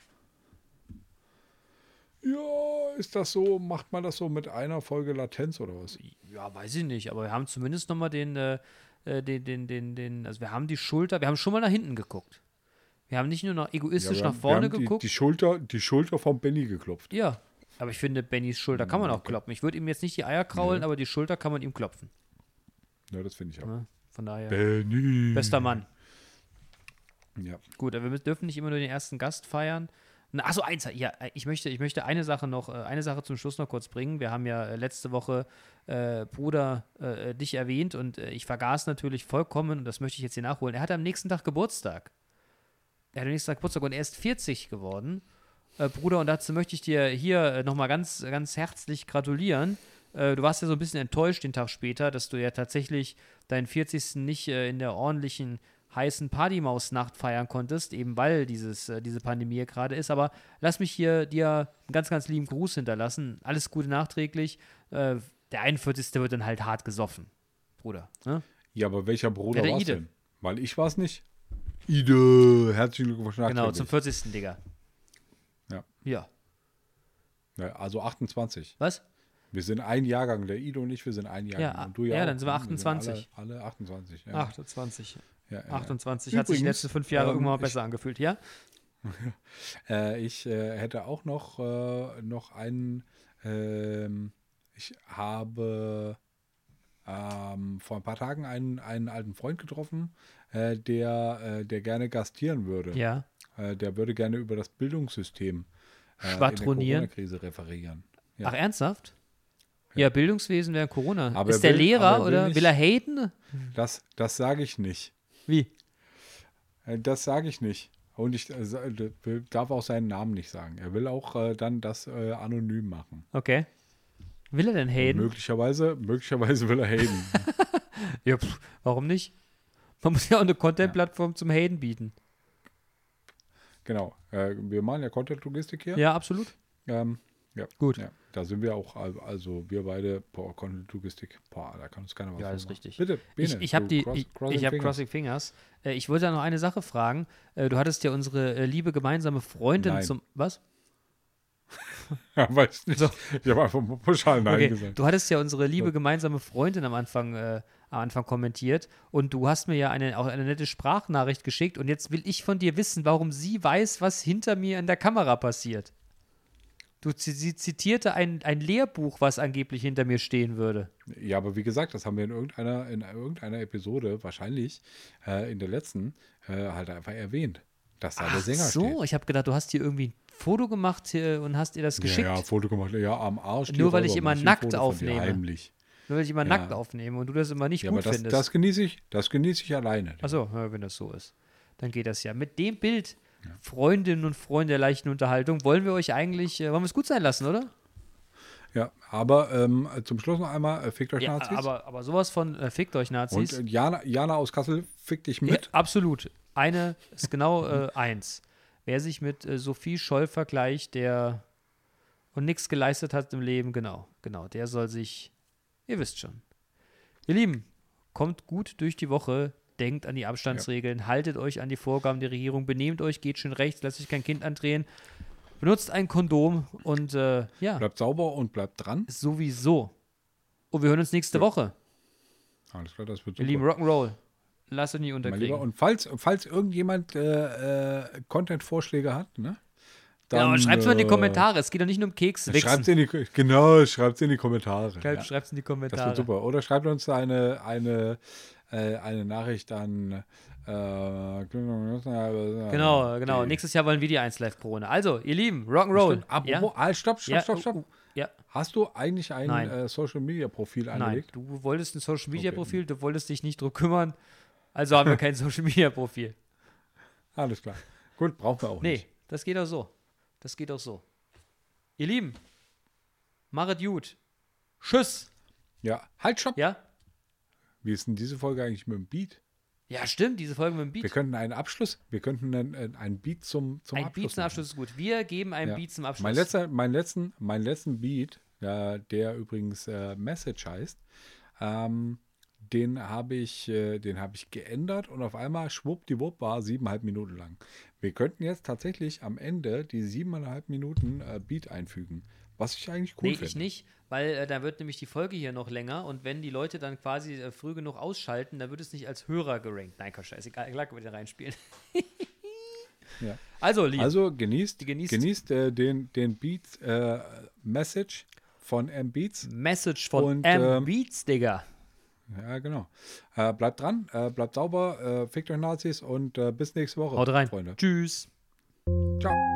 Speaker 2: Ja, ist das so? Macht man das so mit einer Folge Latenz oder was?
Speaker 3: Ja, weiß ich nicht, aber wir haben zumindest nochmal den, äh, äh, den, den, den, den, also wir haben die Schulter, wir haben schon mal nach hinten geguckt. Wir haben nicht nur noch
Speaker 2: Ja, wir
Speaker 3: egoistisch
Speaker 2: haben-
Speaker 3: nach vorne
Speaker 2: wir haben
Speaker 3: geguckt.
Speaker 2: Die, die, Schulter, die Schulter vom Benny geklopft.
Speaker 3: ja, aber ich finde, Bennys Schulter kann
Speaker 2: Hm,
Speaker 3: man auch kloppen. Ich würde ihm jetzt nicht die Eier kraulen, aber die Schulter kann man ihm klopfen.
Speaker 2: Ja, das finde ich auch.
Speaker 3: Ne? Von daher,
Speaker 2: Benny.
Speaker 3: bester Mann.
Speaker 2: Ja.
Speaker 3: Gut, aber wir müssen- dürfen nicht immer nur den ersten Gast feiern. Na, Achso, eins, ja, ich möchte, ich möchte eine Sache noch, äh, eine Sache zum Schluss noch kurz bringen. Wir haben ja äh, letzte Woche äh, Bruder äh, äh, dich erwähnt und äh, ich vergaß natürlich vollkommen und das möchte ich jetzt hier nachholen. Er hat am nächsten Tag Geburtstag. Er hat am nächsten Tag Geburtstag und er ist 40 geworden. Äh, Bruder, und dazu möchte ich dir hier äh, nochmal ganz, ganz herzlich gratulieren. Äh, du warst ja so ein bisschen enttäuscht den Tag später, dass du ja tatsächlich deinen 40. nicht äh, in der ordentlichen heißen Partymausnacht feiern konntest, eben weil dieses, äh, diese Pandemie gerade ist. Aber lass mich hier dir einen ganz, ganz lieben Gruß hinterlassen. Alles Gute nachträglich. Äh, der 41. wird dann halt hart gesoffen, Bruder. Ne?
Speaker 2: ja, aber welcher Bruder
Speaker 3: Ja, der
Speaker 2: war es
Speaker 3: Ide.
Speaker 2: denn? Weil ich war es nicht. Ide, herzlichen Glückwunsch.
Speaker 3: Genau,
Speaker 2: nachträglich.
Speaker 3: zum 40. Digga.
Speaker 2: Ja.
Speaker 3: Ja.
Speaker 2: Ja, also 28.
Speaker 3: Was?
Speaker 2: Wir sind ein Jahrgang, der Ido und ich, wir sind ein Jahrgang.
Speaker 3: Ja,
Speaker 2: und du
Speaker 3: ja,
Speaker 2: auch.
Speaker 3: dann sind wir
Speaker 2: sind
Speaker 3: 28.
Speaker 2: alle, alle 28. Ja.
Speaker 3: 28.
Speaker 2: ja, ja,
Speaker 3: 28
Speaker 2: ja.
Speaker 3: hat sich die
Speaker 2: Äh, Übrigens,
Speaker 3: letzten fünf Jahre
Speaker 2: ähm,
Speaker 3: irgendwann mal
Speaker 2: ich-
Speaker 3: besser angefühlt, ja?
Speaker 2: Äh, ich äh, hätte auch noch, äh, noch einen. Ähm, ich habe ähm, vor ein paar Tagen einen, einen alten Freund getroffen, äh, der, äh, der gerne gastieren würde.
Speaker 3: Ja.
Speaker 2: Äh, der würde gerne über das Bildungssystem äh,
Speaker 3: Schwadronieren.
Speaker 2: in der Corona-Krise referieren. Ja.
Speaker 3: Ach, ernsthaft? Ja, Bildungswesen während Corona.
Speaker 2: Aber
Speaker 3: ist
Speaker 2: er
Speaker 3: der
Speaker 2: will-
Speaker 3: Lehrer
Speaker 2: aber er will
Speaker 3: oder
Speaker 2: nicht-
Speaker 3: will er haten?
Speaker 2: Das, das sage ich nicht.
Speaker 3: Wie?
Speaker 2: Äh, Das sage ich nicht. Und ich äh, sa- d- will- darf auch seinen Namen nicht sagen. Er will auch äh, dann das äh, anonym machen.
Speaker 3: Okay. Will er denn haten?
Speaker 2: Möglicherweise, möglicherweise will er Hayden. *laughs*
Speaker 3: Ja, pff, warum nicht? Man muss ja auch eine Content-Plattform zum Haten bieten.
Speaker 2: genau. Äh, wir machen ja Content-Logistik hier.
Speaker 3: Ja, absolut.
Speaker 2: Ähm, Ja.
Speaker 3: Gut.
Speaker 2: Ja. Da sind wir auch, al- also wir beide, boah, Content Logistik, boah, da kann uns keiner was
Speaker 3: Ja, das ist
Speaker 2: vormachen.
Speaker 3: richtig.
Speaker 2: Bitte,
Speaker 3: Ich,
Speaker 2: Bene,
Speaker 3: ich habe
Speaker 2: du
Speaker 3: die,
Speaker 2: cross-
Speaker 3: ich,
Speaker 2: crossing
Speaker 3: ich hab
Speaker 2: fingers.
Speaker 3: Crossing Fingers. Äh, ich wollte da noch eine Sache fragen. Äh, du hattest ja unsere äh, liebe gemeinsame Freundin
Speaker 2: Nein.
Speaker 3: zum, was?
Speaker 2: *laughs* Ja, weiß nicht. Ich habe einfach mal pauschal Nein
Speaker 3: Okay.
Speaker 2: gesagt.
Speaker 3: Du hattest ja unsere liebe gemeinsame Freundin am Anfang, äh, am Anfang kommentiert und du hast mir ja eine, auch eine nette Sprachnachricht geschickt und jetzt will ich von dir wissen, warum sie weiß, was hinter mir in der Kamera passiert. Du, sie, sie zitierte ein, ein Lehrbuch, was angeblich hinter mir stehen würde.
Speaker 2: Ja, aber wie gesagt, das haben wir in irgendeiner, in irgendeiner Episode, wahrscheinlich äh, in der letzten, äh, halt einfach erwähnt, dass da der
Speaker 3: Ach
Speaker 2: Sänger
Speaker 3: so,
Speaker 2: steht.
Speaker 3: ich habe gedacht, du hast hier irgendwie ein Foto gemacht äh, und hast ihr das geschickt.
Speaker 2: Ja, ja, Foto gemacht, ja, am Arsch. die
Speaker 3: Nur weil ich
Speaker 2: Räuber,
Speaker 3: immer
Speaker 2: mach ein
Speaker 3: nackt
Speaker 2: Foto von dir,
Speaker 3: aufnehme.
Speaker 2: Heimlich.
Speaker 3: Nur weil ich immer
Speaker 2: Ja.
Speaker 3: nackt aufnehme und du das immer nicht
Speaker 2: Ja, aber
Speaker 3: gut
Speaker 2: das,
Speaker 3: findest. Also
Speaker 2: das genieße ich, das genieße ich alleine.
Speaker 3: Achso, ja, wenn das so ist. Dann geht das ja. Mit dem Bild, Freundinnen und Freunde der leichten Unterhaltung, wollen wir euch eigentlich, äh, wollen wir es gut sein lassen, oder?
Speaker 2: Ja, aber ähm, zum Schluss noch einmal, äh, fickt euch
Speaker 3: Ja,
Speaker 2: Nazis.
Speaker 3: aber, aber sowas von äh, fickt euch
Speaker 2: Und
Speaker 3: Nazis.
Speaker 2: äh, Jana, Jana aus Kassel, fick dich mit.
Speaker 3: Ja, absolut. Eine ist genau äh, eins. Wer sich mit äh, Sophie Scholl vergleicht, der und nichts geleistet hat im Leben, genau, genau, der soll sich, ihr wisst schon. Ihr Lieben, kommt gut durch die Woche, denkt an die Abstandsregeln, haltet euch an die Vorgaben der Regierung, benehmt euch, geht schön rechts, lasst euch kein Kind andrehen, benutzt ein Kondom und äh, ja,
Speaker 2: Bleibt sauber und bleibt dran.
Speaker 3: sowieso. Und wir hören uns nächste Woche.
Speaker 2: Alles klar, das wird
Speaker 3: Ihr Lieben,
Speaker 2: super.
Speaker 3: Rock'n'Roll, lasst euch nicht
Speaker 2: Mein Lieber.
Speaker 3: unterkriegen.
Speaker 2: Und falls, falls irgendjemand äh, äh, Content-Vorschläge hat, ne?
Speaker 3: Ja, schreibt's mal in die
Speaker 2: äh,
Speaker 3: Kommentare. Es geht doch nicht nur um Keks.
Speaker 2: Schreibt's in die, genau, schreibt's in die Kommentare.
Speaker 3: Schreib,
Speaker 2: ja.
Speaker 3: Schreib's in die
Speaker 2: Das
Speaker 3: Kommentare.
Speaker 2: wird super. Oder schreibt uns eine, eine, äh, eine Nachricht an. Äh, genau,
Speaker 3: Genau, genau. Nächstes Jahr wollen wir die 1 live krone Also, ihr Lieben, Rock'n'Roll.
Speaker 2: Apropos,
Speaker 3: Ja?
Speaker 2: ah, stopp, stopp,
Speaker 3: Ja,
Speaker 2: stopp, stopp.
Speaker 3: uh, uh, ja.
Speaker 2: Hast du eigentlich ein
Speaker 3: Nein.
Speaker 2: äh, Social Media Profil
Speaker 3: Nein,
Speaker 2: angelegt?
Speaker 3: du wolltest ein Social Media Profil, du wolltest dich nicht drum kümmern.
Speaker 2: *laughs*
Speaker 3: Also haben wir kein Social Media Profil.
Speaker 2: Alles klar. Gut, brauchen wir auch
Speaker 3: Nee,
Speaker 2: nicht.
Speaker 3: das geht auch so. Das geht auch so. Ihr Lieben, machet gut. Tschüss.
Speaker 2: Ja, halt, stopp.
Speaker 3: Ja?
Speaker 2: Wie ist denn diese Folge eigentlich mit dem Beat?
Speaker 3: Ja, stimmt, diese Folge mit dem
Speaker 2: Wir
Speaker 3: Beat.
Speaker 2: könnten einen Abschluss, wir könnten einen, äh, einen Beat zum, zum
Speaker 3: Ein
Speaker 2: Abschluss.
Speaker 3: Beat zum
Speaker 2: machen.
Speaker 3: Abschluss ist gut. Wir geben einen
Speaker 2: Ja.
Speaker 3: Beat zum Abschluss.
Speaker 2: Mein letzter, mein letzten, mein letzten Beat, ja, der übrigens äh, Message heißt, ähm, den habe ich, äh, den habe ich geändert und auf einmal schwuppdiwupp war siebeneinhalb Minuten lang. Wir könnten jetzt tatsächlich am Ende die siebeneinhalb Minuten äh, Beat einfügen, was ich eigentlich cool
Speaker 3: nee,
Speaker 2: finde.
Speaker 3: ich nicht, weil äh, da wird nämlich die Folge hier noch länger und wenn die Leute dann quasi äh, früh genug ausschalten, dann wird es nicht als Hörer gerankt. Nein, Quatsch, scheißegal, gleich wieder reinspielen.
Speaker 2: Ja.
Speaker 3: Also, lieb,
Speaker 2: Also genießt,
Speaker 3: Genießt.
Speaker 2: genießt, äh, den, den Beat äh, Message von M Beats.
Speaker 3: Message von
Speaker 2: und, ähm,
Speaker 3: M-Beats, Digga.
Speaker 2: Ja, genau. Äh, bleibt dran, äh, bleibt sauber, äh, fickt euch Nazis und äh, bis nächste Woche,
Speaker 3: Haut rein.
Speaker 2: Freunde.
Speaker 3: Tschüss.
Speaker 2: Ciao.